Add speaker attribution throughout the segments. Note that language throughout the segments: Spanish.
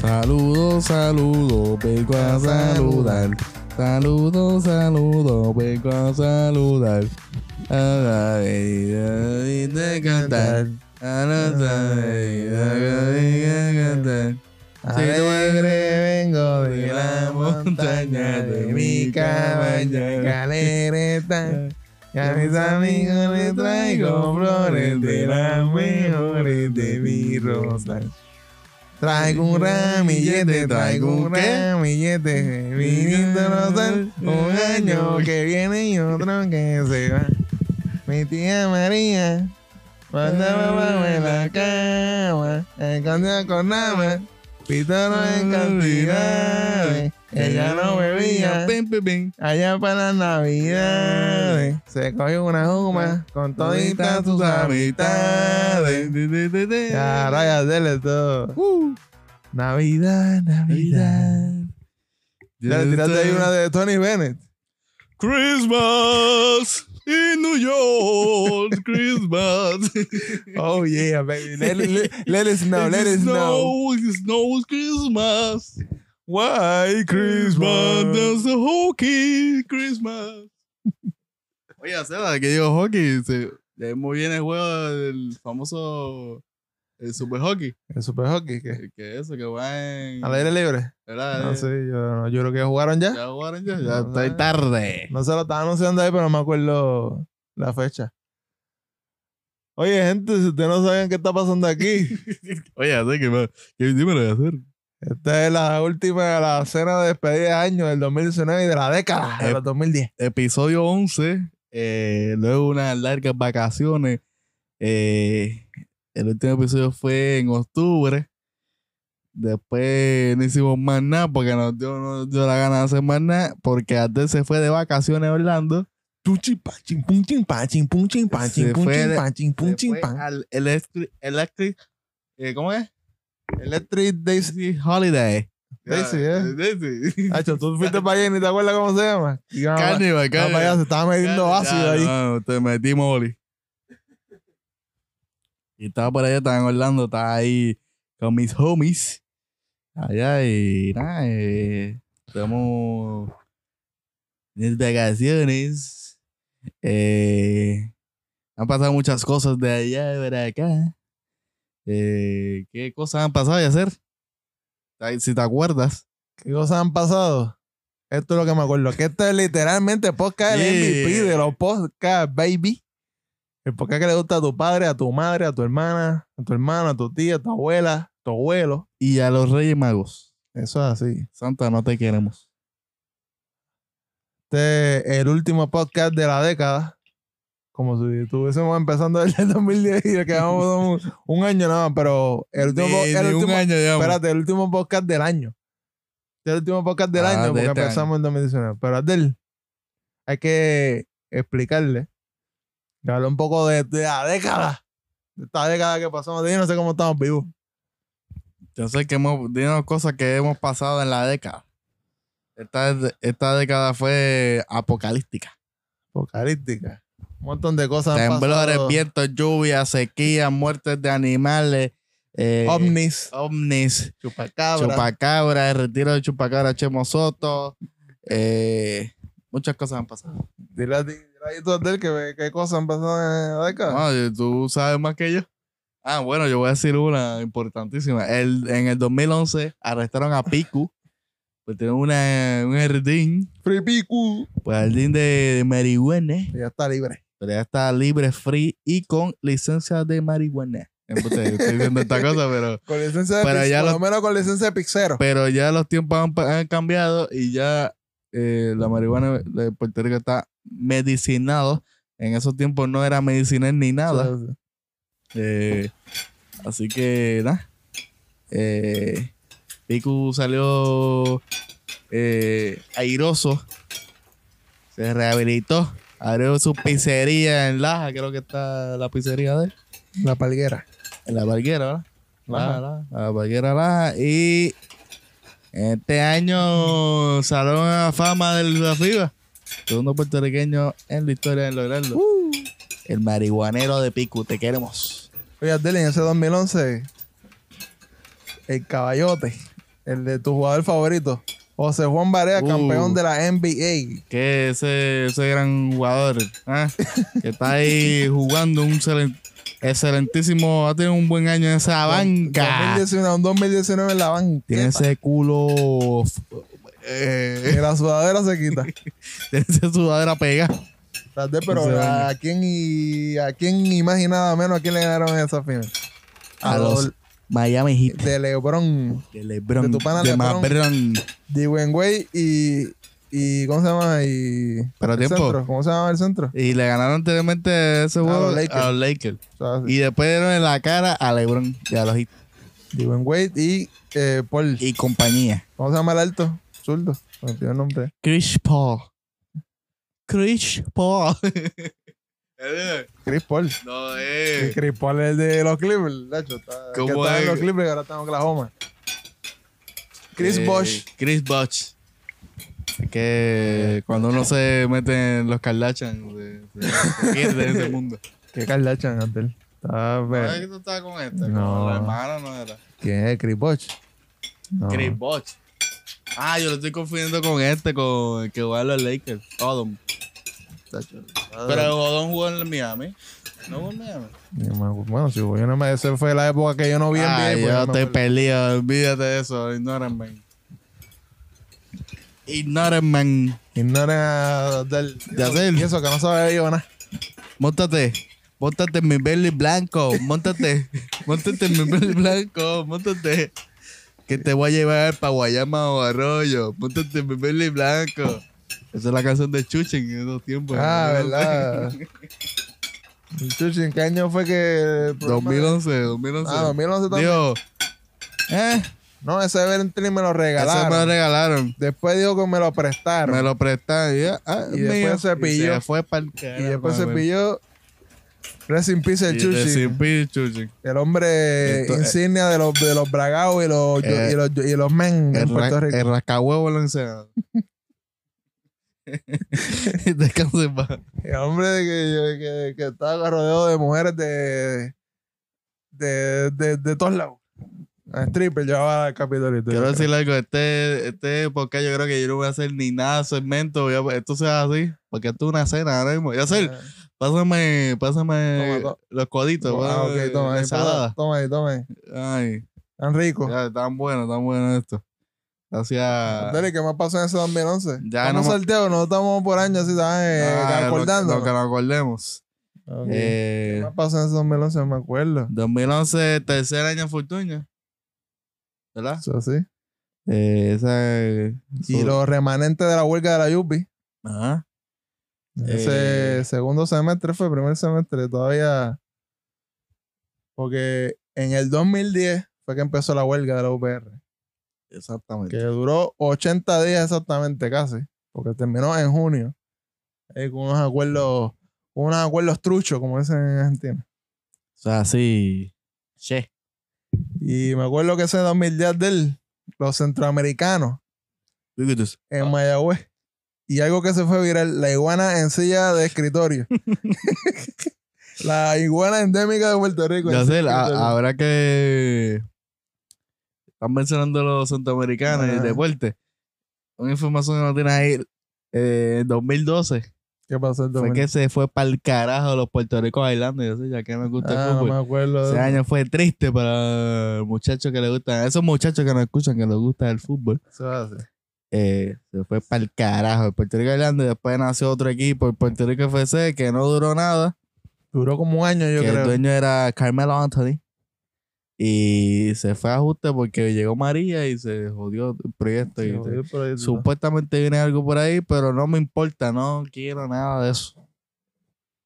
Speaker 1: Saludos, saludos, vengo a saludar. Saludos, saludos, vengo a saludar. A la bebida de cantar. A la bebida de cantar.
Speaker 2: Alegre vengo de
Speaker 1: la
Speaker 2: la montaña de mi cabaña, que alegre está. Y a mis amigos les traigo flores de las mejores de mi rosa. Traigo un ramillete, traigo un
Speaker 1: ¿Qué?
Speaker 2: ramillete, de mi lindo rosal. Un año que viene y otro que se va. Mi tía María, manda abajo en la cama, escondida con nada. Pítalo en cantidades, ella no bebía.
Speaker 1: Pim, pim, pim.
Speaker 2: Allá para las navidades se cogió una juma con toditas sus amistades. Y ahora ya dele todo.
Speaker 1: Uh,
Speaker 2: Navidad, Navidad. Ya le tiraste ahí una de Tony Bennett.
Speaker 1: Christmas in New York. Christmas.
Speaker 2: Oh yeah, baby. Let, let, let it snow, let it snow.
Speaker 1: It snows Christmas.
Speaker 2: Why
Speaker 1: Christmas
Speaker 2: Christmas?
Speaker 1: does the hockey. Christmas. Oye, Seba, que digo hockey. Se, ya muy bien el juego del famoso el super hockey.
Speaker 2: El super hockey, ¿qué?
Speaker 1: Que eso, que va en.
Speaker 2: ¿Al aire libre?
Speaker 1: ¿verdad?
Speaker 2: No sé, yo, no- yo creo que jugaron ya.
Speaker 1: Ya jugaron ya. Ya estoy tarde.
Speaker 2: No se lo estaba anunciando ahí, pero no me acuerdo la fecha. Oye, gente, si ustedes no saben qué está pasando aquí,
Speaker 1: Oye, así que, me- que dímelo de hacer.
Speaker 2: esta es la última de la cena de despedida de año del 2019 y de la década de los 2010.
Speaker 1: episodio 11, eh, luego unas largas vacaciones. eh, el último episodio fue en octubre. Después no hicimos más nada porque nos dio, no nos dio la gana de hacer más nada porque Adel se fue de vacaciones a Orlando.
Speaker 2: Punchin, panchin, punchin, panchin, punchin,
Speaker 1: panchin, punchin,
Speaker 2: panchin, punchin, panchin,
Speaker 1: Se
Speaker 2: punchin,
Speaker 1: fue al electric, electric eh, ¿cómo es?
Speaker 2: Electric Daisy.
Speaker 1: Daisy Holiday.
Speaker 2: Daisy,
Speaker 1: Ya,
Speaker 2: eh.
Speaker 1: Daisy.
Speaker 2: Hacho, tú fuiste para allá y ni te acuerdas cómo se llama. Y vamos-
Speaker 1: Carnival,
Speaker 2: vamos para allá,
Speaker 1: carnival.
Speaker 2: se estaba metiendo
Speaker 1: Ya,
Speaker 2: ácido
Speaker 1: ya,
Speaker 2: ahí.
Speaker 1: no, te metimos, Oli. Y estaba por allá, estaba en Orlando, estaba ahí con mis homies. Allá y nada, eh, estamos en vacaciones. Eh, han pasado muchas cosas de allá y de acá. Eh, ¿Qué cosas han pasado y hacer? Ay, Si te acuerdas.
Speaker 2: ¿Qué cosas han pasado? Esto es lo que me acuerdo. Que esto es literalmente podcast del
Speaker 1: Yeah.
Speaker 2: MVP de los podcasts, baby. El podcast que le gusta a tu padre, a tu madre, a tu hermana, a tu hermano, a tu tía, a tu abuela, a tu abuelo.
Speaker 1: Y a los Reyes Magos.
Speaker 2: Eso es así.
Speaker 1: Santa, no te queremos.
Speaker 2: Este es el último podcast de la década. Como si estuviésemos empezando desde el 2010 y le quedamos un, un año nada más, pero el último, po-
Speaker 1: Ni-
Speaker 2: el
Speaker 1: ni un
Speaker 2: último-
Speaker 1: año, digamos.
Speaker 2: espérate, el último podcast del año. El último podcast del
Speaker 1: Ah,
Speaker 2: año
Speaker 1: de
Speaker 2: porque
Speaker 1: este
Speaker 2: empezamos en 2019. Pero Adel, hay que explicarle, que hablar un poco de, de la década, de esta década que pasamos. Yo no sé cómo estamos vivos.
Speaker 1: Yo sé que hemos, dinos cosas que hemos pasado en la década. Esta, esta década fue apocalíptica.
Speaker 2: Apocalíptica. Un montón de cosas. han
Speaker 1: Temblores,
Speaker 2: pasado.
Speaker 1: vientos, lluvias, sequías, muertes de animales, eh,
Speaker 2: Ovnis,
Speaker 1: ovnis,
Speaker 2: chupacabras.
Speaker 1: chupacabras, el retiro de chupacabras Chemo Soto. eh, muchas cosas han pasado.
Speaker 2: Dile a ti, dile ahí tú, Adel, que, que cosas han pasado en la década.
Speaker 1: No, tú sabes más que yo. Ah, bueno, yo voy a decir una importantísima. El- en el 2011 arrestaron a Piku por tener una, un jardín
Speaker 2: Free Piku.
Speaker 1: Pues jardín de, de marihuana.
Speaker 2: Ya está libre.
Speaker 1: Pero ya está libre, free y con licencia de marihuana. Embuste, Estoy diciendo esta cosa, pero,
Speaker 2: Con licencia de
Speaker 1: Pero
Speaker 2: pix-
Speaker 1: ya
Speaker 2: por
Speaker 1: lo-
Speaker 2: lo menos con licencia de pixero.
Speaker 1: pero ya los tiempos han, pa- han cambiado y ya eh, la marihuana de Puerto Rico está medicinado. En esos tiempos no era medicina ni nada. Eh, así que nada. Eh, Piku salió eh, airoso. Se rehabilitó. Abrió su pizzería en Laja, creo que está la pizzería de él.
Speaker 2: La palguera.
Speaker 1: En la Valguera, ¿verdad?
Speaker 2: Laja.
Speaker 1: Laja, Laja, La Valguera Laja. Y este año salieron a la fama del la FIBA. Segundo puertorriqueño en la historia de lograrlo. El marihuanero de Piku, te queremos.
Speaker 2: Oye, Adel, en ese 2011, el caballote El de tu jugador favorito. José Juan Barea,
Speaker 1: Uh.
Speaker 2: campeón de la NBA.
Speaker 1: Que ese, ese gran jugador ah, que está ahí jugando un excelen- excelentísimo. Ha tenido un buen año en esa banca.
Speaker 2: 2019, un 2019 en la banca.
Speaker 1: Tiene ese culo. f- eh,
Speaker 2: Que la sudadera se quita.
Speaker 1: tiene esa sudadera pega.
Speaker 2: Las de- pero
Speaker 1: Ese
Speaker 2: a, quién y a quién y más y nada menos a quién le ganaron en esa final.
Speaker 1: A los Miami Heat.
Speaker 2: de LeBron,
Speaker 1: De LeBron.
Speaker 2: de tu pana
Speaker 1: De
Speaker 2: LeBron.
Speaker 1: LeBron.
Speaker 2: de Wengway y y ¿cómo se llama? Y
Speaker 1: Pero
Speaker 2: el
Speaker 1: tiempo.
Speaker 2: centro, ¿cómo se llama el centro?
Speaker 1: Y le ganaron anteriormente ese
Speaker 2: los
Speaker 1: juego a los Lakers.
Speaker 2: Lakers. O sea,
Speaker 1: Y después dieron en la cara a LeBron y a los Heat.
Speaker 2: Dwayne Wade y eh, Paul.
Speaker 1: Y compañía.
Speaker 2: ¿Cómo se llama el alto? Zurdo. Se Me olvidó el nombre.
Speaker 1: Chris Paul. Chris Paul. Eh,
Speaker 2: Chris Paul.
Speaker 1: no,
Speaker 2: Sí,
Speaker 1: eh.
Speaker 2: Chris Paul es el de los Clippers. De hecho, está, que
Speaker 1: ¿Cómo
Speaker 2: está en
Speaker 1: es?
Speaker 2: los Clippers y ahora está en Oklahoma. Chris
Speaker 1: Eh,
Speaker 2: Bosh.
Speaker 1: Chris Bosh. Es que cuando uno se mete en los Kardashian, se, se- se pierde en ese mundo.
Speaker 2: ¿Qué Kardashian, Antel? Está,
Speaker 1: ¿Sabes
Speaker 2: ver.
Speaker 1: que tú estabas con esta?
Speaker 2: No.
Speaker 1: Con la hermana no era.
Speaker 2: ¿Quién es Chris Bosh? No.
Speaker 1: Chris Bosh. Ah, yo lo estoy confundiendo con este, con el que juega en los Lakers. Odom.
Speaker 2: Tacho.
Speaker 1: Pero Odom jugó en el Miami. ¿No jugó en Miami?
Speaker 2: Ni me acuerdo. Bueno, si yo no me esa fue la época que yo no vi en
Speaker 1: Ah,
Speaker 2: NBA.
Speaker 1: yo
Speaker 2: pues, no me
Speaker 1: estoy
Speaker 2: acuerdo.
Speaker 1: perdido. Olvídate de eso. Ignórenme. Ignórenme.
Speaker 2: Ignoren a del
Speaker 1: De hacer.
Speaker 2: Y eso que no sabe yo nada.
Speaker 1: Móntate. Móntate en mi belly blanco. Móntate. Móntate en mi belly blanco. Móntate. Que te voy a llevar para Guayama o Arroyo. Móntate en mi belly blanco. Esa es la canción de Chuchen en esos tiempos.
Speaker 2: ah,
Speaker 1: En
Speaker 2: verdad. Chuchi, ¿en qué año fue que. el programa-
Speaker 1: 2011, 2011.
Speaker 2: Ah, 2011 también.
Speaker 1: Digo, eh,
Speaker 2: No, ese Berentini me lo
Speaker 1: eso me lo
Speaker 2: regalaron.
Speaker 1: regalaron.
Speaker 2: Después dijo que me lo prestaron.
Speaker 1: Me lo prestaron. Y, yo, ah,
Speaker 2: Y
Speaker 1: mío.
Speaker 2: después se pilló.
Speaker 1: Y se fue para
Speaker 2: y después se pilló. Rest in peace el Chuchi.
Speaker 1: Chuchen.
Speaker 2: El hombre
Speaker 1: Esto-
Speaker 2: insignia de los, de los bragados y los,
Speaker 1: Eh,
Speaker 2: y los, y los men en
Speaker 1: El, eh.
Speaker 2: Puerto
Speaker 1: ra
Speaker 2: Rico.
Speaker 1: el rascahuevo lo enseñaron. Descansen más.
Speaker 2: El hombre de que, que, que estaba rodeado de mujeres de, de, de, de todos lados. A stripper llevaba al Capitolito.
Speaker 1: Quiero decirle algo, este, este porque yo creo que yo no voy a hacer ni nada segmento, voy a- esto sea así, porque esto es una cena ahora mismo. Ya sé, pásame, pásame
Speaker 2: Eh, Toma, to-
Speaker 1: los coditos,
Speaker 2: Ah, ok, toma ahí.
Speaker 1: ensalada.
Speaker 2: Toma, toma ahí, toma ahí.
Speaker 1: Ay,
Speaker 2: Tan rico.
Speaker 1: ya, tan bueno, tan bueno esto. Gracias.
Speaker 2: Dale, ¿qué más pasó en ese 2011?
Speaker 1: Ya
Speaker 2: estamos
Speaker 1: no me-
Speaker 2: sorteos, no estamos por años así, ¿sabes?
Speaker 1: Ah, lo-
Speaker 2: acordando.
Speaker 1: Lo que nos acordemos.
Speaker 2: Ok. ¿Qué
Speaker 1: Eh,
Speaker 2: más pasó en ese 2011? No me acuerdo.
Speaker 1: 2011, tercer año en Fortuña. ¿Verdad?
Speaker 2: Eso sí.
Speaker 1: Eh, esa es-
Speaker 2: Y
Speaker 1: su-
Speaker 2: los remanentes de la huelga de la Yupi.
Speaker 1: Ajá.
Speaker 2: Ese
Speaker 1: Eh.
Speaker 2: segundo semestre fue primer semestre todavía. Porque en el 2010 fue que empezó la huelga de la UPR, que
Speaker 1: Exactamente.
Speaker 2: duró 80 días exactamente casi, porque terminó en junio, eh, con unos acuerdos, con unos acuerdos truchos, como dicen en Argentina.
Speaker 1: O sea, sí. Che.
Speaker 2: Y me acuerdo que ese 2010 de él, los centroamericanos en
Speaker 1: Ah.
Speaker 2: Mayagüez, y algo que se fue viral, la iguana en silla de escritorio. la iguana endémica de Puerto Rico. en
Speaker 1: Ya
Speaker 2: silla
Speaker 1: sé,
Speaker 2: de
Speaker 1: la- ah,
Speaker 2: escritorio.
Speaker 1: habrá que. Están mencionando los centroamericanos y el
Speaker 2: Ajá.
Speaker 1: deporte. Una información que no tienes ahí. Eh, en 2012
Speaker 2: ¿Qué pasó el
Speaker 1: fue
Speaker 2: domingo?
Speaker 1: que se fue para el carajo los puertorricos bailando. Yo sé, ya que me gusta
Speaker 2: Ah,
Speaker 1: el
Speaker 2: no
Speaker 1: fútbol.
Speaker 2: me acuerdo. de
Speaker 1: Ese
Speaker 2: eso.
Speaker 1: año fue triste para los muchachos que les gustan, esos muchachos que nos escuchan, que les gusta el fútbol.
Speaker 2: Se va a hacer.
Speaker 1: eh, se fue para el carajo. El Puerto Rico Irlanda y después nació otro equipo, el Puerto Rico FC, que no duró nada.
Speaker 2: Duró como un año, yo
Speaker 1: que el
Speaker 2: creo.
Speaker 1: dueño era Carmelo Anthony. Y se fue a ajuste porque llegó María y se jodió el proyecto.
Speaker 2: Sí,
Speaker 1: y
Speaker 2: jodido el
Speaker 1: se-
Speaker 2: proyecto.
Speaker 1: Supuestamente viene algo por ahí, pero no me importa, no quiero nada de eso.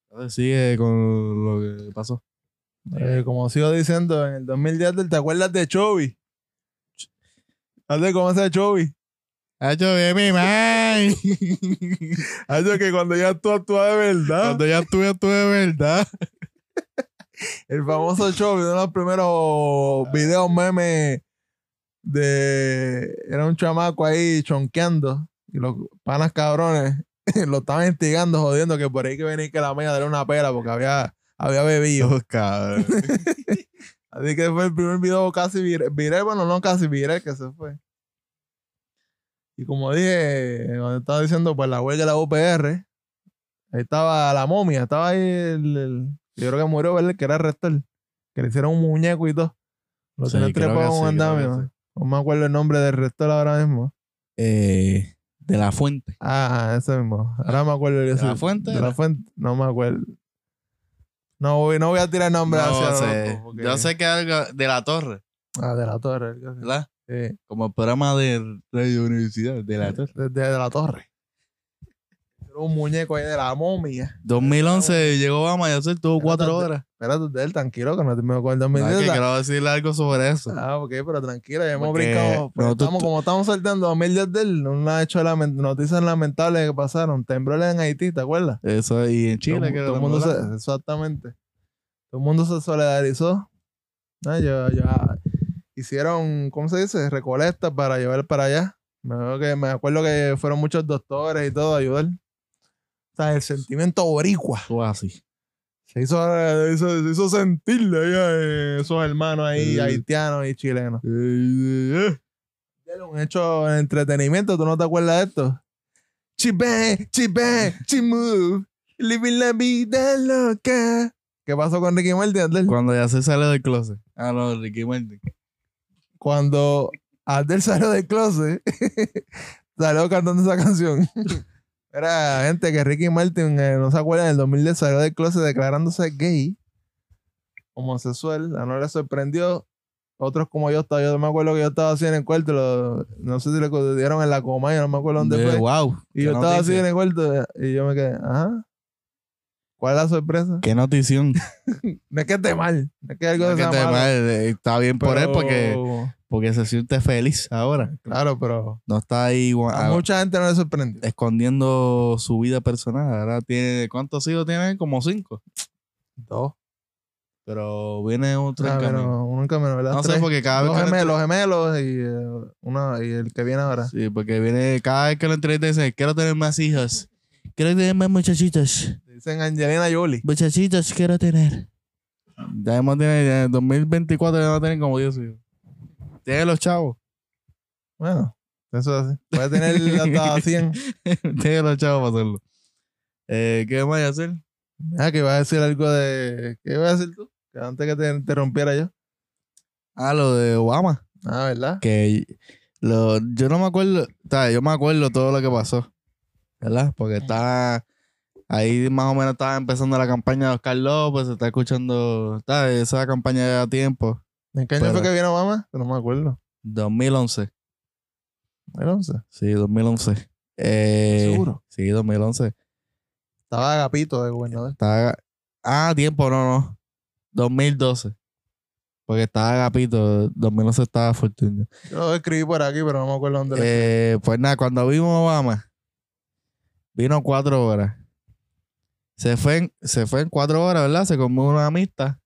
Speaker 1: Entonces sigue con lo que pasó.
Speaker 2: Eh, como sigo diciendo, en el 2010 del- te acuerdas de Chovy. Hazte cómo se Chovy.
Speaker 1: Hacho bien, mi man.
Speaker 2: Hazte que cuando ya tú actúas de verdad.
Speaker 1: Cuando ya estuve, estuve de verdad.
Speaker 2: El famoso Chovy, uno de los primeros videos memes de. Era un chamaco ahí chonqueando. Y los panas cabrones lo estaban instigando, jodiendo que por ahí que venía que la media darle una pera porque había, había bebido.
Speaker 1: Dios, cabrón.
Speaker 2: Así que fue el primer video casi vir- viral, bueno, no casi viral que se fue. Y como dije, cuando estaba diciendo, pues la huelga de la UPR, ahí estaba la momia, estaba ahí el. el- yo creo que murió, ¿verdad? El Que era Restor. Que le hicieron un muñeco y todo. Lo
Speaker 1: Sí,
Speaker 2: tenían
Speaker 1: creo que
Speaker 2: trepado
Speaker 1: sí,
Speaker 2: con
Speaker 1: creo
Speaker 2: un
Speaker 1: que
Speaker 2: andamio.
Speaker 1: sí.
Speaker 2: No me acuerdo el nombre del Restor ahora mismo.
Speaker 1: Eh, de la fuente.
Speaker 2: Ah, ese mismo. Ahora me acuerdo yo.
Speaker 1: ¿De
Speaker 2: sí.
Speaker 1: la fuente?
Speaker 2: De la fuente. No me acuerdo. No voy, no voy a tirar nombres hacia
Speaker 1: No
Speaker 2: lo
Speaker 1: sé.
Speaker 2: loco, porque-
Speaker 1: Yo sé que algo de la torre,
Speaker 2: Ah, de la torre. algo así.
Speaker 1: ¿verdad?
Speaker 2: Sí.
Speaker 1: Como el programa de Radio Universidad, de la torre.
Speaker 2: Desde de la torre. Era un muñeco ahí de la momia.
Speaker 1: 2011 llegó Obama, ya se tuvo cuatro
Speaker 2: Espérate.
Speaker 1: horas.
Speaker 2: Espérate, usted, tranquilo, que no te me acuerdo.
Speaker 1: No, es que
Speaker 2: 2010.
Speaker 1: quiero decirle algo sobre eso.
Speaker 2: Ah, ok, pero tranquilo, ya hemos
Speaker 1: Porque
Speaker 2: brincado. pero
Speaker 1: nosotros
Speaker 2: estamos,
Speaker 1: tu-
Speaker 2: como estamos saltando 2010 de él, una hecho lament- noticias lamentables que pasaron. Temblores en Haití, ¿te acuerdas?
Speaker 1: Eso y en Chile
Speaker 2: todo,
Speaker 1: que
Speaker 2: todo
Speaker 1: lo
Speaker 2: el mundo
Speaker 1: hablaron.
Speaker 2: se, exactamente todo el mundo se solidarizó ¿no? Yo- yo- hicieron cómo se dice recolectas para llevar para allá me acuerdo que me acuerdo que fueron muchos doctores y todo a ayudar o sea el sentimiento boricua
Speaker 1: Todo así.
Speaker 2: se hizo, se hizo, se hizo sentir allá, eh, esos hermanos ahí
Speaker 1: Sí.
Speaker 2: haitianos y chilenos eh. un hecho de entretenimiento, ¿tú no te acuerdas de esto? Chibé, chibé, chimu, living la vida loca. ¿Qué pasó con Ricky Martin? Adel?
Speaker 1: Cuando ya se sale del closet. Ah, no, Ricky Martin.
Speaker 2: Cuando Adel salió del closet, salió cantando esa canción. Era gente que Ricky Martin, eh, no se acuerda, en el 2010 salió del closet declarándose gay, homosexual. A no le sorprendió. Otros como yo estaba, yo me acuerdo que yo estaba así en el cuarto, lo- no sé si lo dieron en la coma, yo no me acuerdo dónde
Speaker 1: De-
Speaker 2: fue.
Speaker 1: Wow.
Speaker 2: Y
Speaker 1: qué
Speaker 2: yo estaba así
Speaker 1: noticia.
Speaker 2: en el cuarto y yo me quedé, ajá. ¿Cuál es la sorpresa?
Speaker 1: Qué notición.
Speaker 2: No es que esté mal, no es que algo
Speaker 1: No,
Speaker 2: de
Speaker 1: que te- madre, está bien por él porque, porque se siente feliz ahora.
Speaker 2: Claro, pero
Speaker 1: No está ahí gua-
Speaker 2: a mucha gente no le sorprendió.
Speaker 1: escondiendo su vida personal. Ahora tiene, ¿cuántos hijos tiene? Como cinco.
Speaker 2: Dos.
Speaker 1: Pero viene otro
Speaker 2: Ah,
Speaker 1: en camino.
Speaker 2: pero uno en camino, ¿verdad?
Speaker 1: No sé,
Speaker 2: Tres.
Speaker 1: porque cada vez
Speaker 2: Los
Speaker 1: que le
Speaker 2: gemelos, gemelos y, eh, uno, y el que viene ahora.
Speaker 1: Sí, porque viene, cada vez que lo entrevista dice, quiero tener más hijos. Quiero tener más muchachitos.
Speaker 2: Dicen Angelina Jolie.
Speaker 1: Muchachitos quiero tener. Ya hemos tenido, ya en 2024 ya va a tener como 10 hijos. Tiene los chavos.
Speaker 2: Bueno, eso es así. Puede tener hasta 100.
Speaker 1: Tiene los chavos para hacerlo. Eh, ¿Qué más hay que hacer?
Speaker 2: Ah, que iba a decir algo de. ¿Qué iba a decir tú? Que antes que te interrumpiera yo.
Speaker 1: Ah, lo de Obama.
Speaker 2: Ah, ¿verdad?
Speaker 1: que lo, yo no me acuerdo, o sea, yo me acuerdo todo lo que pasó, ¿verdad? Porque está ahí más o menos estaba empezando la campaña de Oscar López, se está escuchando, está, esa campaña ya a tiempo,
Speaker 2: ¿En qué año fue
Speaker 1: Pero-
Speaker 2: que vino mamá? No me acuerdo.
Speaker 1: 2011,
Speaker 2: El 11.
Speaker 1: sí, 2011. Eh,
Speaker 2: ¿Seguro?
Speaker 1: Sí, 2011.
Speaker 2: Estaba Agapito de gobernador.
Speaker 1: Estaba, ah, tiempo, no, no, 2012. Porque estaba Agapito, 2011 estaba Fortunio.
Speaker 2: Yo lo escribí por aquí, pero no me acuerdo dónde. lo-
Speaker 1: Eh, pues nada, cuando vimos Obama, vino cuatro horas. Se fue, en, se fue en cuatro horas, ¿verdad? Se comió una amista.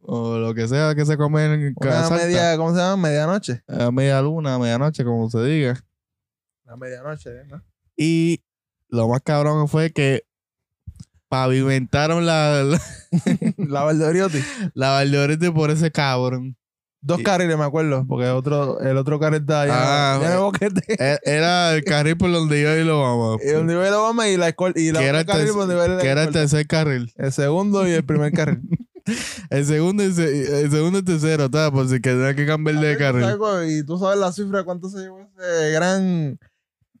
Speaker 1: O lo que sea que se come en
Speaker 2: Una
Speaker 1: Salta.
Speaker 2: media, ¿cómo se llama? Medianoche.
Speaker 1: A media luna, a medianoche, como se diga.
Speaker 2: La medianoche, ¿eh? ¿no?
Speaker 1: Y lo más cabrón fue que pavimentaron la, la,
Speaker 2: La Valdoriotti.
Speaker 1: la Valdorete por ese cabrón.
Speaker 2: Dos
Speaker 1: Y-
Speaker 2: carriles, me acuerdo, porque otro, el otro carril está allá.
Speaker 1: Ah,
Speaker 2: ya en el
Speaker 1: eh.
Speaker 2: boquete.
Speaker 1: E- Era el carril por donde iba y lo vamos.
Speaker 2: Y donde iba el Obama y la escolta. Y la
Speaker 1: Que era,
Speaker 2: otro
Speaker 1: el
Speaker 2: carril
Speaker 1: terc-
Speaker 2: donde iba el
Speaker 1: que era el
Speaker 2: escolta.
Speaker 1: tercer carril.
Speaker 2: El segundo y el primer carril.
Speaker 1: El segundo, y se- el segundo y tercero, está, por si que tenía que cambiar de carril.
Speaker 2: Saco, Y tú sabes la cifra, cuánto se llevó ese gran.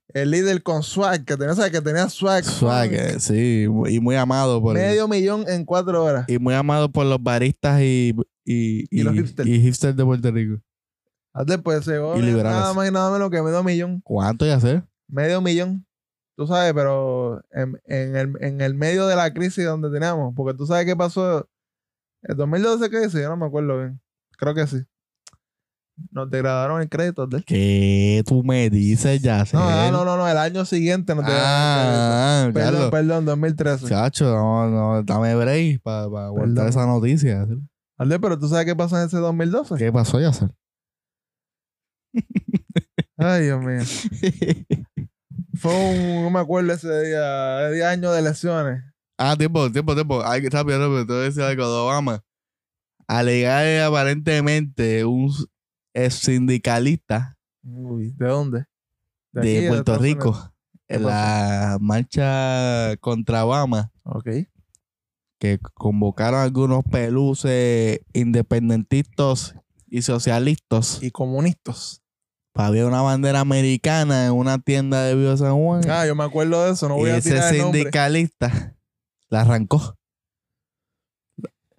Speaker 2: El líder con swag, que tenía, o sea, que tenía swag.
Speaker 1: Swag, eh, sí, y muy amado por
Speaker 2: Medio millón en cuatro horas.
Speaker 1: y muy amado por los baristas y y,
Speaker 2: Y los hipsters.
Speaker 1: y hipsters de Puerto Rico.
Speaker 2: Antes pues se llevó
Speaker 1: Y liberales.
Speaker 2: nada más y nada menos que medio millón.
Speaker 1: ¿Cuánto ya sé?
Speaker 2: medio millón. Tú sabes, pero en, en el, en el medio de la crisis donde teníamos, porque tú sabes qué pasó. ¿El 2012 qué dice? Yo no me acuerdo bien. Creo que sí. Nos degradaron el crédito. ¿de?
Speaker 1: ¿Qué tú me dices, ya sé?
Speaker 2: No, ah, no, no, no, el año siguiente nos degradaron
Speaker 1: Ah,
Speaker 2: el crédito.
Speaker 1: Carlos.
Speaker 2: Perdón, perdón, 2013.
Speaker 1: Chacho, no, no, dame break para aguantar
Speaker 2: Perdón.
Speaker 1: esa noticia.
Speaker 2: Alde, pero tú sabes qué pasó en ese 2012.
Speaker 1: ¿Qué pasó, ya sé?
Speaker 2: Ay, Dios mío. Fue un, no me acuerdo ese día, 10 años de elecciones.
Speaker 1: Ah, tiempo, tiempo, tiempo. Ay, rápido, rápido. Te voy a decir algo de Obama. Alegar aparentemente un s- ex sindicalista
Speaker 2: Uy, ¿de dónde?
Speaker 1: de,
Speaker 2: aquí,
Speaker 1: Puerto
Speaker 2: Estados
Speaker 1: Rico,
Speaker 2: Unidos. ¿Qué
Speaker 1: en la marcha contra Obama,
Speaker 2: Ok.
Speaker 1: que convocaron algunos peluces independentistas y socialistas.
Speaker 2: Y comunistas.
Speaker 1: Había una bandera americana en una tienda de Bio San Juan.
Speaker 2: Ah, yo me acuerdo de eso. No
Speaker 1: y
Speaker 2: voy a
Speaker 1: ese
Speaker 2: tirar el nombre.
Speaker 1: sindicalista la arrancó.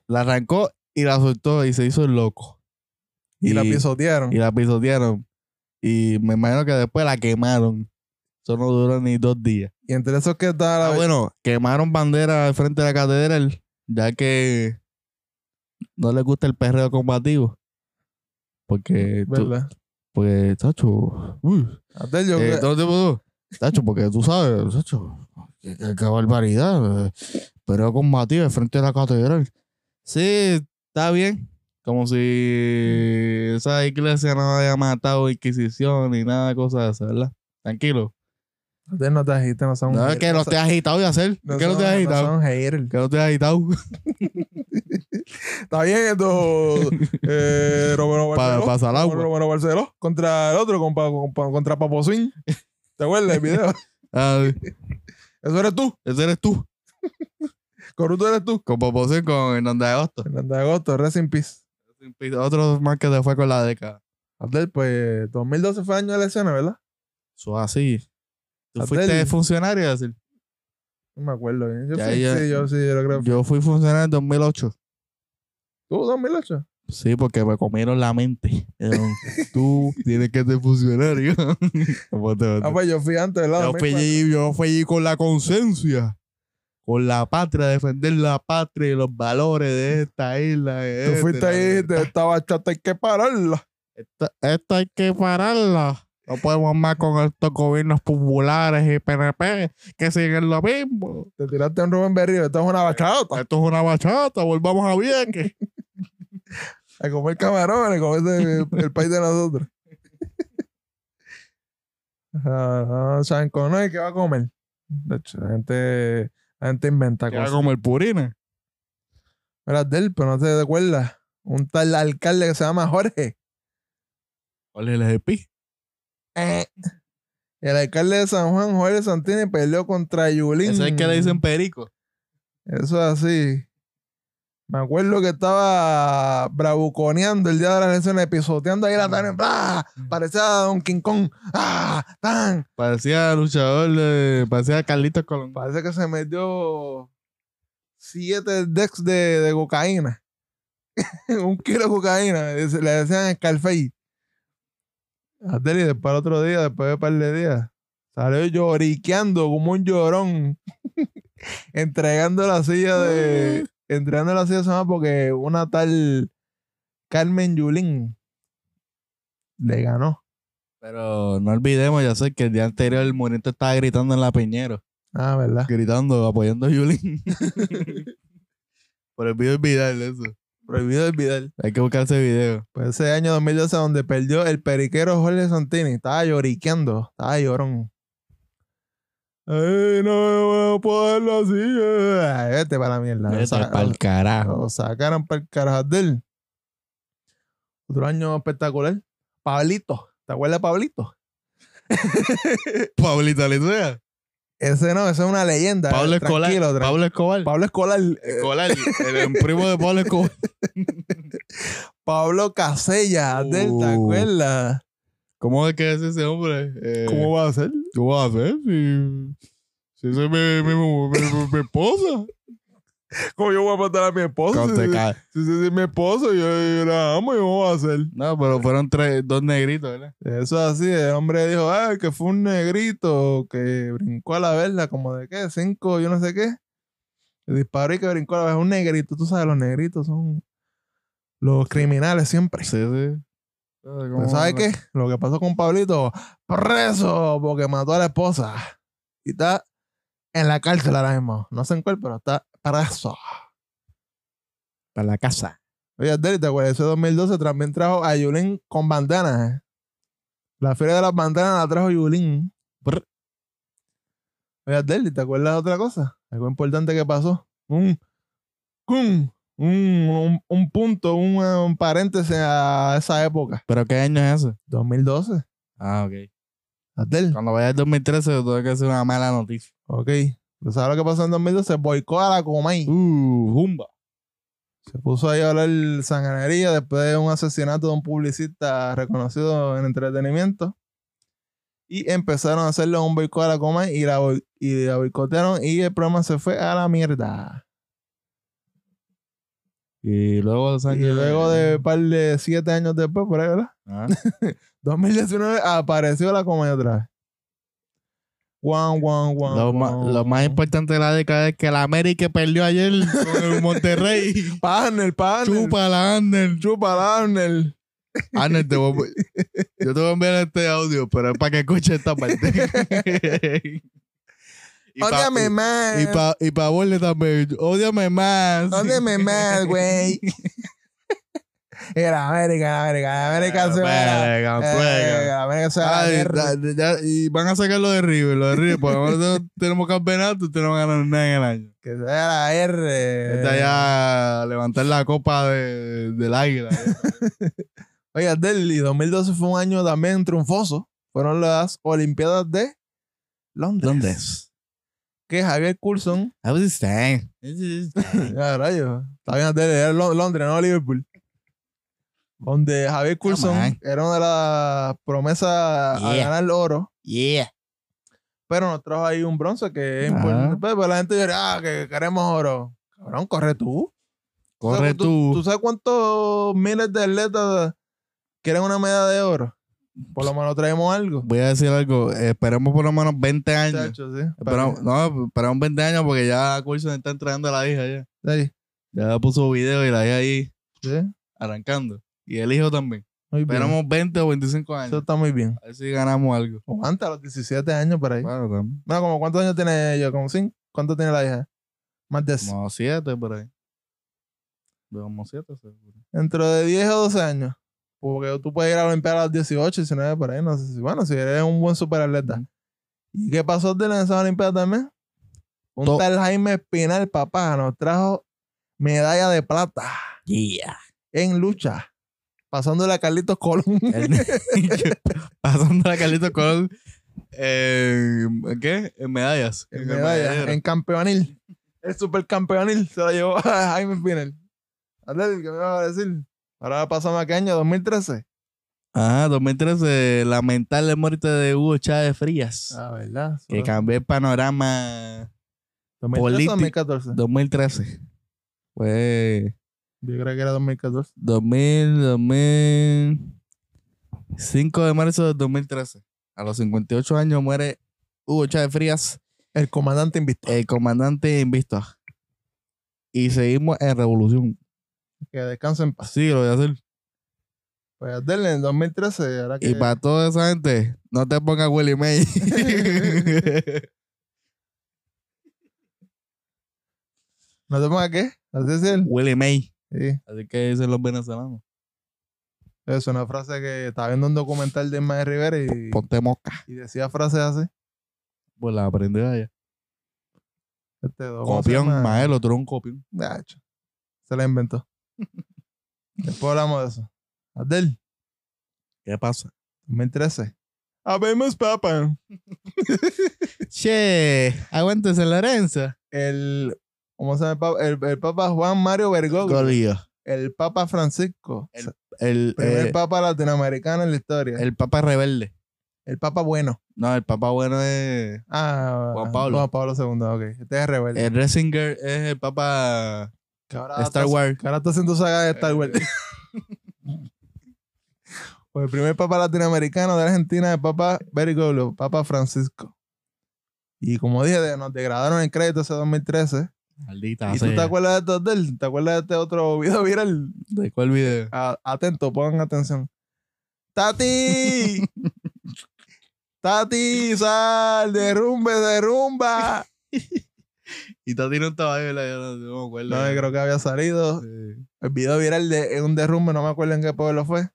Speaker 1: La arrancó y la soltó y se hizo el loco.
Speaker 2: Y, la pisotearon.
Speaker 1: Y la pisotearon. Y me imagino que después la quemaron. Eso no duró ni dos días.
Speaker 2: Y entre esos que está la...
Speaker 1: Ah, bueno, quemaron bandera al frente de la catedral, ya que no les gusta el perreo combativo. Porque, tú-
Speaker 2: ¿Verdad?
Speaker 1: porque, tacho, uy,
Speaker 2: Antes yo-
Speaker 1: eh, todo el tiempo tú, tacho, porque tú sabes, tacho, qué, qué- qué barbaridad, eh, perreo combativo al frente de la catedral. Sí, está bien. Como si esa iglesia no haya matado Inquisición ni nada de cosas de esas, ¿verdad? Tranquilo.
Speaker 2: Ustedes no te agiten, no son
Speaker 1: No es
Speaker 2: haters,
Speaker 1: que no
Speaker 2: son-
Speaker 1: te has agitado y hacer.
Speaker 2: no
Speaker 1: ¿Por ¿Qué no
Speaker 2: son-
Speaker 1: te has
Speaker 2: no
Speaker 1: agitado?
Speaker 2: son haters.
Speaker 1: Que no te has agitado.
Speaker 2: Está bien esto. eh, Romero
Speaker 1: Para
Speaker 2: Barceló.
Speaker 1: pasar agua.
Speaker 2: Romero Barceló contra el otro, compa- compa- contra Papo Swing. ¿Te acuerdas el video?
Speaker 1: Ah,
Speaker 2: Eso eres tú.
Speaker 1: ese eres tú.
Speaker 2: Corrupto eres tú.
Speaker 1: Con Poposín, con Hernández Agosto.
Speaker 2: Hernández Agosto, Rest in Peace.
Speaker 1: Otro más que se fue con la década.
Speaker 2: Abdel, pues 2012 fue año de elecciones, ¿verdad?
Speaker 1: Eso es así. ¿Tú
Speaker 2: Abdel.
Speaker 1: fuiste funcionario? Yacir?
Speaker 2: No me acuerdo bien. Yo
Speaker 1: Ya,
Speaker 2: fui-
Speaker 1: ya.
Speaker 2: Sí, yo sí, yo lo creo.
Speaker 1: Yo fui funcionario en 2008.
Speaker 2: ¿Tú, 2008?
Speaker 1: Sí, porque me comieron la mente. Me dijeron, Tú tienes que ser funcionario. Ponte, ponte.
Speaker 2: Ah, pues yo fui antes, ¿verdad?
Speaker 1: yo, fui
Speaker 2: 2004.
Speaker 1: allí, yo fui allí con la conciencia. Con la patria, defender la patria y los valores de esta isla. de
Speaker 2: Tú
Speaker 1: este,
Speaker 2: fuiste
Speaker 1: la
Speaker 2: ahí,
Speaker 1: libertad.
Speaker 2: te estaba chata, hay que pararla.
Speaker 1: Esta, esta hay que pararla. No podemos más con estos gobiernos populares y PNP que siguen lo mismo.
Speaker 2: Te tiraste un Rubén Berrío, esto es
Speaker 1: Eh,
Speaker 2: una bachata.
Speaker 1: Esto es una bachata, volvamos a Vieques.
Speaker 2: A comer camarones, como es el, el país de nosotros. Ah, no, Chanco, no, ¿y qué va a comer? De hecho, la gente, la gente inventa
Speaker 1: Que va
Speaker 2: cosas.
Speaker 1: como el Purina.
Speaker 2: Era del, pero no te acuerdas. Un tal alcalde que se llama Jorge.
Speaker 1: ¿Cuál es el EPI?
Speaker 2: Eh. El alcalde de San Juan, Jorge Santini, peleó contra Yulín.
Speaker 1: Ese es el que le
Speaker 2: Mm.
Speaker 1: dicen perico.
Speaker 2: Eso es así. Me acuerdo que estaba bravuconeando el día de las elecciones, pisoteando ahí la tarde. ¡bra! Parecía Don King Kong. ¡Ah! ¡Tan!
Speaker 1: Parecía luchador de. Parecía Carlitos Colón.
Speaker 2: Parece que se metió siete decks de, de cocaína. Un kilo de cocaína. Dice- Le decían Scarface. Atel, y después al otro día, después de un par de días, salió lloriqueando como un llorón. entregando la silla de. entregando la silla de su mamá porque una tal Carmen Yulín le ganó.
Speaker 1: Pero no olvidemos, ya sé que el día anterior el Morito estaba gritando en la Piñero.
Speaker 2: Ah, ¿verdad?
Speaker 1: Gritando, apoyando a Yulín. Por el video olvidarle eso.
Speaker 2: Prohibido olvidar.
Speaker 1: Hay que buscar ese video.
Speaker 2: Pues ese año 2012 donde perdió el periquero Jorge Santini. Estaba lloriqueando. Estaba llorón. Ay, no me voy a poder la silla. Ay, eh. Vete para la ah, mierda. Lo,
Speaker 1: Eso
Speaker 2: saca-
Speaker 1: para el carajo.
Speaker 2: lo sacaron para el carajo de él. Otro año espectacular. Pablito. ¿Te acuerdas de Pablito?
Speaker 1: Pablito Licea.
Speaker 2: Ese no, ese es una leyenda. eh,
Speaker 1: Pablo Escolar.
Speaker 2: Ah, Tranquilo, tranquilo.
Speaker 1: Pablo Escobar.
Speaker 2: Pablo Escolar. eh,
Speaker 1: Escolar, el, el primo de Pablo Escobar.
Speaker 2: Pablo Casella. Adel, ¿Te
Speaker 1: Uh.
Speaker 2: acuerdas?
Speaker 1: ¿Cómo es que es ese hombre? Eh,
Speaker 2: va a ser?
Speaker 1: ¿Cómo va a ser? Si, si esa es mi, mi- mi- mi- mi esposa.
Speaker 2: ¿Cómo yo voy a matar a mi esposa?
Speaker 1: Cuando te cae.
Speaker 2: Si sí, sí, mi esposo, yo, yo la amo y vamos a hacer.
Speaker 1: No, pero fueron tres, dos negritos, ¿verdad?
Speaker 2: Eso es así, el hombre dijo, ah, que fue un negrito que brincó a la verla, como de qué, cinco, yo no sé qué. Le disparó y que brincó a la verla, un negrito, tú sabes, los negritos son los criminales siempre.
Speaker 1: Sí, sí. ¿Cómo
Speaker 2: ¿Pero sabes
Speaker 1: no?
Speaker 2: qué? Lo que pasó con Pablito, preso porque mató a la esposa. Y está en la cárcel ahora mismo. No sé en cuál, pero está preso.
Speaker 1: Para la casa.
Speaker 2: Oye, Adel, ¿te acuerdas? Ese 2012 también trajo a Yulín con bandanas. La feria de las bandanas la trajo Yulín.
Speaker 1: Brr.
Speaker 2: Oye, Adel, ¿te acuerdas de otra cosa? Algo importante que pasó. Un, un, un, un, un punto, un, eh, un paréntesis a esa época.
Speaker 1: ¿Pero qué año es eso?
Speaker 2: 2012.
Speaker 1: Ah, ok.
Speaker 2: Abdel.
Speaker 1: Cuando vaya el 2013, tuve que hacer una mala noticia.
Speaker 2: Ok. ¿Tú sabes lo que pasó en 2012? Se boicó a la Comay.
Speaker 1: Uh, Jumba.
Speaker 2: Se puso ahí a hablar sanganería después de un asesinato de un publicista reconocido en entretenimiento. Y empezaron a hacerle un boicot a la Comay y la, boi- y la boicotearon y el programa se fue a la mierda.
Speaker 1: Y luego dos
Speaker 2: Y
Speaker 1: años.
Speaker 2: luego de un par de siete años después, por ahí, ¿verdad?
Speaker 1: Ah,
Speaker 2: 2019 apareció la Comay otra vez. Guau, guau, guau.
Speaker 1: lo, ma-
Speaker 2: guau.
Speaker 1: lo más importante de la década es que la América perdió ayer con el Monterrey.
Speaker 2: Panel, panel.
Speaker 1: Chupa la Ander.
Speaker 2: Chupa, Darnell.
Speaker 1: Ander, te voy a- yo te voy a enviar este audio, pero es para que escuches esta parte. y pa-
Speaker 2: Ódiame más.
Speaker 1: y pa- y pa' Borle también. Ódiame más.
Speaker 2: Ódiame más, güey. Era América, la América, la América se va.
Speaker 1: Verga,
Speaker 2: Eh,
Speaker 1: verga.
Speaker 2: La América se va. a la
Speaker 1: Ay,
Speaker 2: guerra.
Speaker 1: da- ya- y van a sacar lo de River, lo de River, porque nosotros tenemos campeonato y ustedes no van a ganar nada en el año.
Speaker 2: Que se vea la R.
Speaker 1: Está ya a levantar la copa de, del águila.
Speaker 2: Oye, Adeli, 2012 fue un año también triunfoso. Fueron las Olimpiadas de Londres.
Speaker 1: ¿Dónde?
Speaker 2: Que Javier Coulson
Speaker 1: I was just saying.
Speaker 2: Ya, rayo. Está bien, Adele, era Lon- Londres, no Liverpool. Donde Javier Coulson
Speaker 1: man.
Speaker 2: era una de las promesas a
Speaker 1: Yeah.
Speaker 2: ganar oro,
Speaker 1: Yeah.
Speaker 2: pero nos trajo ahí un bronce que es
Speaker 1: Ajá.
Speaker 2: importante. Pero, la gente dirá, ah, que queremos oro. Cabrón, corre tú. ¿Tú
Speaker 1: Corre
Speaker 2: sabes- ¿Tú,
Speaker 1: tú.
Speaker 2: sabes cuántos miles de atletas quieren una medalla de oro? Por lo menos traemos algo.
Speaker 1: Voy a decir algo. Esperemos por lo menos 20 años.
Speaker 2: Chacho, sí.
Speaker 1: Esperamos, no, esperamos 20 años porque ya Coulson está entrenando a la hija ya.
Speaker 2: Sí,
Speaker 1: Ya puso video y la hija ahí
Speaker 2: sí.
Speaker 1: arrancando. Y el hijo también.
Speaker 2: Muy bien.
Speaker 1: Esperamos 20 o 25
Speaker 2: Eso
Speaker 1: años.
Speaker 2: está muy bien.
Speaker 1: A ver si ganamos algo.
Speaker 2: Aguanta los 17 años por ahí.
Speaker 1: Bueno, también.
Speaker 2: No, como cuántos años tiene ella, como cinco. ¿Cuánto tiene la hija? Más de
Speaker 1: Como 7 por ahí. Como 7 seguro.
Speaker 2: Dentro de 10 o 12 años. Porque tú puedes ir a Olimpiada a los 18, 19, por ahí. No sé si, bueno, si eres un buen superatleta.
Speaker 1: Ujú.
Speaker 2: ¿Y qué pasó de en esa Olimpiada también? Un
Speaker 1: To-
Speaker 2: tal Jaime Espinal, papá, nos trajo medalla de plata
Speaker 1: Yeah.
Speaker 2: en lucha. Pasándole a Carlitos Colón.
Speaker 1: Pasando a Carlito Colón. Eh, ¿Qué? En medallas.
Speaker 2: en medalla, en campeonil. El supercampeonil se la llevó a Jaime Espinal. Adel, ¿qué me vas a decir? Ahora pasamos a qué año, 2013.
Speaker 1: Ah, 2013, lamentable muerte de Hugo Chávez Frías,
Speaker 2: Ah, ¿verdad?
Speaker 1: que
Speaker 2: Solo-
Speaker 1: cambió el panorama
Speaker 2: 2013 o
Speaker 1: político.
Speaker 2: 2014.
Speaker 1: 2013. Fue
Speaker 2: Yo creo que era 2014.
Speaker 1: 2000, 2000, 5 de marzo de 2013. A los 58 años muere Hugo Chávez Frías,
Speaker 2: El comandante invicto.
Speaker 1: el comandante invisto. Y seguimos en revolución.
Speaker 2: que descansa en paz.
Speaker 1: Así lo voy a hacer.
Speaker 2: Pues Adele en 2013. Ahora que
Speaker 1: Y para toda esa gente, no te pongas Willy May.
Speaker 2: ¿No te pongas qué? ¿Así es él?
Speaker 1: Willy May.
Speaker 2: Sí.
Speaker 1: Así que dicen los venezolanos.
Speaker 2: Es una frase que estaba viendo un documental de Ismael Rivera y,
Speaker 1: Ponte mosca.
Speaker 2: y decía frases así.
Speaker 1: Pues la aprendí allá.
Speaker 2: Este, ¿cómo se
Speaker 1: Copión,
Speaker 2: llama?
Speaker 1: maestro, tú eres un copión.
Speaker 2: Ah, ch- Se la inventó. Después hablamos de eso. Adel,
Speaker 1: ¿Qué pasa?
Speaker 2: 2013. Habemos papa.
Speaker 1: Che, aguántese Lorenzo.
Speaker 2: El, ¿cómo se llama el papa? El, el papa Juan Mario Bergoglio.
Speaker 1: Golío.
Speaker 2: El papa Francisco.
Speaker 1: El- El,
Speaker 2: Primer
Speaker 1: eh,
Speaker 2: papa latinoamericano en la historia. El,
Speaker 1: el papa rebelde.
Speaker 2: papa bueno.
Speaker 1: No, el papa bueno es.
Speaker 2: Ah,
Speaker 1: Juan Pablo.
Speaker 2: Juan Pablo II, ok. Este es rebelde.
Speaker 1: El Resinger es el papa
Speaker 2: que ahora
Speaker 1: Star
Speaker 2: Ah, está-
Speaker 1: Wars. Eh.
Speaker 2: que ahora está haciendo saga de Star Wars. pues el primer papa latinoamericano de Argentina es el papa Bergoglio, papa Francisco. Y como dije, de- nos degradaron el crédito ese 2013.
Speaker 1: Maldita.
Speaker 2: ¿Y tú te
Speaker 1: sea.
Speaker 2: acuerdas de esto, Adel? ¿Te acuerdas de este otro video viral?
Speaker 1: ¿De cuál video?
Speaker 2: A- atento, pongan atención. ¡Tati! ¡Tati, sal! ¡Derrumbe, derrumba!
Speaker 1: Y Tati no estaba ahí, ¿verdad? Yo no, yo no me acuerdo.
Speaker 2: No, yo creo que había salido.
Speaker 1: Sí.
Speaker 2: El video viral de un derrumbe, no me acuerdo en qué pueblo fue.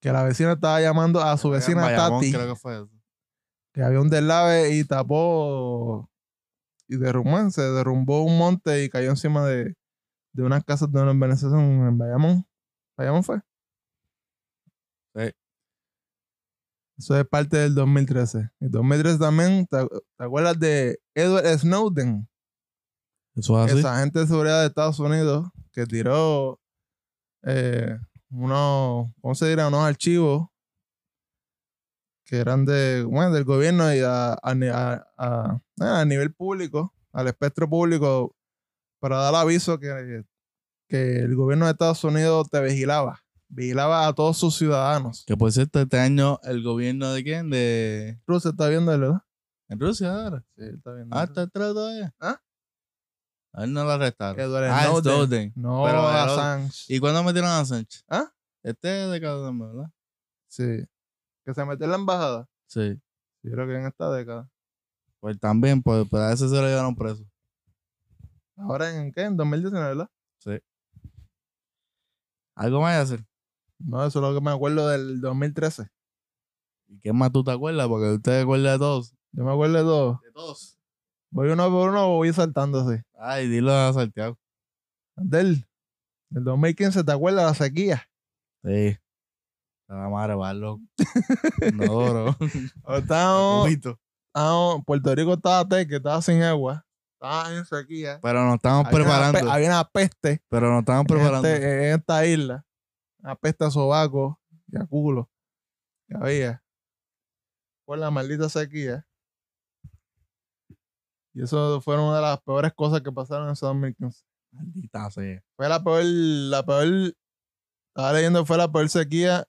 Speaker 2: Que la vecina estaba llamando a su
Speaker 1: Era
Speaker 2: vecina
Speaker 1: en Bayamón,
Speaker 2: Tati.
Speaker 1: Creo que fue eso.
Speaker 2: Que había un deslave y tapó. Y derrumbó, se derrumbó un monte y cayó encima de, de unas casas de una organización en Bayamón. ¿Bayamón fue?
Speaker 1: Sí.
Speaker 2: Eso es parte del 2013. El 2013 también, ¿te, te acuerdas de Edward Snowden?
Speaker 1: Eso es así.
Speaker 2: Esa gente de seguridad de Estados Unidos que tiró eh, unos, ¿cómo se dirá? Unos archivos que eran de, bueno, del gobierno y a, a ni- a- a- a nivel público, al espectro público, para dar aviso que, que el gobierno de Estados Unidos te vigilaba. Vigilaba a todos sus ciudadanos.
Speaker 1: Que por cierto, este año el gobierno de quién? De.
Speaker 2: Rusia está viendo, ¿verdad?
Speaker 1: En Rusia ahora.
Speaker 2: Sí, está viendo.
Speaker 1: Ah, está atrás todavía.
Speaker 2: ¿Ah?
Speaker 1: A él no lo arrestaron.
Speaker 2: Edward
Speaker 1: ah,
Speaker 2: Snowden.
Speaker 1: Snowden.
Speaker 2: No,
Speaker 1: Pero,
Speaker 2: a
Speaker 1: pero-
Speaker 2: Assange.
Speaker 1: ¿Y cuándo metieron a Assange?
Speaker 2: ¿Ah?
Speaker 1: Este es de cada uno, ¿verdad?
Speaker 2: Sí. Que se metió en la embajada.
Speaker 1: Sí.
Speaker 2: Yo creo que en esta década.
Speaker 1: Pues también, pues, pero a ese se lo llevaron preso.
Speaker 2: Ahora en qué? En 2019, ¿verdad?
Speaker 1: ¿Algo más que hacer?
Speaker 2: No, eso es lo que me acuerdo del 2013.
Speaker 1: ¿Y qué más tú te acuerdas? Porque usted te acuerda de todos.
Speaker 2: Yo me acuerdo de todo.
Speaker 1: De todos.
Speaker 2: Voy uno por uno o voy saltando así.
Speaker 1: Ay, dilo a Santiago.
Speaker 2: Del, del 2015, ¿te acuerdas la sequía?
Speaker 1: Sí. Te va a marvar, loco. No, bro.
Speaker 2: Estábamos,
Speaker 1: Poquito.
Speaker 2: estábamos- Puerto Rico estaba teque, estaba sin agua. Estaba en sequía.
Speaker 1: Pero nos estamos
Speaker 2: Había una
Speaker 1: preparando.
Speaker 2: pe- había una peste
Speaker 1: Pero nos estamos
Speaker 2: en,
Speaker 1: preparando.
Speaker 2: este- en esta isla. Una peste a sobaco y a culo. Que había. Por la maldita sequía. Y eso fueron una de las peores cosas que pasaron en ese 2015.
Speaker 1: Maldita sea.
Speaker 2: Fue la peor, la peor, estaba leyendo, fue la peor sequía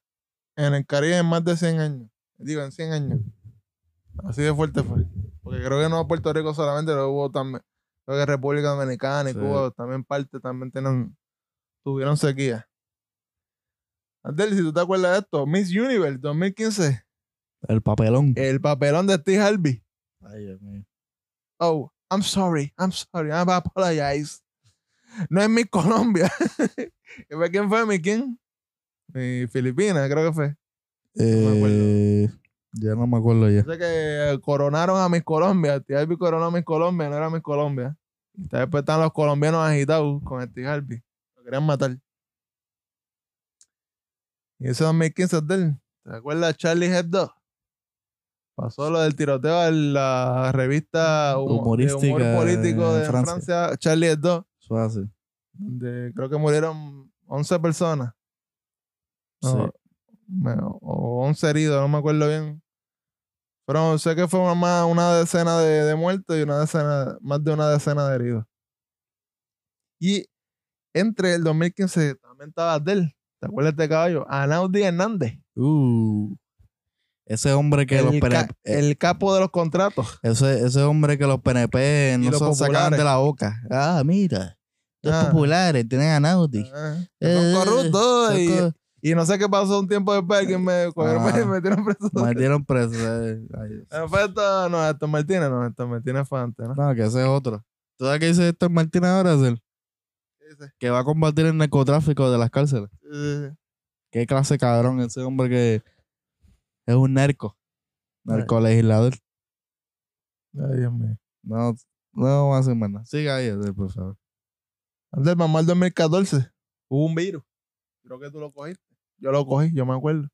Speaker 2: en el Caribe en más de 100 años. Digo, en 100 años. Así de fuerte fue. Porque creo que no a Puerto Rico solamente, lo hubo también, creo que República Dominicana y
Speaker 1: Sí.
Speaker 2: Cuba también parte, también tienen, tuvieron sequía. Andel, si tú te acuerdas de esto, Miss Universe 2015,
Speaker 1: El papelón.
Speaker 2: el papelón de Steve Harvey.
Speaker 1: Ay, Dios mío.
Speaker 2: Oh, I'm sorry, I'm sorry, I apologize. No es mi Colombia. ¿Y fue ¿Quién fue mi quién? Mi Filipina, creo que fue. No me
Speaker 1: Eh, ya no me acuerdo ya.
Speaker 2: Yo sé que coronaron a mis Colombia. Steve Harvey coronó a mis Colombia, no era mis Colombia. Y después están los colombianos agitados con Steve Harvey. Lo querían matar. Y ese 2015 es de él. ¿Te acuerdas de Charlie Hebdo? Pasó lo del tiroteo a la revista humo- de
Speaker 1: Humorística
Speaker 2: humor político
Speaker 1: en
Speaker 2: de
Speaker 1: Francia.
Speaker 2: Francia Charlie Hebdo.
Speaker 1: Eso es así.
Speaker 2: donde creo que murieron 11 personas. No, me- o 11 heridos, no me acuerdo bien. Pero sé que fue más una decena de, de muertos y una decena, más de una decena de heridos. Y entre el 2015 también estaba Adel, ¿te acuerdas de este caballo? Anaudi Hernández,
Speaker 1: Sí. Uh. Ese hombre que los
Speaker 2: el,
Speaker 1: PNP,
Speaker 2: ca- el capo de los contratos.
Speaker 1: eh, ese, ese hombre que los PNP
Speaker 2: Y
Speaker 1: no
Speaker 2: los
Speaker 1: se sacaban
Speaker 2: populares.
Speaker 1: de la boca. Ah, mira. Los
Speaker 2: Ah.
Speaker 1: populares tienen a Nauti.
Speaker 2: Ah, que
Speaker 1: Eh,
Speaker 2: son corruptos y, y no sé qué pasó un tiempo después que me cogieron
Speaker 1: Ah.
Speaker 2: y me metieron preso.
Speaker 1: Metieron preso. eh. Ay, Dios.
Speaker 2: Eh, fue esto, no, esto es Martínez, no, esto es Martínez fue antes, ¿no?
Speaker 1: No, que ese es otro. ¿Tú sabes qué dice Héctor Martínez ahora? Zel?
Speaker 2: Sí, sí,
Speaker 1: Que va a combatir el narcotráfico de las cárceles.
Speaker 2: sí, sí.
Speaker 1: Qué clase de cabrón ese hombre que es un narco. Narcolegislador.
Speaker 2: Ay, Dios mío.
Speaker 1: No, no vamos a hacer más nada. Siga ahí, Zel, por favor.
Speaker 2: Antes del mamá del 2014, hubo un virus. Creo que tú lo cogiste. Yo lo cogí, yo me acuerdo.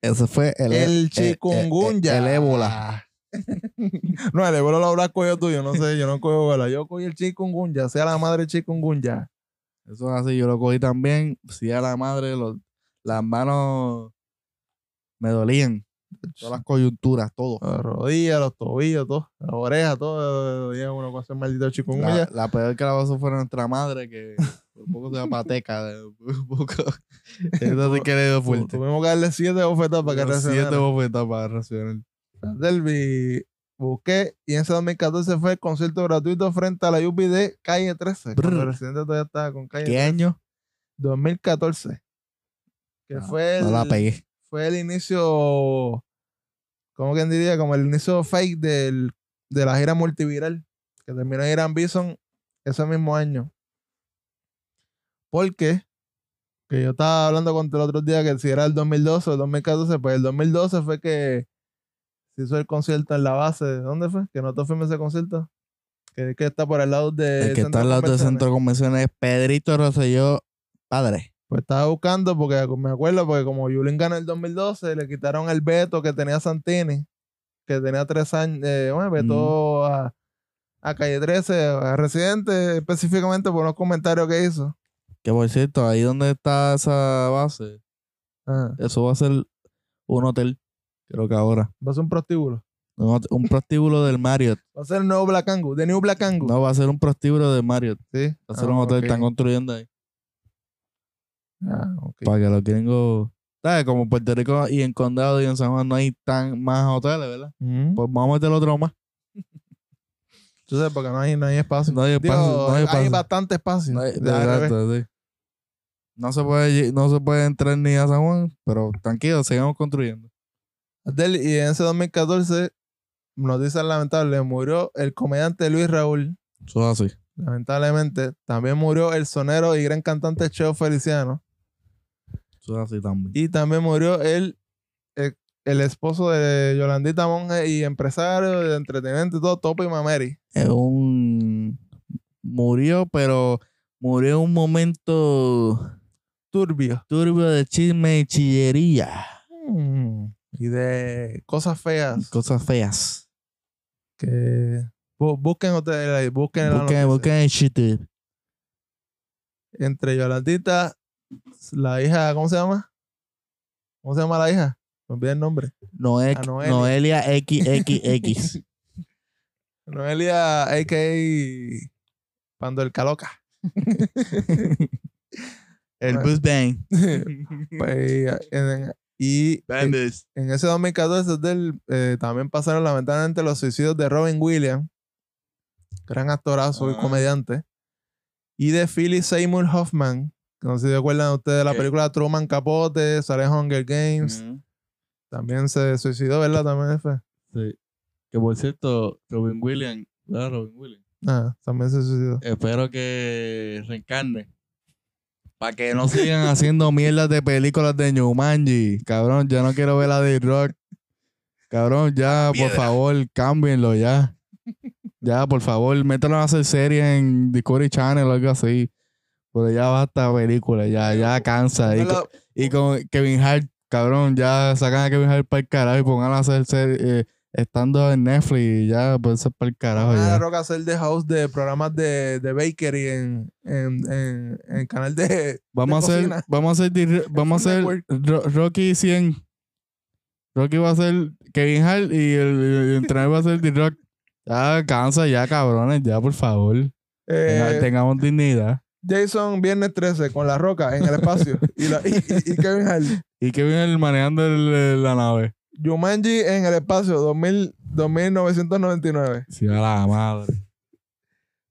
Speaker 1: Ese fue el,
Speaker 2: El
Speaker 1: chikungunya.
Speaker 2: chikungunya.
Speaker 1: El, ébola.
Speaker 2: No, el ébola lo habrás cogido tú, yo no sé, yo no cojo ébola. Yo cogí el chikungunya, sea la madre chikungunya.
Speaker 1: Eso es así, yo lo cogí también. Sí, a la madre, los- las manos me dolían. Todas las coyunturas, todo.
Speaker 2: Las rodillas, los tobillos, todo, las orejas, todo. eh, Uno con ese maldito
Speaker 1: La,
Speaker 2: chikungunya.
Speaker 1: la peor que la pasó fue nuestra madre, que por poco se apateca. de- Por poco. Eso sí que le dio
Speaker 2: Tu-
Speaker 1: fuerte.
Speaker 2: Tuvimos que darle siete bofetas para que
Speaker 1: Pero Siete
Speaker 2: reaccionara.
Speaker 1: bofetadas para reaccionar.
Speaker 2: Derby, busqué y en ese 2014 fue el concierto gratuito frente a la UP de calle 13. cuando
Speaker 1: Brr.
Speaker 2: El residente todavía estaba con calle
Speaker 1: ¿Qué año?
Speaker 2: 2014. Que
Speaker 1: Ah,
Speaker 2: fue, el,
Speaker 1: No la pegué.
Speaker 2: fue el inicio, ¿cómo que diría? Como el inicio fake del, de la gira multiviral que terminó en Irán Bison ese mismo año. Porque, que yo estaba hablando con el otro día que si era el 2012 o el 2014, pues el 2012 fue que se hizo el concierto en la base. ¿Dónde fue? Que nosotros fuimos a ese concierto. Que, que está por el lado de.
Speaker 1: El que está al lado del centro de convenciones es Pedrito Rosselló, padre.
Speaker 2: Pues estaba buscando porque me acuerdo porque como Yulín ganó el 2012, le quitaron el veto que tenía Santini, que tenía tres años, eh, bueno, vetó a, a Calle 13, a Residente, específicamente por unos comentarios que hizo.
Speaker 1: Que por cierto, ahí donde está esa base,
Speaker 2: Ajá.
Speaker 1: eso va a ser un hotel, creo que ahora.
Speaker 2: Va a ser un prostíbulo.
Speaker 1: Un, hot- un prostíbulo del Marriott.
Speaker 2: Va a ser el nuevo Black Angus, The New Black Angus.
Speaker 1: No, va a ser un prostíbulo del Marriott.
Speaker 2: Sí.
Speaker 1: Va a ser
Speaker 2: Ah,
Speaker 1: un hotel,
Speaker 2: ok.
Speaker 1: están construyendo ahí.
Speaker 2: Ah, ok.
Speaker 1: Para que los gringos. ¿Sabes? Como en Puerto Rico y en Condado y en San Juan no hay tan más hoteles, ¿verdad?
Speaker 2: Ujú.
Speaker 1: Pues vamos a meter otro más.
Speaker 2: Entonces, porque no hay, no hay espacio.
Speaker 1: No hay espacio.
Speaker 2: Digo,
Speaker 1: no hay
Speaker 2: hay,
Speaker 1: espacio.
Speaker 2: bastante espacio.
Speaker 1: No, hay-
Speaker 2: Ya, al revés.
Speaker 1: exacto, sí. No se, puede, lle- no se puede entrar ni a San Juan, pero tranquilo, sigamos construyendo.
Speaker 2: Del- y en ese 2014, noticia lamentable, murió el comediante Luis Raúl.
Speaker 1: Eso es así.
Speaker 2: Lamentablemente, también murió el sonero y gran cantante Cheo Feliciano.
Speaker 1: Eso es así también.
Speaker 2: Y también murió el, el, el esposo de Yolandita Monge y empresario de entretenimiento y todo, Topo y Mameri.
Speaker 1: Es un. Murió, pero murió en un momento
Speaker 2: Turbio.
Speaker 1: turbio de chisme y chillería. Mm.
Speaker 2: Y de cosas feas.
Speaker 1: Cosas feas.
Speaker 2: que bu- busquen ustedes ahí, busquen, la
Speaker 1: Busquen,
Speaker 2: noticia.
Speaker 1: busquen en YouTube.
Speaker 2: entre Yolandita, la hija, ¿cómo se llama? ¿Cómo se llama la hija? Me olvidé el nombre.
Speaker 1: Noe-
Speaker 2: A
Speaker 1: Noelia
Speaker 2: Noelia.
Speaker 1: XXX.
Speaker 2: Noelia, a.k.a. Pando el Caloca.
Speaker 1: El
Speaker 2: Bueno.
Speaker 1: Boost Bang.
Speaker 2: Pues, y, en, y en,
Speaker 1: Bandits.
Speaker 2: en ese 2014 del, eh, también pasaron lamentablemente los suicidios de Robin Williams, gran actorazo y
Speaker 1: Ah.
Speaker 2: comediante, y de Philip Seymour Hoffman. que No sé si se acuerdan ustedes de la
Speaker 1: Ok. Mm.
Speaker 2: película Truman Capote, sale en Hunger Games. También se suicidó, ¿verdad? También fue.
Speaker 1: Sí. Que por cierto, Robin Williams. ¿verdad, Robin Williams.
Speaker 2: Ah, también se suicidó.
Speaker 1: Espero que reencarne. Para que no sigan haciendo mierdas de películas de Newmanji. Cabrón, ya no quiero ver la de Rock. Cabrón, ya, por
Speaker 2: Piedra.
Speaker 1: favor, cámbienlo ya. Ya, por favor, mételo a hacer series en Discovery Channel o algo así. Pero ya basta película, ya, ya cansa. Y, co-
Speaker 2: Póngalo-
Speaker 1: y con Kevin Hart, cabrón, ya sacan a Kevin Hart para el carajo y pongan a hacer ser- eh, estando en Netflix y ya, pues ser para el carajo.
Speaker 2: Ah,
Speaker 1: ya.
Speaker 2: Roca hacer de house de programas de, de bakery en, en, en, en canal de.
Speaker 1: Vamos a
Speaker 2: de
Speaker 1: hacer,
Speaker 2: cocina.
Speaker 1: vamos a hacer, dir- vamos a hacer
Speaker 2: Network.
Speaker 1: Ro- Rocky 100. Rocky va a ser Kevin Hart y el, el entrenador va a ser D-Rock. Ya cansa, ya cabrones, ya por favor. Tenga-
Speaker 2: eh,
Speaker 1: Tengamos dignidad.
Speaker 2: Jason Viernes 13 con la Roca en el espacio. y, la- y, y- y Kevin Hart.
Speaker 1: Y Kevin Hart manejando el- la nave.
Speaker 2: Jumanji en el espacio 2000, 2999.
Speaker 1: Sí, a la madre.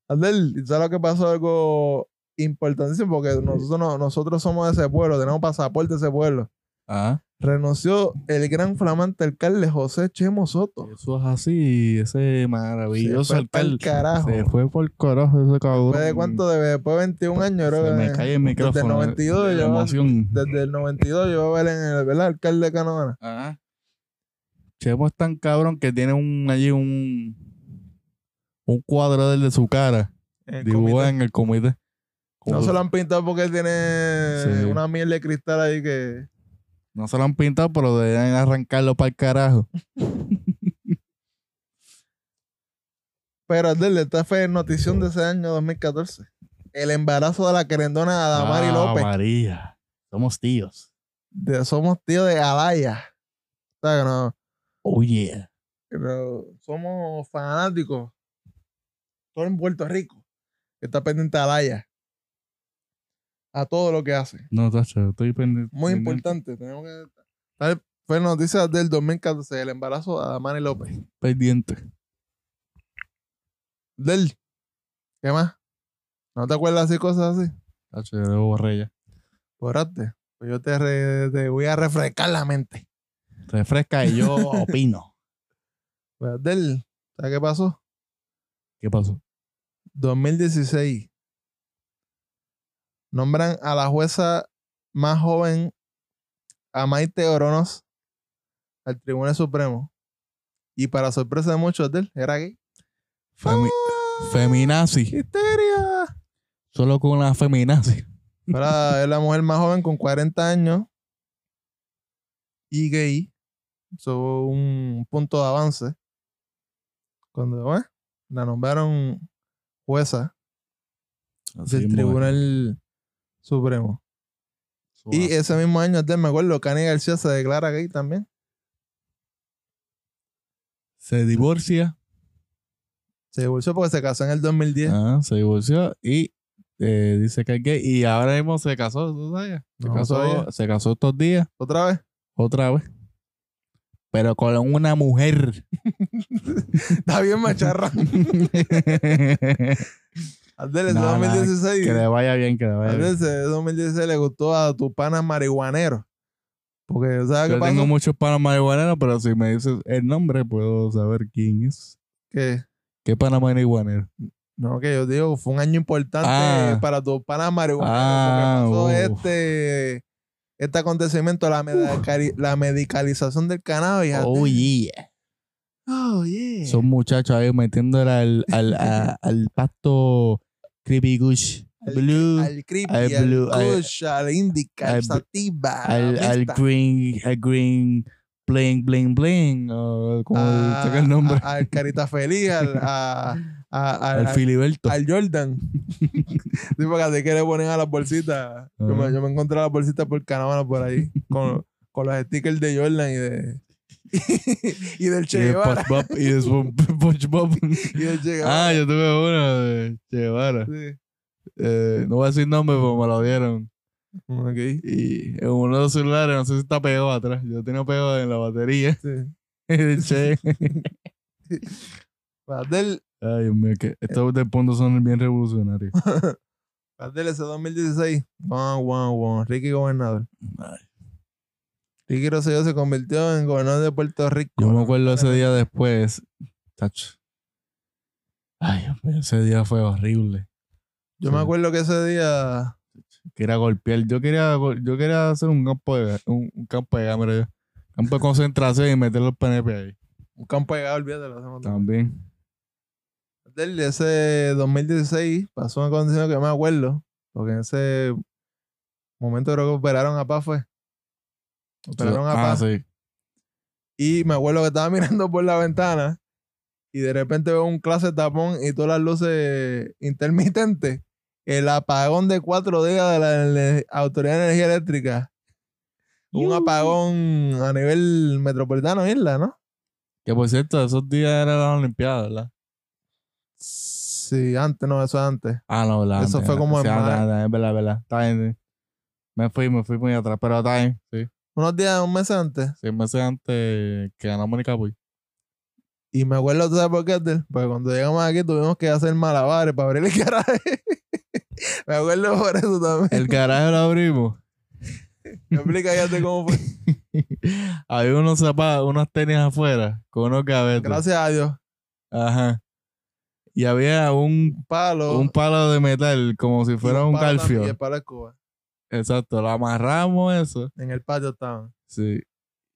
Speaker 2: Adel, ¿y ¿sabes lo que pasó? Algo importantísimo porque nosotros, no- nosotros somos de ese pueblo, tenemos pasaporte de ese pueblo.
Speaker 1: Ah,
Speaker 2: Renunció el gran flamante alcalde José Chemo Soto.
Speaker 1: eso es así, ese maravilloso
Speaker 2: Se fue pa'l
Speaker 1: alcalde.
Speaker 2: carajo.
Speaker 1: Se fue por carajo ese cabrón.
Speaker 2: ¿Después de cuánto? De- Después de 21 años,
Speaker 1: Mm. Se
Speaker 2: creo que-
Speaker 1: me cae el micrófono. eh,
Speaker 2: Desde el 92
Speaker 1: de la
Speaker 2: yo-
Speaker 1: emoción.
Speaker 2: desde el 92 llevaba él en el ¿verdad? alcalde de Canóvana.
Speaker 1: Ajá. Chemo es tan cabrón que tiene un allí un un cuadro de él de su cara dibujado en el comité.
Speaker 2: No se lo han pintado porque él tiene
Speaker 1: Sí.
Speaker 2: una miel de cristal ahí que.
Speaker 1: No se lo han pintado, pero deben arrancarlo para el carajo.
Speaker 2: Pero Adel, esta fue notición de ese año 2014. El embarazo de la querendona Adamari López.
Speaker 1: Ah, María. Somos tíos.
Speaker 2: De Somos tíos de Alaya. O sea que no,
Speaker 1: Oh yeah.
Speaker 2: que no- somos fanáticos. Todo en Puerto Rico. que Está pendiente de Alaya. A todo lo que hace.
Speaker 1: No, tacho, estoy pendiente.
Speaker 2: Muy importante. Tenemos que. Tal- Fue noticia del 2014, el embarazo de Adamari López.
Speaker 1: Pendiente.
Speaker 2: Del. ¿Qué más? ¿No te acuerdas así cosas así?
Speaker 1: Tacho, yo lo borré ya.
Speaker 2: Borraste. Pues yo te, re- te voy a refrescar la mente.
Speaker 1: Refresca y yo opino.
Speaker 2: Pues Del, ¿sabes qué pasó?
Speaker 1: ¿Qué pasó?
Speaker 2: 2016. Nombran a la jueza más joven, a Maite Oronos, al Tribunal Supremo. Y para sorpresa de muchos, Del, era gay.
Speaker 1: Femi-
Speaker 2: ¡Ah!
Speaker 1: Feminazi.
Speaker 2: ¡Histeria!
Speaker 1: Solo con una feminazi.
Speaker 2: Ahora es la mujer más joven con 40 años y gay. Eso es un punto de avance. Cuando bueno, la nombraron jueza
Speaker 1: Así
Speaker 2: del
Speaker 1: mismo es.
Speaker 2: Tribunal Supremo. Y eh,
Speaker 1: Suave.
Speaker 2: ese mismo año, antes me acuerdo, Kanye García se declara gay también.
Speaker 1: se divorcia.
Speaker 2: Se divorció porque se casó en el 2010.
Speaker 1: Ah, se divorció y eh, dice que es gay. Y ahora mismo se casó, ¿tú sabes? Se,
Speaker 2: No
Speaker 1: casó,
Speaker 2: sabía.
Speaker 1: se casó estos días,
Speaker 2: ¿Otra vez?
Speaker 1: otra vez. Pero con una mujer.
Speaker 2: Está bien macharra. Andrés, ese
Speaker 1: Nah, nah,
Speaker 2: 2016.
Speaker 1: que le vaya bien, que le vaya bien.
Speaker 2: Andrés, ese 2016 le gustó a tu pana marihuanero. Porque, ¿sabes qué
Speaker 1: Yo
Speaker 2: pasa?
Speaker 1: tengo muchos panos marihuaneros, pero si me dices el nombre, puedo saber quién es.
Speaker 2: Que,
Speaker 1: ¿Qué pana marihuanero?
Speaker 2: no, que yo digo, fue un año importante
Speaker 1: Ah.
Speaker 2: para tu pana marihuanero.
Speaker 1: Ah,
Speaker 2: porque pasó
Speaker 1: oh.
Speaker 2: este, este acontecimiento, la, medicali- la medicalización del cannabis.
Speaker 1: Oh, yeah.
Speaker 2: Oh, yeah.
Speaker 1: Son muchachos ahí metiéndole al, al, a- al pasto Creepy Gush.
Speaker 2: Al-
Speaker 1: Blue.
Speaker 2: al creepy,
Speaker 1: al
Speaker 2: al
Speaker 1: blue, al-
Speaker 2: kush, al indica, al,
Speaker 1: al-
Speaker 2: sativa,
Speaker 1: al,
Speaker 2: al
Speaker 1: al
Speaker 2: mixta.
Speaker 1: green, al green, bling, bling, bling, o como
Speaker 2: a-
Speaker 1: saca el nombre,
Speaker 2: a- al Carita Feliz, al, a- a- a-
Speaker 1: al
Speaker 2: al-
Speaker 1: Filiberto.
Speaker 2: al Jordan. sí, porque así que le ponen a las bolsitas. Yo
Speaker 1: Ajá.
Speaker 2: me, yo me encontré las bolsitas por Canavana por ahí, con, con los stickers de Jordan y de. y del
Speaker 1: y
Speaker 2: Che
Speaker 1: de
Speaker 2: Guevara.
Speaker 1: Punch Bob, y de Spo- Punch Bob.
Speaker 2: Y del Che Guevara.
Speaker 1: ah, yo tuve uno de Che Guevara.
Speaker 2: Sí.
Speaker 1: Eh, no voy a decir nombre, pero me lo dieron.
Speaker 2: Ok,
Speaker 1: Y en uno de los celulares, no sé si está pegado atrás. Yo tenía pegado en la batería.
Speaker 2: sí.
Speaker 1: de che.
Speaker 2: Badel,
Speaker 1: Ay, Dios mío, que estos
Speaker 2: Eh.
Speaker 1: de puntos son bien revolucionarios.
Speaker 2: Badel ese 2016. Guau, guau, guau. Ricky Gobernador.
Speaker 1: Ay.
Speaker 2: Ricky Rosselló se convirtió en gobernador de Puerto Rico.
Speaker 1: Yo me acuerdo ese día después. Tacho. Ay, Dios mío, ese día fue horrible.
Speaker 2: Yo me
Speaker 1: Sí.
Speaker 2: acuerdo que ese día.
Speaker 1: Quería golpear. Yo quería, gol- yo quería hacer un campo de, un, un campo de cámara. yo. Campo de concentración y meter los PNP ahí.
Speaker 2: Un campo de gas, olvídate, lo
Speaker 1: Ah,
Speaker 2: hacemos todo.
Speaker 1: También.
Speaker 2: Del- de ese 2016 pasó una condición que me acuerdo, porque en ese momento creo que operaron a Paz, fue. Operaron a
Speaker 1: ah,
Speaker 2: Paz.
Speaker 1: sí.
Speaker 2: Y me acuerdo que estaba mirando por la ventana y de repente veo un clase tapón y todas las luces intermitentes. El apagón de cuatro días de la ele- Autoridad de Energía Eléctrica. Un
Speaker 1: Yuhu.
Speaker 2: apagón a nivel metropolitano, isla, ¿no?
Speaker 1: Que por cierto, esos días era la Olimpiada, ¿verdad?
Speaker 2: Sí, antes, no, eso es antes.
Speaker 1: Ah, no, ¿verdad?
Speaker 2: Eso fue como en
Speaker 1: en
Speaker 2: mayo.
Speaker 1: ah, Es verdad, verdad. Está bien, sí. Me fui, me fui muy atrás, pero está bien. Sí.
Speaker 2: Unos días, un mes antes.
Speaker 1: Seis meses antes que ganó Mónica Puy.
Speaker 2: Y me acuerdo, ¿tú sabes por qué? Tel? Porque pues, cuando llegamos aquí tuvimos que hacer malabares para abrir el garaje. me acuerdo por eso también.
Speaker 1: El garaje lo abrimos.
Speaker 2: Explica ya cómo fue.
Speaker 1: Había unos zapatos, unos tenis afuera con unos gavetes.
Speaker 2: Gracias a Dios.
Speaker 1: Ajá. Y había un,
Speaker 2: Un palo.
Speaker 1: un palo de metal, como si
Speaker 2: y
Speaker 1: fuera un,
Speaker 2: palo también,
Speaker 1: calfio.
Speaker 2: y el palo de escoba.
Speaker 1: Exacto, lo amarramos eso.
Speaker 2: En el patio estaban.
Speaker 1: Sí.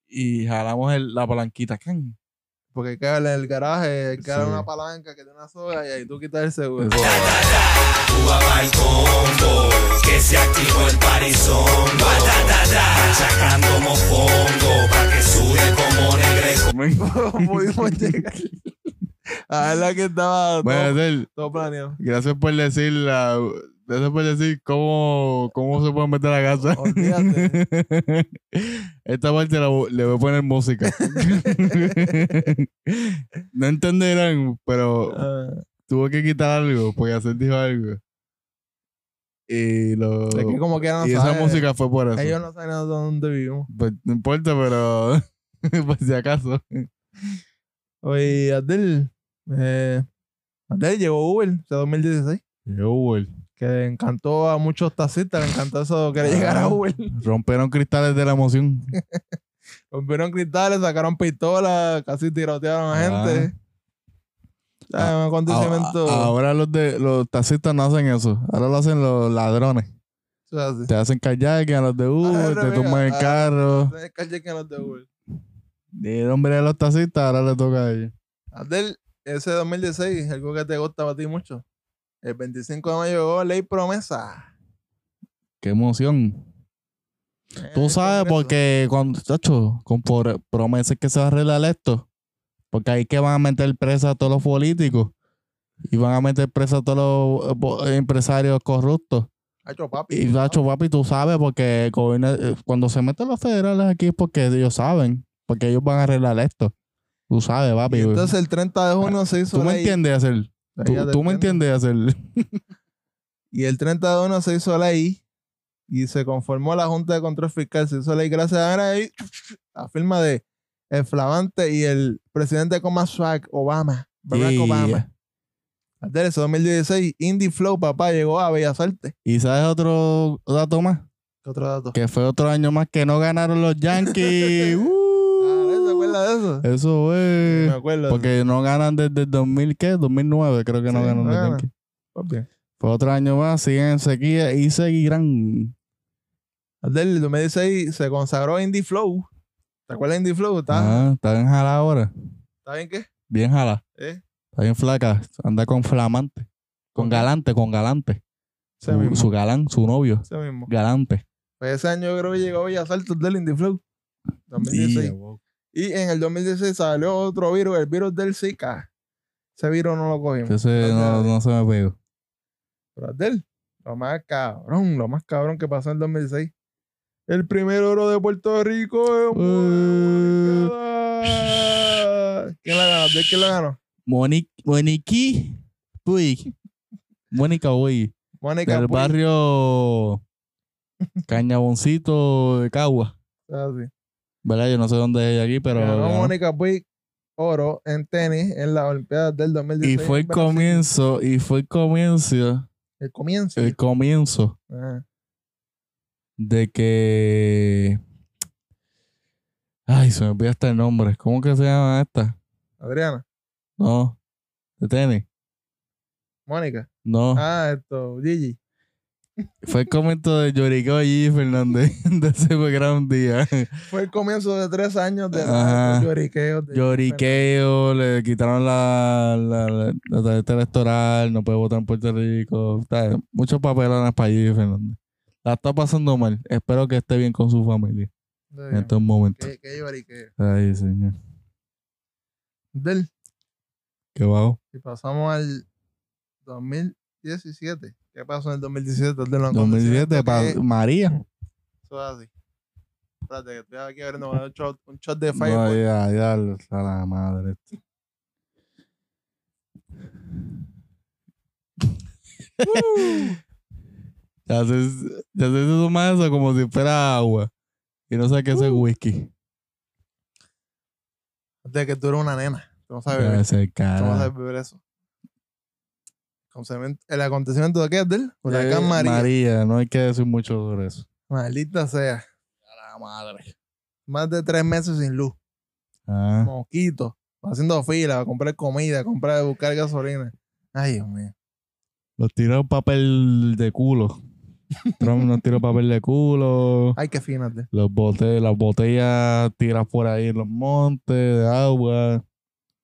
Speaker 1: Y jalamos el- la palanquita. can.
Speaker 2: Porque cabe en el garaje, hay que darle
Speaker 1: Sí.
Speaker 2: una palanca que tiene una soga y ahí tú quitas el seguro.
Speaker 1: Eso.
Speaker 3: Jugaba el combo, que se activó el parizongo. Achacando mofongo, pa' que sube como negresco.
Speaker 2: Pudimos llegar. A ver, la que estaba todo,
Speaker 1: Bueno, Del,
Speaker 2: todo planeado.
Speaker 1: gracias por decir la- Gracias por decir cómo, cómo se puede meter a casa.
Speaker 2: Olvídate.
Speaker 1: Esta parte la vo- le voy a poner música. no entenderán, pero
Speaker 2: Ah,
Speaker 1: tuvo que quitar algo, porque hacer dijo algo. Y lo.
Speaker 2: es que como que no
Speaker 1: y esa
Speaker 2: saben,
Speaker 1: música fue por eso.
Speaker 2: Ellos no saben dónde vivimos.
Speaker 1: Pues, no importa, pero. por si acaso.
Speaker 2: Oye, Adel, eh, Adel llegó Uber, o sea, 2016,
Speaker 1: Llegó Uber.
Speaker 2: que encantó a muchos taxistas, le encantó eso, que le llegara
Speaker 1: Ah.
Speaker 2: Uber.
Speaker 1: Rompieron cristales de la emoción.
Speaker 2: Este Rompieron cristales, sacaron pistolas, casi tirotearon a
Speaker 1: Ah.
Speaker 2: gente. O sea, un acontecimiento.
Speaker 1: A- a- ahora los de los taxistas no hacen eso. Ahora lo hacen los ladrones.
Speaker 2: o sea, sí.
Speaker 1: Te hacen kayak a los de Uber,
Speaker 2: Ahora,
Speaker 1: te
Speaker 2: mira,
Speaker 1: tumban el
Speaker 2: ahora-
Speaker 1: carro.
Speaker 2: Entonces, calle que los de Uber.
Speaker 1: Y el hombre de los taxistas ahora le toca a ellos.
Speaker 2: Adel, ese 2016, algo que te gusta a ti mucho. El 25 de mayo llegó Ley Promesa.
Speaker 1: Qué emoción.
Speaker 2: Eh,
Speaker 1: Tú sabes, porque cuando, chacho, con por, promesas que se va a arreglar esto. Porque ahí que van a meter presa a todos los políticos. Y van a meter presa a todos los eh, po- empresarios corruptos.
Speaker 2: Hacho, papi.
Speaker 1: Y Nacho, papi, tú sabes, porque el gobierno- eh, cuando se meten los federales aquí es porque ellos saben, porque ellos van a arreglar esto. Tú sabes, papi.
Speaker 2: Y entonces el 30 de junio se hizo
Speaker 1: tú me
Speaker 2: ley.
Speaker 1: entiendes hacer.
Speaker 2: Ahí
Speaker 1: Tú,
Speaker 2: ya te
Speaker 1: tú me
Speaker 2: entiendo.
Speaker 1: entiendes hacer.
Speaker 2: Y el 30 de junio se hizo ley y se conformó la Junta de Control Fiscal. Se hizo ley gracias a la, ley, la firma de el flamante y el presidente con más swag, Obama. Barack
Speaker 1: Y-
Speaker 2: Obama. Antes de eso, 2016, Indie Flow, papá, llegó a Bellas Artes.
Speaker 1: Y sabes otro dato más,
Speaker 2: ¿Qué otro dato?
Speaker 1: que fue otro año más que no ganaron los Yankees. ¡Uh!
Speaker 2: Ah, ¿te acuerdas de eso?
Speaker 1: Eso es.
Speaker 2: Me acuerdo.
Speaker 1: Porque no ganan desde el 2000, ¿qué? 2009 creo que no
Speaker 2: Sí,
Speaker 1: ganan
Speaker 2: no
Speaker 1: los
Speaker 2: ganan.
Speaker 1: Yankees.
Speaker 2: Papi.
Speaker 1: Fue otro año más, siguen en sequía y seguirán.
Speaker 2: Antes del 2016 se consagró Indie Flow. ¿Te acuerdas de Indie Flow? ¿Está,
Speaker 1: Ah, están jalados ahora.
Speaker 2: ¿Está bien qué?
Speaker 1: Bien jala.
Speaker 2: ¿Eh?
Speaker 1: Está bien flaca. Anda con flamante. Con galante, con galante.
Speaker 2: Ese
Speaker 1: Su,
Speaker 2: mismo.
Speaker 1: su galán, su novio.
Speaker 2: Ese mismo.
Speaker 1: Galante.
Speaker 2: Pues ese año yo creo que llegó a Bellas Artes del Indie Flow. 2016. Y en el 2016 salió otro virus, el virus del Zika. Ese virus no lo cogimos.
Speaker 1: Ese no, no se me pegó.
Speaker 2: Pero Abdel, lo más cabrón, lo más cabrón que pasó en el 2016. El primer oro de Puerto Rico. en
Speaker 1: Eh,
Speaker 2: Olimpiada. ¿Quién la ganó? Abdel, ¿Quién la ganó?
Speaker 1: Moni- Moniqui Puig. Mónica Puig.
Speaker 2: Mónica.
Speaker 1: Del
Speaker 2: Puig.
Speaker 1: barrio Cañaboncito de Cagua.
Speaker 2: Ah, sí.
Speaker 1: ¿Verdad? Yo no sé dónde es ella aquí, pero.
Speaker 2: ganó
Speaker 1: ganó.
Speaker 2: Mónica Puig oro en tenis en las Olimpiadas del
Speaker 1: Y
Speaker 2: 2016.
Speaker 1: fue el
Speaker 2: en Brasil.
Speaker 1: comienzo, y fue el comienzo,
Speaker 2: El comienzo. Ah,
Speaker 1: el comienzo
Speaker 2: Ajá.
Speaker 1: de que. Ay, se me olvida hasta el nombre. ¿Cómo que se llama esta?
Speaker 2: Adriana.
Speaker 1: No. ¿De tenis?
Speaker 2: Mónica.
Speaker 1: No.
Speaker 2: Ah, esto. Gigi.
Speaker 1: Fue el comento de Yoriko y Fernández de ese gran día.
Speaker 2: Fue el comienzo de tres años de
Speaker 1: Ajá.
Speaker 2: lloriqueo. de-
Speaker 1: Lloriqueo, le quitaron la, la, la- la tarjeta electoral, no puede votar en Puerto Rico. Está- Muchos papelones para Gigi Fernández. La está pasando mal. Espero que esté bien con su familia
Speaker 2: Está
Speaker 1: en
Speaker 2: bien.
Speaker 1: estos momentos.
Speaker 2: Qué, qué lloriqueo.
Speaker 1: Ay, señor.
Speaker 2: Del,
Speaker 1: Qué bajo.
Speaker 2: si pasamos al 2017. ¿Qué pasó en el 2017? Del no
Speaker 1: 2007,
Speaker 2: acontecimiento
Speaker 1: pa-
Speaker 2: que-
Speaker 1: María.
Speaker 2: Eso es así. Espérate, que estoy aquí abriendo un shot, un shot de
Speaker 1: No,
Speaker 2: Fireball.
Speaker 1: ya, ya, a la madre. este. ya se, ya se hizo tomar eso como si fuera agua. Y no sé qué es el whisky.
Speaker 2: Desde que tú eres una nena. Tú no sabes beber,
Speaker 1: Debe ser
Speaker 2: tú no
Speaker 1: cara.
Speaker 2: sabes beber eso. Conocimiento- El acontecimiento de qué es del huracán
Speaker 1: Eh,
Speaker 2: María.
Speaker 1: no hay que decir mucho sobre eso.
Speaker 2: Maldita sea.
Speaker 1: A la madre.
Speaker 2: Más de tres meses sin luz.
Speaker 1: Ah,
Speaker 2: Mosquitos. Haciendo fila, a comprar comida, a comprar, a buscar gasolina. Ay, Dios mío.
Speaker 1: los tiró papel de culo. Trump nos tiró papel de culo.
Speaker 2: Ay, qué fínate.
Speaker 1: Los bote- las botellas tiras por ahí en los montes de agua.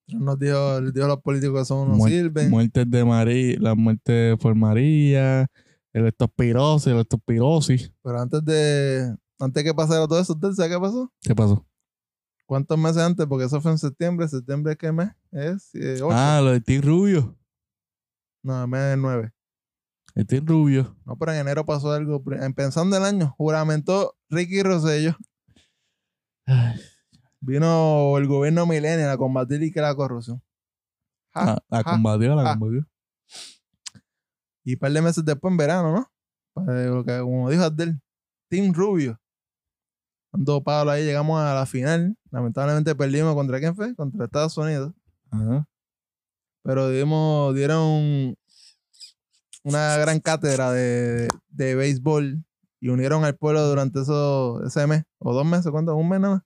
Speaker 2: Nos dio, dio a los políticos que son no
Speaker 1: Muer-
Speaker 2: sirven.
Speaker 1: Muertes de María, las muertes por María, el estospirosis, el estospirosis.
Speaker 2: Pero antes de. Antes que pasara todo eso, ¿usted sabe qué pasó?
Speaker 1: ¿Qué pasó?
Speaker 2: ¿Cuántos meses antes? Porque eso fue en septiembre. ¿Septiembre qué mes? Es eh, ocho.
Speaker 1: Ah, lo de Tim Rubio.
Speaker 2: No, el mes del 9.
Speaker 1: El Tim Rubio.
Speaker 2: No, pero en enero pasó algo. Pri- Empezando el año, juramentó Ricky Rosello.
Speaker 1: Ay,
Speaker 2: Vino el gobierno milenial a combatir y que la corrupción. Ja,
Speaker 1: ah, la
Speaker 2: ja.
Speaker 1: combatió, la
Speaker 2: ah.
Speaker 1: combatió.
Speaker 2: Y un par de meses después, en verano, ¿no? Pues, lo que- como dijo Adel, Team Rubio. Ando Pablo ahí, llegamos a la final. Lamentablemente perdimos contra quién fue? Contra Estados Unidos.
Speaker 1: Ajá.
Speaker 2: pero dimos, dieron una gran cátedra de, de béisbol y unieron al pueblo durante esos, ese mes, o dos meses, ¿cuánto? Un mes nada más.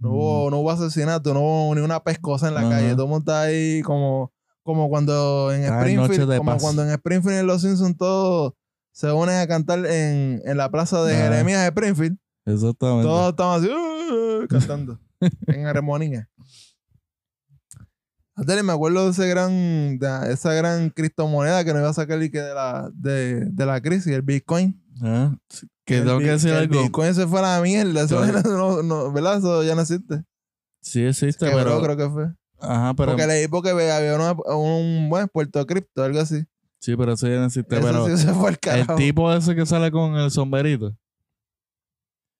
Speaker 2: No hubo, no hubo asesinato, no hubo ni una pescosa en la
Speaker 1: Ajá.
Speaker 2: calle. Todo el mundo está ahí como, como cuando en
Speaker 1: Ah, noche
Speaker 2: Springfield,
Speaker 1: de
Speaker 2: como
Speaker 1: paz.
Speaker 2: cuando en Springfield en Los Simpsons todos se unen a cantar en, en la plaza de
Speaker 1: Ah.
Speaker 2: Jeremías de Springfield.
Speaker 4: Mm,
Speaker 1: Exactamente.
Speaker 2: Todos estaban así "Uh", cantando en armonía. Atele, me acuerdo de ese gran, de esa gran criptomoneda que nos iba a sacar y que de la, de, de la crisis, el Bitcoin.
Speaker 4: Ah, Que tengo que decir
Speaker 2: el
Speaker 4: algo.
Speaker 2: Bitcoin se fue a la mierda. Eso
Speaker 4: Claro.
Speaker 2: era- no, no, ¿Verdad? Eso ya no existe.
Speaker 4: Sí existe,
Speaker 2: Quebró,
Speaker 4: pero.
Speaker 2: creo que fue.
Speaker 4: Ajá, pero.
Speaker 2: porque leí porque ve- había una- un buen puerto cripto, algo así.
Speaker 4: Sí, pero eso ya no existe.
Speaker 2: Eso
Speaker 4: Pero
Speaker 2: sí se fue al
Speaker 4: el
Speaker 2: carajo.
Speaker 4: tipo ese que sale con el sombrerito.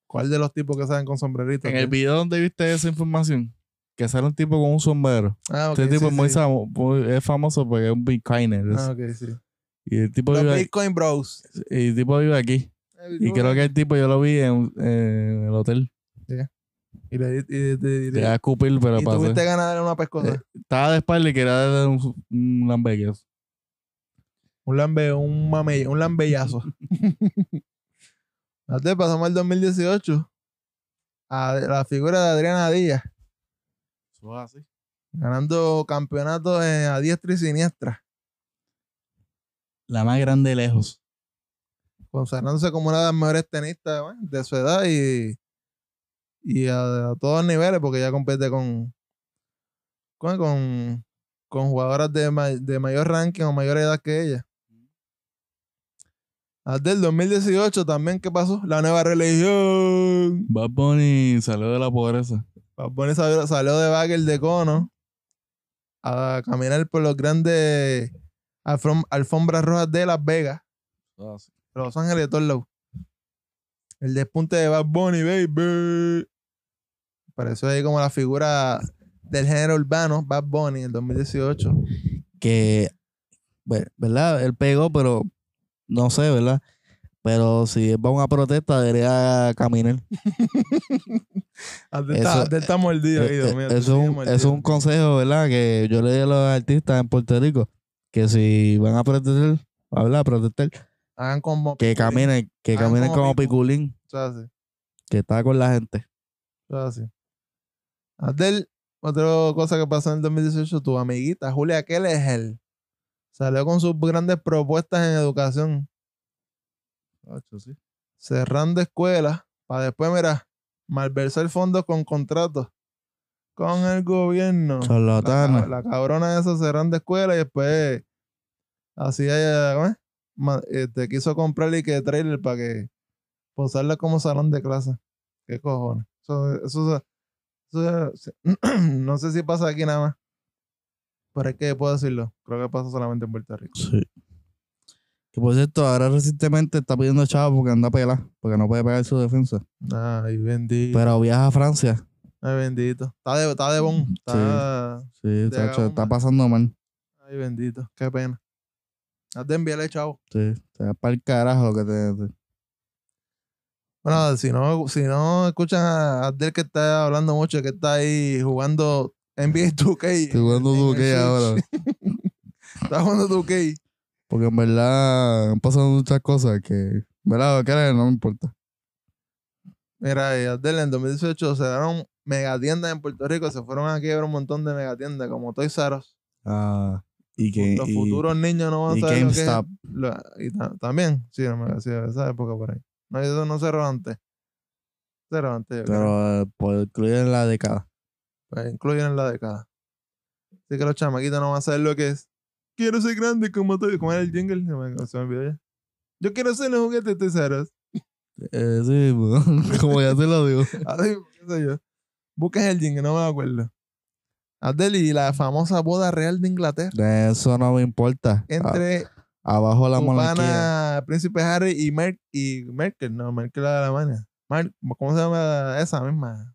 Speaker 2: ¿Cuál de los tipos que salen con sombreritos?
Speaker 4: En el video donde viste esa información, que sale un tipo con un sombrero.
Speaker 2: Ah, ok,
Speaker 4: este tipo
Speaker 2: sí,
Speaker 4: es muy,
Speaker 2: sí.
Speaker 4: samo- muy- es famoso porque es un bitcoiner. es-
Speaker 2: Ah, ok, sí.
Speaker 4: y, el tipo
Speaker 2: Los
Speaker 4: vive, aquí-
Speaker 2: Bitcoin Bros.
Speaker 4: y el tipo vive aquí. Pues Y creo que el tipo yo lo vi en, en el hotel.
Speaker 2: Y le di- y- y- y-
Speaker 4: Te iba a escupir, pero
Speaker 2: y
Speaker 4: pasé.
Speaker 2: tuviste ganas de darle una pescosa.
Speaker 4: Eh, Estaba de espalda y quería darle un, un lambeque.
Speaker 2: Un lambe, un mame, un lambellazo. Fíjate, pasamos al 2018. A la figura de Adriana Díaz, ganando campeonatos en- a diestra y siniestra,
Speaker 4: La más grande de lejos.
Speaker 2: consagrándose como una de las mejores tenistas bueno, de su edad y, y a, a todos niveles, porque ya compite con, con, con, con jugadoras de, ma- de mayor ranking o mayor edad que ella. Ah, Hasta el 2018 también, ¿qué pasó? La nueva religión.
Speaker 4: Bad Bunny salió de la pobreza.
Speaker 2: Bad Bunny salió, salió de Bagel de Cono a caminar por los grandes alfom- alfombras rojas de Las Vegas, Los Ángeles de todos lados. El despunte de Bad Bunny, baby. Pareció ahí como la figura del género urbano, Bad Bunny, en el 2018.
Speaker 1: que, ve- ¿verdad? Él pegó, pero no sé, ¿verdad? Pero si él va a una protesta, debería caminar. Eso-
Speaker 2: Hasta está, hasta está mordido,
Speaker 1: Eh,
Speaker 2: Guido,
Speaker 1: eh,
Speaker 2: mira,
Speaker 1: eso
Speaker 2: te
Speaker 1: es
Speaker 2: sigue
Speaker 1: un,
Speaker 2: mordido.
Speaker 1: eso es un consejo, ¿verdad? Que yo le di a los artistas en Puerto Rico, que si van a protestar, hablar, protestar,
Speaker 2: Hagan como...
Speaker 1: que caminen, que
Speaker 2: Hagan
Speaker 1: caminen
Speaker 2: Ah, como
Speaker 1: como
Speaker 2: Piculín.
Speaker 1: Piculín,
Speaker 2: Eso es así.
Speaker 1: que está con la gente.
Speaker 2: Eso es así. Adel, Ah, otra cosa que pasó en el 2018, tu amiguita Julia Kelegel salió con sus grandes propuestas en educación, cerrando escuelas para después, mira, malversar fondos con contratos con el gobierno.
Speaker 1: Charlatana.
Speaker 2: La, la cabrona esa cerrando escuelas y después hacía ella, ¿cómo es? Ma- este, quiso comprarle que trailer para que posarla como salón de clase. ¿Qué cojones? Eso, eso, eso- eso- no sé si pasa aquí nada más. Pero es que puedo decirlo. Creo que pasa solamente en Puerto Rico.
Speaker 1: Sí. Que por cierto, ahora recientemente está pidiendo chavo porque anda a pelar, porque no puede pagar su defensa.
Speaker 2: Ay, bendito.
Speaker 1: Pero viaja a Francia.
Speaker 2: Pues, Ay, bendito. Está de, está de bon. Está.
Speaker 1: Sí,
Speaker 2: Te haga
Speaker 1: chacho, está
Speaker 2: bomba.
Speaker 1: pasando mal.
Speaker 2: Ay, bendito. Qué pena. Haz de enviarle, chavo.
Speaker 1: Sí, te da para el carajo lo que te. te-
Speaker 2: Bueno, si no, si no escuchan a Adel que está hablando mucho, que está ahí jugando NBA 2K.
Speaker 1: Estoy jugando
Speaker 2: en el
Speaker 1: Duque
Speaker 2: Switch.
Speaker 1: ahora.
Speaker 2: Está jugando 2K.
Speaker 1: Porque en verdad han pasado muchas cosas que. ¿Verdad? Que no me importa.
Speaker 2: Mira, y Adel, en 2018 se dieron megatiendas en Puerto Rico, se fueron a quiebra un montón de megatiendas como Toys R Us.
Speaker 1: Ah, y que.
Speaker 2: Los
Speaker 1: y-
Speaker 2: futuros niños no van
Speaker 1: y
Speaker 2: a saber lo que es.
Speaker 1: GameStop.
Speaker 2: lo- y ta- también, sí, no me sí, esa época por ahí. No, eso no cerró antes. Cerró antes. yo creo.
Speaker 1: Pero eh, por incluir en la década.
Speaker 2: Pues, incluyen en la década. Así que los chamaquitos no van a saber lo que es. Quiero ser grande como tú. ¿Cómo era el jingle? Se me, se me olvidó ya. Yo quiero ser los juguetes de Toys R Us.
Speaker 1: Eh, sí, como ya te lo digo.
Speaker 2: Así, qué sé yo. Busquen el jingle, no me acuerdo. Adel y la famosa boda real de Inglaterra.
Speaker 1: De eso no me importa. A-
Speaker 2: Entre
Speaker 1: abajo Ah, la
Speaker 2: tu
Speaker 1: monarquía.
Speaker 2: pana Príncipe Harry y, Mer- y Merkel, no, Merkel la de Alemania. Mar- ¿Cómo se llama esa misma?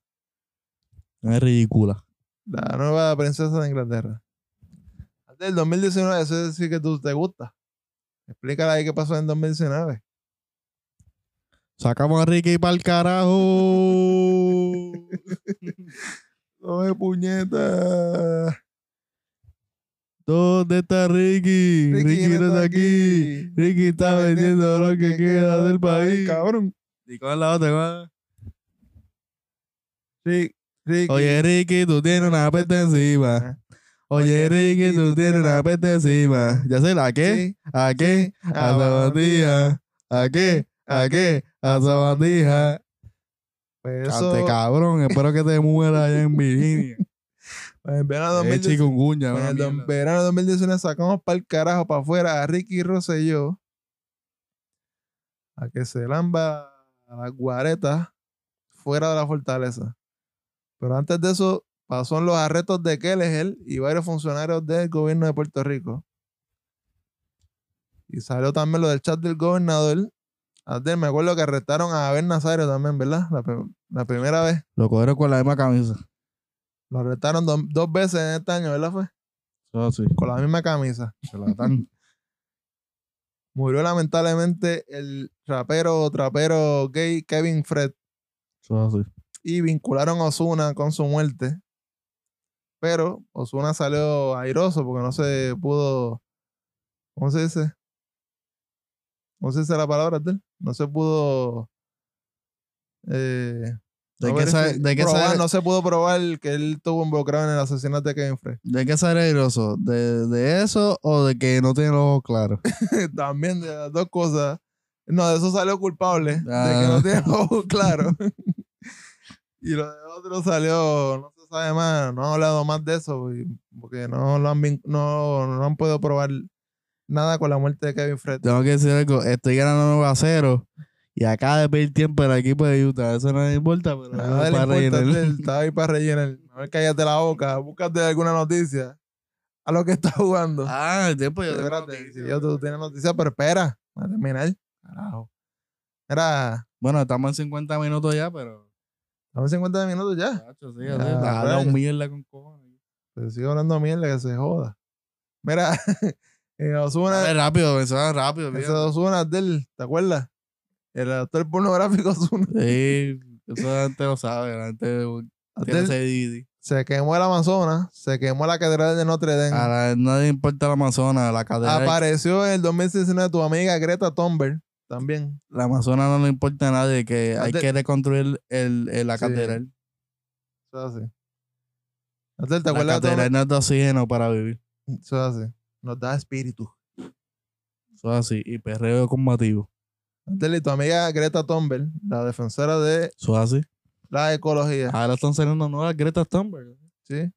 Speaker 1: Es ridícula.
Speaker 2: La nueva princesa de Inglaterra. Del 2019, eso sí que tú te gusta. Explícala ahí qué pasó en 2019.
Speaker 1: Sacamos a Ricky para el carajo.
Speaker 2: ¡Oye, puñeta!
Speaker 1: ¿Dónde está Ricky? Ricky, no está aquí. Ricky está vendiendo lo que queda del país.
Speaker 2: Cabrón.
Speaker 1: ¿Y cuál es la otra? cuál?
Speaker 2: Rick, Rick.
Speaker 1: Oye, Ricky, tú tienes una peste encima. Oye, Ricky, tú tienes una peste encima. Ya sé, ¿a qué? ¿A qué?
Speaker 2: Ah,
Speaker 1: A sabandija. ¿A qué? ¿A qué? A sabandija.
Speaker 2: Pues eso.
Speaker 1: Cante cabrón, espero que te mueras allá en Virginia. Eh,
Speaker 2: En verano
Speaker 1: Es
Speaker 2: 2019.
Speaker 1: chikungunya,
Speaker 2: En
Speaker 1: una
Speaker 2: el dom-
Speaker 1: mierda.
Speaker 2: verano 2019 sacamos para el carajo para afuera a Ricky Rosselló. a que se lamba a la guareta fuera de la fortaleza. Pero antes de eso, pasó en los arrestos de Kelleher y varios funcionarios del gobierno de Puerto Rico. Y salió también lo del chat del gobernador. Antes me acuerdo que arrestaron a Abel Nazario también, ¿verdad? La, pe- la primera vez.
Speaker 1: Lo cogieron con la misma camisa.
Speaker 2: Lo arrestaron do- dos veces en este año, ¿verdad? Fue?
Speaker 1: Eso así.
Speaker 2: Con la misma camisa.
Speaker 1: charlatán.
Speaker 2: Murió lamentablemente el rapero trapero gay Kevin Fred
Speaker 1: Eso así.
Speaker 2: y vincularon a Osuna con su muerte. Pero Osuna salió airoso porque no se pudo. ¿Cómo se dice? ¿Cómo se dice la palabra, Abdel? No se pudo. eh,
Speaker 1: ¿De
Speaker 2: no
Speaker 1: qué
Speaker 2: verifi-
Speaker 1: sabe- de qué
Speaker 2: probar,
Speaker 1: sabe-
Speaker 2: No se pudo probar que él estuvo involucrado en el asesinato de Kevin Fred.
Speaker 1: ¿De qué ser airoso? ¿De, ¿De eso o de que no tiene los ojos claros?
Speaker 2: También de las dos cosas. No, de eso salió culpable. De que
Speaker 1: Ah.
Speaker 2: no tiene los ojos claros. y lo de otro salió, no se sabe más, no han hablado más de eso, y- porque no lo han vin- no, no han podido probar nada con la muerte de Kevin Fred.
Speaker 1: Tengo que decir algo. Estoy ganando 9 a 0 y acaba de pedir tiempo el equipo de Utah. Eso no me importa, pero
Speaker 2: Nada Ah, le
Speaker 1: Ah, para
Speaker 2: importa,
Speaker 1: rellenar.
Speaker 2: él Estaba ahí para rellenar. A ver, cállate la boca, búscate alguna noticia a lo que está jugando.
Speaker 1: Ah, el tiempo yo tengo
Speaker 2: Espérate,
Speaker 1: noticias.
Speaker 2: si yo tú tienes noticias, pero espera, a terminar. Carajo. Era,
Speaker 1: Bueno, estamos en 50 minutos ya, pero.
Speaker 2: estamos en 50 minutos ya.
Speaker 1: Tacho, sí,
Speaker 2: Ya,
Speaker 1: así, está
Speaker 2: rayos.
Speaker 1: hablando mierda con cojones.
Speaker 2: Pero sigo hablando mierda, que se joda. Mira, eh,
Speaker 1: Dale
Speaker 2: Osuna,
Speaker 1: rápido, pensaba rápido.
Speaker 2: ese
Speaker 1: fíjate.
Speaker 2: Osuna del, ¿te acuerdas? El actor pornográfico Osuna.
Speaker 1: Sí, eso la gente lo sabe, la gente tiene ese DVD.
Speaker 2: Se quemó el Amazonas, se quemó la catedral de Notre Dame.
Speaker 1: A la- nadie importa la Amazona, la catedral.
Speaker 2: Apareció en el 2019 tu amiga Greta Thunberg también.
Speaker 1: la Amazona no le importa a nadie, que hay
Speaker 2: Adel-
Speaker 1: que reconstruir el, el- la
Speaker 2: Sí.
Speaker 1: catedral.
Speaker 2: Eso es así. Adel, ¿te
Speaker 1: La
Speaker 2: acuerdas de tu
Speaker 1: catedral
Speaker 2: ami-
Speaker 1: no es de oxígeno para vivir.
Speaker 2: Eso es así. Nos da espíritu.
Speaker 1: Eso es así. Y perreo combativo.
Speaker 2: Adel, y tu amiga Greta Thunberg, la defensora de
Speaker 1: Eso es así.
Speaker 2: la ecología.
Speaker 1: Ahora están saliendo nuevas Greta Thunberg.
Speaker 2: ¿Sí?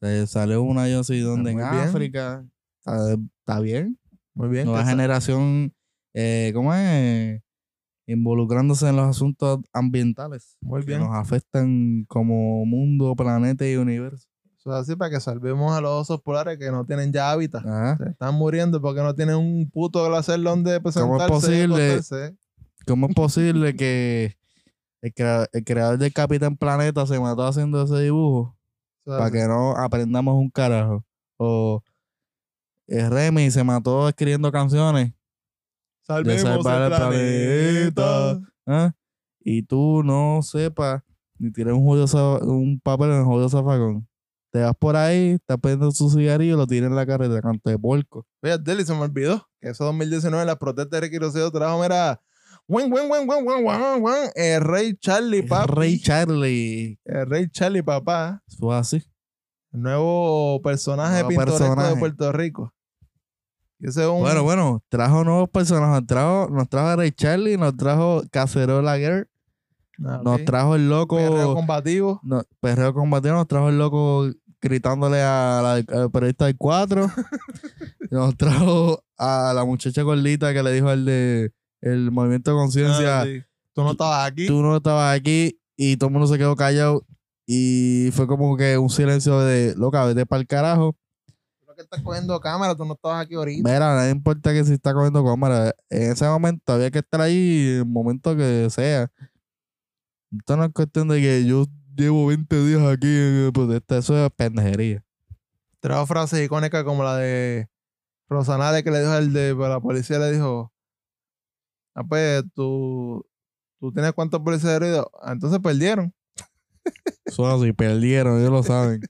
Speaker 1: Se salió una yo así donde en
Speaker 2: muy bien.
Speaker 1: África. Está, está bien.
Speaker 2: Muy bien.
Speaker 1: Nueva
Speaker 2: que sa-
Speaker 1: generación, eh, ¿cómo es? Involucrándose en los asuntos ambientales
Speaker 2: Muy
Speaker 1: que
Speaker 2: bien.
Speaker 1: nos afectan como mundo, planeta y universo.
Speaker 2: Eso es así para que salvemos a los osos polares que no tienen ya hábitat.
Speaker 1: Ajá.
Speaker 2: Se están muriendo porque no tienen un puto glaciar donde presentarse. y
Speaker 1: posible?
Speaker 2: acostarse.
Speaker 1: ¿Cómo es posible que el, crea- el creador del Capitán Planeta se mató haciendo ese dibujo?
Speaker 2: O sea,
Speaker 1: Para que no aprendamos un carajo. O eh, Remy se mató escribiendo canciones.
Speaker 2: salvemos
Speaker 1: de salvar
Speaker 2: el
Speaker 1: al
Speaker 2: planeta.
Speaker 1: planeta. ¿ah? Y tú no sepas ni tirar un, jodido za- un papel en el jodido zafacón. Te vas por ahí, estás prendiendo su cigarrillo, lo tiras en la carretera, canto de porco.
Speaker 2: Oye, Deli, se me olvidó que eso 2019 en las protestas de Ricky Rosselló trajo, mira, wen, wen, wen, wen, wen, wen, wen, el rey Charlie,
Speaker 1: El
Speaker 2: papi.
Speaker 1: Rey Charlie.
Speaker 2: el rey Charlie, papá.
Speaker 1: Fue así.
Speaker 2: El nuevo personaje
Speaker 1: Nuevo
Speaker 2: pintoresco
Speaker 1: personaje.
Speaker 2: de Puerto Rico. Y ese es un...
Speaker 1: Bueno, bueno, trajo nuevos personajes. Trajo, nos trajo a Ray Charlie, nos trajo Cacerola Girl,
Speaker 2: Ah,
Speaker 1: nos
Speaker 2: ok.
Speaker 1: trajo el loco.
Speaker 2: Perreo
Speaker 1: Perreo,
Speaker 2: combativo.
Speaker 1: no, perreo combatido, nos trajo el loco gritándole a la, al periodista del 4. nos trajo a la muchacha gordita que le dijo al de el movimiento de conciencia:
Speaker 2: Ah, sí. Tú no estabas aquí.
Speaker 1: Tú no estabas aquí y todo el mundo se quedó callado. Y fue como que un silencio de loca, vete para el carajo.
Speaker 2: Creo que estás cogiendo cámara, tú no estabas aquí ahorita.
Speaker 1: Mira, no importa que si está comiendo cámara. En ese momento había que estar ahí en el momento que sea. Esto no es cuestión de que yo llevo 20 días aquí en protesta. Eso es pendejería.
Speaker 2: Trajo frases icónicas como la de Rosanales que le dijo al de pues, la policía, le dijo, ah, pues tú, tú tienes cuántos policías heridos. Ah, Entonces perdieron.
Speaker 1: Eso es así, perdieron, ellos lo saben.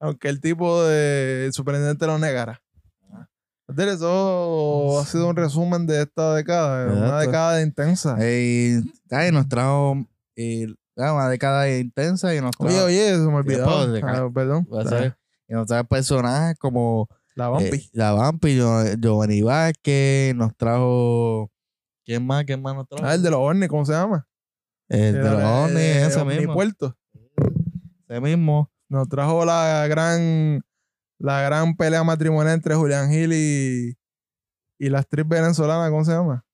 Speaker 2: Aunque el tipo de el superintendente lo negara. Entonces, eso ha sido un resumen de esta década, una
Speaker 1: Exacto.
Speaker 2: década intensa.
Speaker 1: Eh, ay, nos trajo eh, ah, una década intensa y nos trajo,
Speaker 2: Oye, oye, se me olvidó.
Speaker 1: Después de-
Speaker 2: Ah, perdón.
Speaker 1: va a ser- y nos trajo personajes como
Speaker 2: La Bambi.
Speaker 1: eh, la Vampi, Gio- Giovanni Vázquez, nos trajo. ¿Quién más? ¿Quién más nos trajo?
Speaker 2: Ah, el de los Orni, ¿cómo se llama? eh,
Speaker 1: El de los ovnis, ese
Speaker 2: Mi
Speaker 1: mismo.
Speaker 2: puerto.
Speaker 1: Ese mismo.
Speaker 2: Nos trajo la gran la gran pelea matrimonial entre Julián Gil y, Y la actriz venezolana, ¿cómo se llama?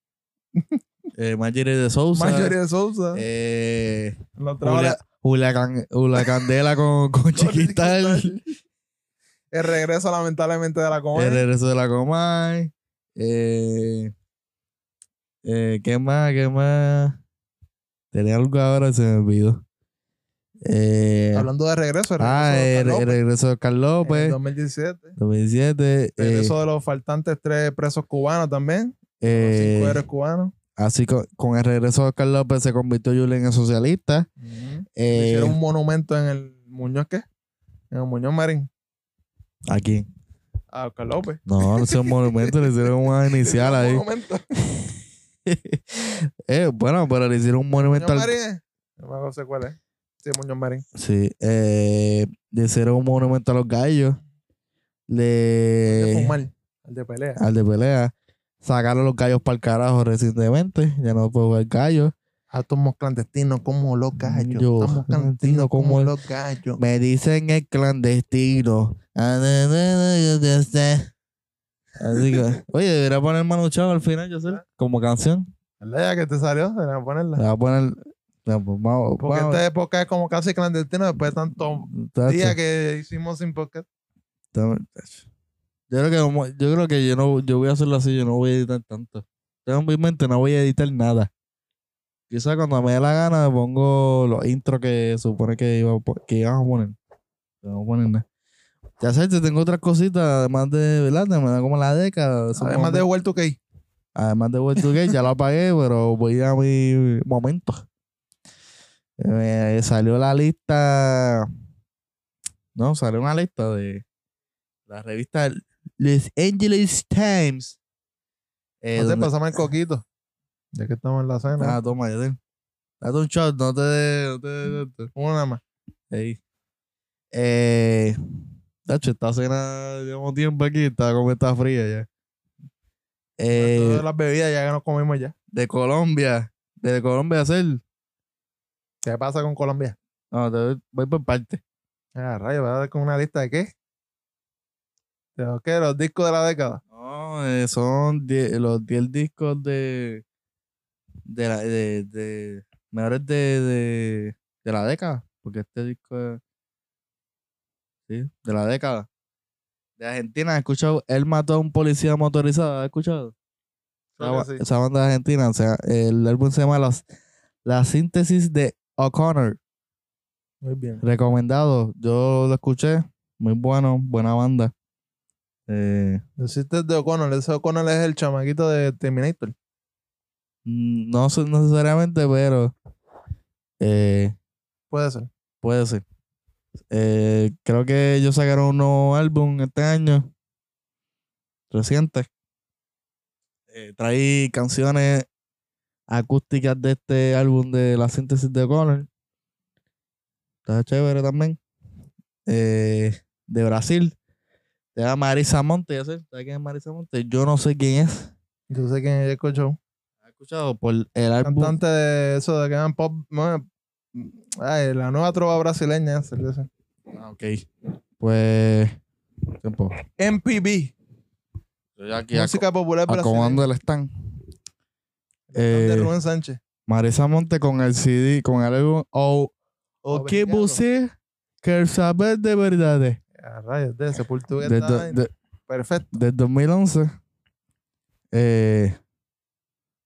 Speaker 1: Eh, Marjorie de Sousa.
Speaker 2: Marjorie Sousa.
Speaker 1: Eh,
Speaker 2: la otra
Speaker 1: Julia,
Speaker 2: hora,
Speaker 1: Julia Can- Julia Candela con, con Chiquital.
Speaker 2: El regreso, lamentablemente, de la
Speaker 1: El
Speaker 2: comedia.
Speaker 1: regreso de la Comay. Eh, eh, ¿Qué más? ¿Qué más? Tenía algo ahora y se me olvidó. Eh,
Speaker 2: Hablando de regreso, el regreso
Speaker 1: ah,
Speaker 2: de
Speaker 1: el,
Speaker 2: Oscar
Speaker 1: el
Speaker 2: López,
Speaker 1: regreso de Carlos
Speaker 2: en
Speaker 1: López.
Speaker 2: 2017.
Speaker 1: 2017. eh,
Speaker 2: Regreso de los faltantes tres presos cubanos también. los
Speaker 1: eh,
Speaker 2: cinco héroes cubanos.
Speaker 1: así con, con el regreso de Carlos López se convirtió Julián en socialista.
Speaker 2: Le
Speaker 1: Eh,
Speaker 2: Hicieron un monumento en el Muñoz, ¿qué? En el Muñoz Marín.
Speaker 1: ¿A quién?
Speaker 2: A Oscar López.
Speaker 1: No, no es un monumento, le hicieron una inicial
Speaker 2: Un
Speaker 1: ahí. Pues
Speaker 2: monumento.
Speaker 1: Eh, bueno, pero le hicieron un monumento
Speaker 2: Muñoz
Speaker 1: al.
Speaker 2: Marín. eh? No me sé cuál es. Sí, Muñoz Marín.
Speaker 1: Sí, eh, le hicieron un monumento a los gallos.
Speaker 2: El de
Speaker 1: Le.
Speaker 2: fumar. El de pelea.
Speaker 1: Al de pelea. Sacaron los gallos para el carajo recientemente. Ya no puedo ver gallos.
Speaker 2: Átomos clandestinos como los gallos.
Speaker 1: Yo,
Speaker 2: Átomos clandestinos
Speaker 1: clandestino como
Speaker 2: como
Speaker 1: el-
Speaker 2: los gallos.
Speaker 1: Me dicen el clandestino. Así que, oye, debería poner Manu Chao al final, yo sé, como canción.
Speaker 2: ¿Verdad? Ya que te salió, se a
Speaker 1: Le
Speaker 2: ponerla.
Speaker 1: voy a poner. le- Vamos,
Speaker 2: Porque este
Speaker 1: vamos.
Speaker 2: esta época es como casi clandestina después de tantos
Speaker 1: Tacho.
Speaker 2: días que hicimos sin podcast.
Speaker 1: Dame- ach. Yo creo que vamos- yo creo que yo no yo voy a hacerlo así, yo no voy a editar tanto. Tengo en mi mente, no voy a editar nada. Quizás cuando me dé la gana me pongo los intros que supone que iba a po- que íbamos a poner. Pero no voy a poner nada. Ya sabes, te tengo otras cositas, además de, ¿verdad? De manera como la década.
Speaker 2: Además de World 2K.
Speaker 1: además de World 2K, ya lo apagué, pero voy a mi momento. Eh, salió la lista. No, salió una lista de la revista Los Angeles Times. Eh,
Speaker 2: No sé,
Speaker 1: donde-
Speaker 2: pásame el coquito. Ya que estamos en la cena.
Speaker 1: ah, toma, ya te- Date un shot, no te. No te- no
Speaker 2: Una más.
Speaker 1: te- Ey. Eh, Nacho, esta cena llevamos tiempo aquí, está como está fría ya. Eh,
Speaker 2: Todas las bebidas ya que nos comimos ya.
Speaker 1: de Colombia. De Colombia hacer.
Speaker 2: ¿Qué pasa con Colombia?
Speaker 1: No, te voy, voy por parte.
Speaker 2: Ah, rayo, ¿vas a dar con una lista de qué? ¿De los qué? ¿Los discos de la década?
Speaker 1: No, eh, son die- los 10 discos de. de la. de. de mejores de, de. de la década. Porque este disco es. Sí, de la década. De Argentina, ¿has escuchado? Él mató a un policía motorizado, ¿has escuchado? Esa,
Speaker 2: Creo
Speaker 1: ba-
Speaker 2: que sí.
Speaker 1: esa banda de Argentina, o sea, el álbum se llama Las- La síntesis de O'Connor.
Speaker 2: Muy bien.
Speaker 1: Recomendado, yo lo escuché, muy bueno, buena banda. Eh,
Speaker 2: Deciste de O'Connell. Ese O'Connell es el chamaquito de Terminator.
Speaker 1: mm, no sé no necesariamente, pero eh,
Speaker 2: Puede ser.
Speaker 1: puede ser. Eh, creo que ellos sacaron un nuevo álbum este año, reciente. Eh, traí canciones acústicas de este álbum de la síntesis de Connor. Está chévere también. Eh, de Brasil. Te da Marisa Monte, ya sé. ¿Sabes quién es Marisa Monte? Yo no sé quién es.
Speaker 2: Yo sé quién es Jacob Show.
Speaker 1: ¿Has escuchado por el álbum?
Speaker 2: Cantante de eso de que eran pop. no, Ay, la nueva trova brasileña. esa, yo sé.
Speaker 1: Ah, ok. Pues. Tiempo.
Speaker 2: MPB.
Speaker 1: Yo ya aquí aco-
Speaker 2: música popular brasileña.
Speaker 1: acomodando el stand.
Speaker 2: De
Speaker 1: Eh,
Speaker 2: Rubén Sánchez.
Speaker 1: Marisa Monte con el CD, con el álbum
Speaker 2: Oh,
Speaker 1: O, o que
Speaker 2: Obrigado.
Speaker 1: busé que saber de verdad.
Speaker 2: Ah, rayos, de ese portugués.
Speaker 1: Desde
Speaker 2: está- Perfecto.
Speaker 1: del 2011. Eh,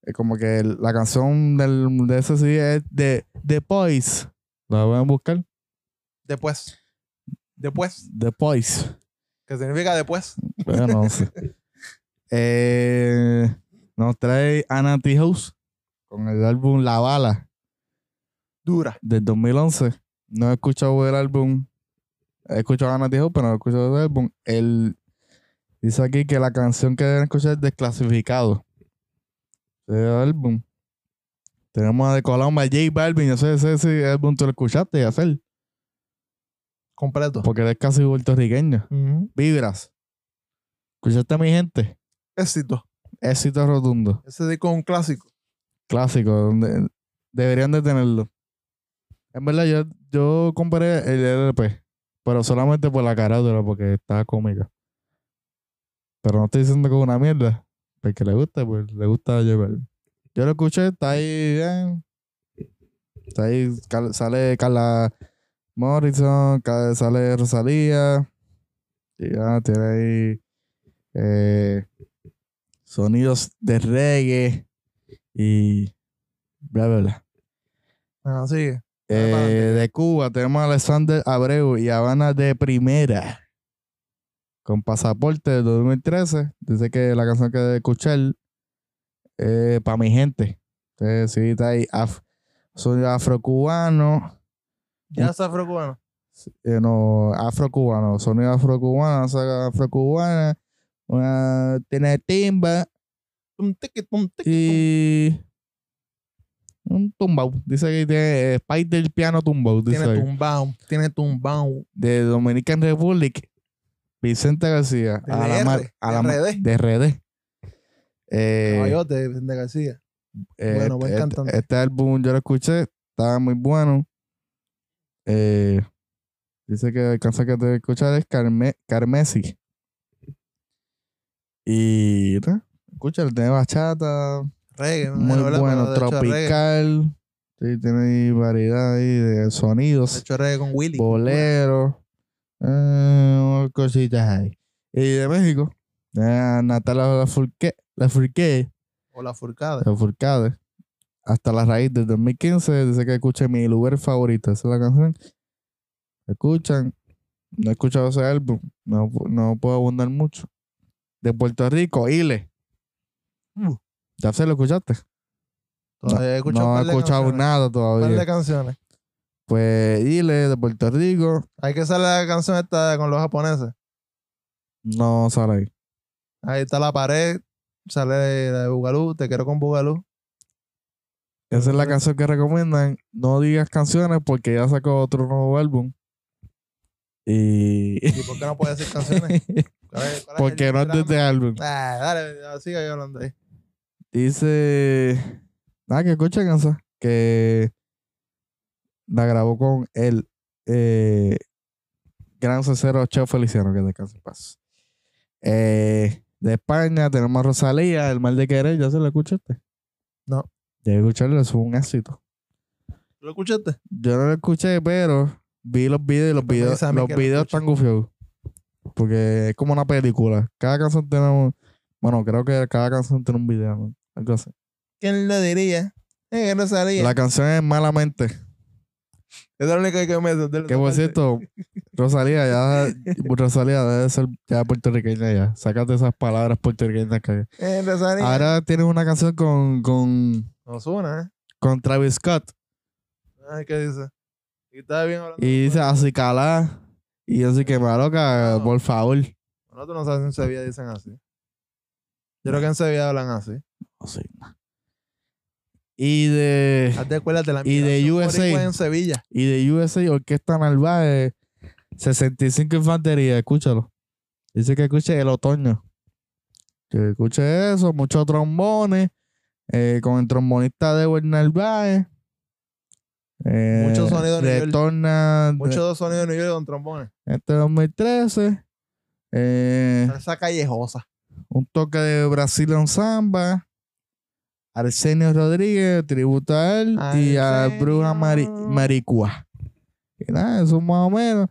Speaker 1: eh, como que el- la canción del, de ese CD es de The Poise. La voy a buscar.
Speaker 2: Después. Después.
Speaker 1: The Poise.
Speaker 2: Que significa después.
Speaker 1: Bueno, no sé. Eh, nos trae Anna T. House con el álbum La Bala
Speaker 2: Dura.
Speaker 1: del 2011. No he escuchado el álbum. He escuchado a Anna T. House, pero no he escuchado el álbum. El, dice aquí que la canción que deben escuchar es Desclasificado. Ese álbum. Tenemos a de Colombia, J Balvin. Yo sé sé si el álbum tú lo escuchaste, y hacer
Speaker 2: Completo.
Speaker 1: porque eres casi puertorriqueño.
Speaker 2: Ujú.
Speaker 1: Vibras. ¿Escuchaste a mi gente?
Speaker 2: Éxito.
Speaker 1: Éxito rotundo.
Speaker 2: Ese disco es un clásico.
Speaker 1: clásico, donde deberían de tenerlo. En verdad, yo, yo compré el LP, pero solamente por la carátula, porque estaba cómica. Pero no estoy diciendo que es una mierda. Pues que le gusta, pues le gusta a J Balvin. Yo lo escuché, está ahí bien. Está ahí, Cal- sale Carla Morrison, ca- sale Rosalía. Y ya tiene ahí eh, sonidos de reggae y bla, bla, bla.
Speaker 2: Ah, sigue. Dale
Speaker 1: Eh,
Speaker 2: pa'lante.
Speaker 1: de Cuba tenemos a Alexander Abreu y Habana de Primera. Con pasaporte del 2013. Dice que la canción que debe escuchar es para mi gente. Entonces, sí, está ahí. af- soy afrocubano.
Speaker 2: Ya está afrocubano.
Speaker 1: eh, no, afrocubano. Sonido afrocubano. saca afrocubana. Una, tiene timba
Speaker 2: Tum, tiqui, tum, tiqui, tum.
Speaker 1: y. Un tumbao. Dice que tiene eh, Spike del piano tumbao. Dice
Speaker 2: Tiene
Speaker 1: ahí.
Speaker 2: tumbao. Tiene tumbao.
Speaker 1: de Dominican Republic, Vicente García,
Speaker 2: De
Speaker 1: a la,
Speaker 2: DR,
Speaker 1: mar- a la mar-
Speaker 2: RD.
Speaker 1: de RD. Eh,
Speaker 2: Caballote de Vicente García.
Speaker 1: eh,
Speaker 2: bueno, buen
Speaker 1: este,
Speaker 2: cantante.
Speaker 1: este álbum yo lo escuché, estaba muy bueno. Eh, dice que la canción que te voy a escuchar es Carme, Carmesi. Y ¿tá? escucha, tiene bachata,
Speaker 2: Reggae. ¿no?
Speaker 1: muy
Speaker 2: ¿Verdad? Pero
Speaker 1: bueno,
Speaker 2: de hecho, reggae.
Speaker 1: tropical. Sí, tiene ahí variedad ahí de
Speaker 2: De
Speaker 1: sonidos
Speaker 2: hecho, reggae con Willy.
Speaker 1: bolero, eh, unas cositas ahí. Y de México, eh, Natalia Lafourque- Lafourcade,
Speaker 2: O la furcada.
Speaker 1: Lafourcade, hasta la raíz del 2015, dice que escuche mi lugar favorito, esa es la canción. Escuchan, no he escuchado ese álbum, no, pu- no puedo abundar mucho. De Puerto Rico, Ile.
Speaker 2: Mm.
Speaker 1: Ya se lo escuchaste.
Speaker 2: Todavía he escuchado un
Speaker 1: No he
Speaker 2: par de
Speaker 1: escuchado
Speaker 2: canciones.
Speaker 1: nada
Speaker 2: Un par de
Speaker 1: todavía.
Speaker 2: canciones.
Speaker 1: Pues Ile de Puerto Rico,
Speaker 2: Hay que salir la canción esta con los japoneses.
Speaker 1: no sale ahí.
Speaker 2: Ahí está la pared. Sale la de Bugalú. Te quiero con Bugalú.
Speaker 1: Esa es la canción que recomiendan. No digas canciones porque ya sacó otro nuevo álbum. Y.
Speaker 2: ¿Y por qué no puedes decir canciones? ¿Cuál es- cuál es
Speaker 1: porque
Speaker 2: el
Speaker 1: no es de este
Speaker 2: drama?
Speaker 1: álbum.
Speaker 2: Ah, dale, sigue ahí hablando ahí.
Speaker 1: Dice. Nada, que escucha cansa. Que. La grabó con el. eh, gran cesero Cheo Feliciano, que descanse en paz. Eh, de España tenemos a Rosalía, El Mal de Querer. ¿Ya se la escuchaste?
Speaker 2: No.
Speaker 1: Debe escucharlo, es un éxito.
Speaker 2: ¿Lo escuchaste?
Speaker 1: Yo no lo escuché, pero vi los videos y los
Speaker 2: Pero
Speaker 1: videos,
Speaker 2: esa a mí
Speaker 1: los
Speaker 2: que la
Speaker 1: videos
Speaker 2: escucho.
Speaker 1: están gufiados. Porque es como una película. Cada canción tiene un... Bueno, creo que cada canción tiene un video, ¿no? Algo así.
Speaker 2: ¿Quién lo diría? Eh, que no salía.
Speaker 1: La canción es Malamente.
Speaker 2: Es lo único que me de- de-
Speaker 1: Que por
Speaker 2: de-
Speaker 1: cierto, Rosalía ya... Rosalía debe ser ya puertorriqueña ya. Sácate esas palabras puertorriqueñas que...
Speaker 2: Eh, no salía.
Speaker 1: Ahora tienes una canción con... con...
Speaker 2: Ozuna, ¿eh?
Speaker 1: Con Travis Scott.
Speaker 2: Ay, ¿qué dice? Y estaba bien hablando.
Speaker 1: Y dice así calá. Y así que maroca,
Speaker 2: No.
Speaker 1: por favor.
Speaker 2: Nosotros no sabemos en Sevilla dicen así. Yo creo que en Sevilla hablan así.
Speaker 1: Así. Y de...
Speaker 2: Hazte acuérdate la
Speaker 1: Y de
Speaker 2: migración
Speaker 1: USA.
Speaker 2: boricua en Sevilla.
Speaker 1: y de USA Orquesta Narváez 65 Infantería, escúchalo. Dice que escuche el otoño. Que escuche eso, muchos trombones, eh, con el trombonista de Narváez. Eh,
Speaker 2: Mucho sonido a nivel-
Speaker 1: Retorna
Speaker 2: Muchos dos sonidos de New York con trombones.
Speaker 1: de- este 2013. eh,
Speaker 2: Esa callejosa.
Speaker 1: un toque de Brazilian Samba. Arsenio Rodríguez, tributo a él, y a
Speaker 2: Arsenio.
Speaker 1: Bruja Mari Maricua. Y nada, eso más o menos.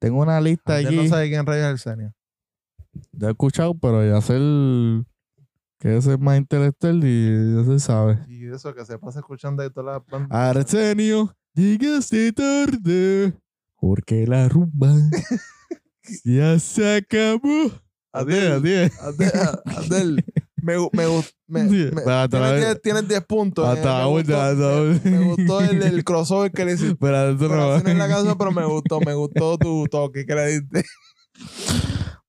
Speaker 1: Tengo una lista
Speaker 2: Usted
Speaker 1: aquí.
Speaker 2: no sabe quién reyes el senior.
Speaker 1: Ya he escuchado, pero ya sé el- que ese es más intelectual y ya se sabe.
Speaker 2: Y eso que se pasa escuchando de todas las
Speaker 1: Ah,
Speaker 2: bandas.
Speaker 1: Arsenio, llegaste tarde, porque la rumba ya se acabó. Así es, así es.
Speaker 2: Adel, Adel, me, gu- me, gu- me,
Speaker 1: Sí,
Speaker 2: me-
Speaker 1: hasta la-
Speaker 2: tienes, 10, tienes 10 puntos. eh,
Speaker 1: Hasta
Speaker 2: me gustó,
Speaker 1: ahorita, hasta
Speaker 2: me-
Speaker 1: ahorita.
Speaker 2: me gustó el, el crossover que le hiciste.
Speaker 1: Pero eso no
Speaker 2: Pero
Speaker 1: va.
Speaker 2: así no es la canción, pero me gustó, me gustó tu toque que le diste.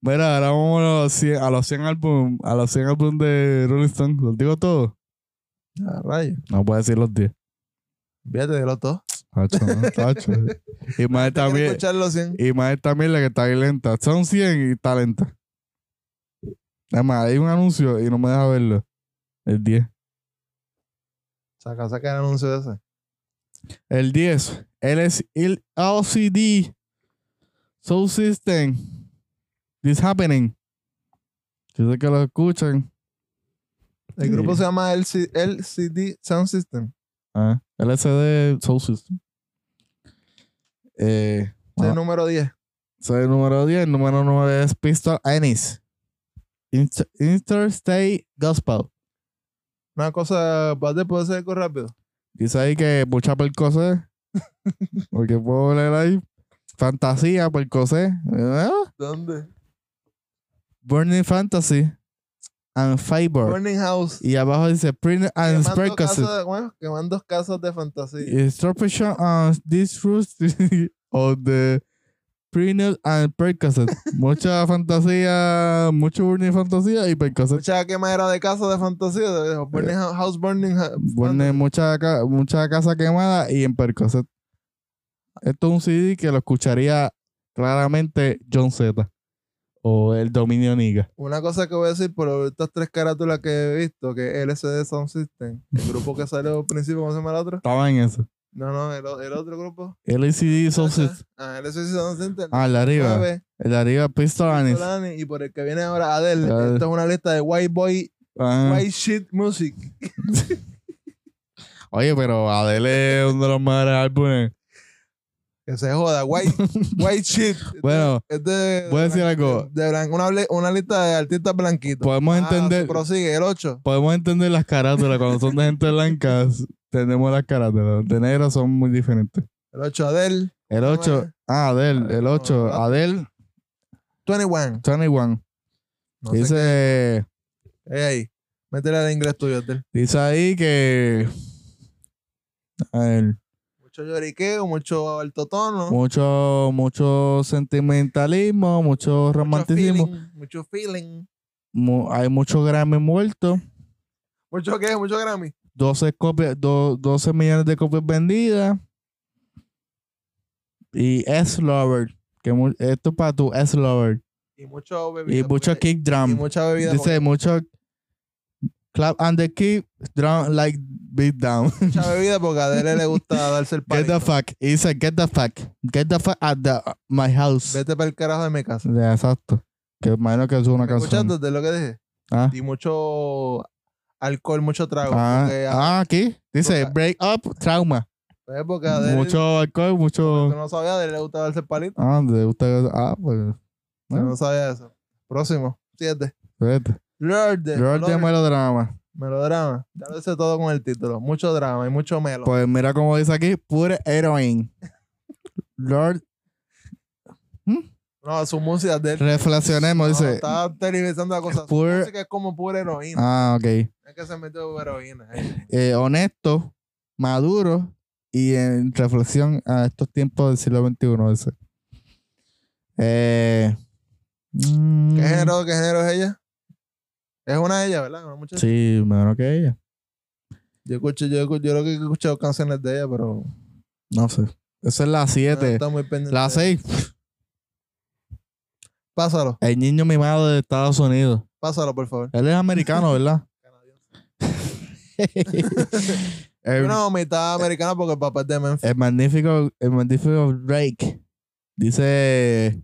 Speaker 1: Mira, ahora vamos a los 100, a los 100 álbum, a los 100 álbum de Rolling Stone. ¿Los digo todos?
Speaker 2: Ah, rayo.
Speaker 1: No puedo decir los 10.
Speaker 2: Fíjate de los dos.
Speaker 1: Hacho, ¿no? Hacho. Y más
Speaker 2: Quiero
Speaker 1: también,
Speaker 2: escuchar los 100.
Speaker 1: y más también la que está ahí lenta. Son 100 y está lenta. Además, hay un anuncio y no me deja verlo. El 10.
Speaker 2: Saca, saca el anuncio de ese.
Speaker 1: El 10. Él es el LCD. Soul System. This happening. Yo sé que lo escuchan.
Speaker 2: El grupo se llama LC LCD Sound System.
Speaker 1: Ah, LCD Soul System. Eh,
Speaker 2: Ese es
Speaker 1: Ah.
Speaker 2: el número 10.
Speaker 1: soy el número 10. El número 9 es Pistol Ennis. Inter- Interstate Gospel.
Speaker 2: Una cosa, ¿vas a poder algo rápido?
Speaker 1: Dice ahí que mucha percose. porque puedo leer ahí. Fantasía, percose. Ah,
Speaker 2: ¿Dónde?
Speaker 1: Burning Fantasy. And Fiber.
Speaker 2: Burning House.
Speaker 1: Y abajo dice Print and
Speaker 2: Quemando
Speaker 1: Percose.
Speaker 2: casas, bueno, quemando casas de fantasía.
Speaker 1: Eh, Instruction on this route of the Prince and Percocet. Mucha fantasía, mucho burning fantasía y Percocet.
Speaker 2: Mucha quemadera de casas de fantasía. de- Burning House, House Burning House.
Speaker 1: Eh, Burning mucha, ca- mucha casa quemada y en Percocet. Esto es un CD que lo escucharía claramente John Z o el Dominio Niga.
Speaker 2: Una cosa que voy a decir por estas tres carátulas que he visto, que es LCD Sound System, el grupo que salió al principio, ¿cómo se llama el otro?
Speaker 1: Estaba en eso.
Speaker 2: No, no, el, o- el otro grupo.
Speaker 1: LCD Soul System.
Speaker 2: Ah, LCD Sound System.
Speaker 1: Ah, el de arriba.
Speaker 2: nueve,
Speaker 1: El de arriba, Pistol Anis.
Speaker 2: Solani, y por el que viene ahora Adele.
Speaker 1: Adele.
Speaker 2: Esta es una lista de White Boy,
Speaker 1: Ah.
Speaker 2: White Shit Music.
Speaker 1: Oye, pero Adele es uno de los mejores álbumes.
Speaker 2: Que se joda, White, white Shit.
Speaker 1: Bueno,
Speaker 2: Es de,
Speaker 1: voy a decir
Speaker 2: de-
Speaker 1: algo.
Speaker 2: de blan- una, bla- una lista de artistas blanquitos.
Speaker 1: podemos
Speaker 2: Ah,
Speaker 1: entender.
Speaker 2: prosigue, el 8.
Speaker 1: podemos entender las carátulas. Cuando son de gente blanca, s- tenemos las carátulas. De negro son muy diferentes.
Speaker 2: El 8, Adele.
Speaker 1: El 8, ah, Adel, el 8, Adel
Speaker 2: 21.
Speaker 1: 21.
Speaker 2: No sé
Speaker 1: Dice,
Speaker 2: qué- Ey, ahí. Métela de inglés tuyo, Adele.
Speaker 1: dice ahí que. A ver,
Speaker 2: Mucho lloriqueo, mucho alto tono.
Speaker 1: mucho, mucho sentimentalismo, mucho romanticismo.
Speaker 2: Mucho feeling.
Speaker 1: mu- hay mucho Grammy muerto.
Speaker 2: Mucho qué, mucho Grammy.
Speaker 1: 12, copias, do- 12 millones de copias vendidas. Y S-Lover. Que mu- esto es para tu S-Lover.
Speaker 2: Y mucho bebida.
Speaker 1: Y mucho
Speaker 2: porque-
Speaker 1: kick
Speaker 2: Y
Speaker 1: drum.
Speaker 2: mucha bebida.
Speaker 1: Dice mucho clap and the kick drum like beat down.
Speaker 2: porque- mucha bebida porque a Adele le gusta darse el
Speaker 1: Get the
Speaker 2: pánico.
Speaker 1: fuck. He said, get the fuck. Get the fuck at the, uh, my house.
Speaker 2: Vete para el carajo de mi casa.
Speaker 1: Ya, Exacto. Que imagino que es una canción.
Speaker 2: Escuchándote lo que dije.
Speaker 1: Ah.
Speaker 2: Y mucho alcohol, mucho trago.
Speaker 1: Ah,
Speaker 2: porque,
Speaker 1: ah, aquí. Dice
Speaker 2: Porque-
Speaker 1: break up, trauma.
Speaker 2: es porque a Adele,
Speaker 1: Mucho alcohol,
Speaker 2: tú
Speaker 1: mucho.
Speaker 2: no sabías, a Adele le gusta darse el palito.
Speaker 1: Ah, de usted. Ah, pues.
Speaker 2: Tú no sabías eso. Próximo. Siete.
Speaker 1: Fíjate.
Speaker 2: Lord. de-
Speaker 1: Lord de
Speaker 2: Lord-
Speaker 1: melodrama.
Speaker 2: Melodrama. Ya lo hice todo con el título. Mucho drama y mucho melo.
Speaker 1: Pues mira como dice aquí, pure heroin. Lord,
Speaker 2: No, su música de
Speaker 1: reflexionemos,
Speaker 2: No,
Speaker 1: dice.
Speaker 2: Está televisando la cosa. Su
Speaker 1: pure-
Speaker 2: música es como pura heroína.
Speaker 1: Ah, ok.
Speaker 2: Es que se metió heroína. eh.
Speaker 1: eh, honesto, maduro y en reflexión a estos tiempos del siglo XXI. Dice. Eh, mm,
Speaker 2: ¿Qué género, qué género es ella? Es una de ellas, ¿verdad? Una muchacha.
Speaker 1: Sí, mejor que ella.
Speaker 2: Yo escucho, yo escucho, yo creo que he escuchado canciones de ella, pero no
Speaker 1: No sé. Esa es la 7.
Speaker 2: Ah, está muy pendiente.
Speaker 1: la 6.
Speaker 2: Pásalo,
Speaker 1: El niño mimado de Estados Unidos.
Speaker 2: pásalo, por favor.
Speaker 1: Él es americano, ¿verdad? el,
Speaker 2: No, mitad
Speaker 1: Eh.
Speaker 2: americana porque el papá es de Memphis.
Speaker 1: el magnífico, el magnífico Drake. Dice.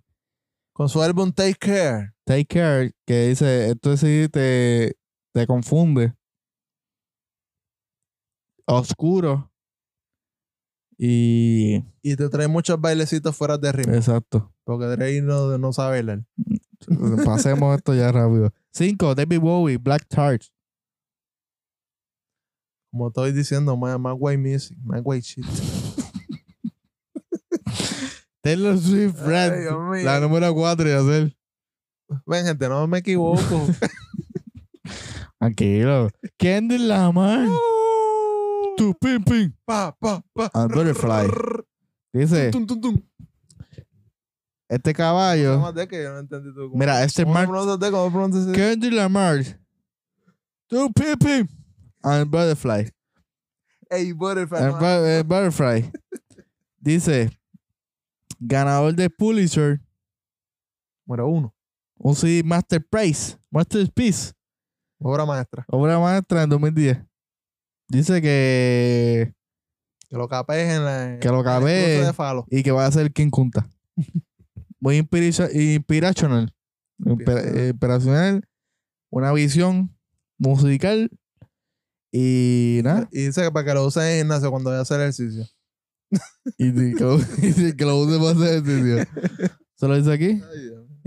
Speaker 2: Con su álbum Take Care.
Speaker 1: Take Care, que dice, esto sí te, te confunde. Oscuro. Y...
Speaker 2: Y te trae muchos bailecitos fuera de
Speaker 1: Eh.
Speaker 2: ritmo.
Speaker 1: Exacto.
Speaker 2: Porque Drake no, no sabe bailar.
Speaker 1: Pasemos esto ya rápido. 5. David Bowie, Black Tart.
Speaker 2: Como estoy diciendo, más, más white music, más white shit.
Speaker 1: Taylor Swift, Red.
Speaker 2: Ay, Dios mío.
Speaker 1: la número 4 y hacer.
Speaker 2: Ven, gente, no me equivoco.
Speaker 1: Tranquilo. Candy Lamar. tu ping ping.
Speaker 2: pa, pa, pa.
Speaker 1: And Butterfly. Dice,
Speaker 2: Tum, tum, tum.
Speaker 1: este caballo.
Speaker 2: Más de que Eh. yo no entendí tú.
Speaker 1: Mira, este
Speaker 2: ¿Cómo
Speaker 1: Mark
Speaker 2: pronuncias de- cómo pronuncias de-
Speaker 1: Candy Lamar. Tu ping ping. And Butterfly.
Speaker 2: Ey, Butterfly.
Speaker 1: El
Speaker 2: no,
Speaker 1: bu- el Butterfly. Dice, ganador de Pulitzer,
Speaker 2: Número uno.
Speaker 1: un CD Masterpiece, Masterpiece,
Speaker 2: Obra maestra.
Speaker 1: obra maestra en 2010. Dice que,
Speaker 2: Que lo capes en la.
Speaker 1: Que lo
Speaker 2: en el
Speaker 1: capee.
Speaker 2: cruce de falo.
Speaker 1: y que va a ser King Kunta. Muy inspira- inspirational, Inspira-
Speaker 2: Inspirational.
Speaker 1: inspiracional, una visión musical Y nada.
Speaker 2: Y dice que para que lo usen en el gimnasio cuando vaya a hacer ejercicio.
Speaker 1: Y di- que lo, y que lo use para hacer ejercicio. Se lo dice aquí.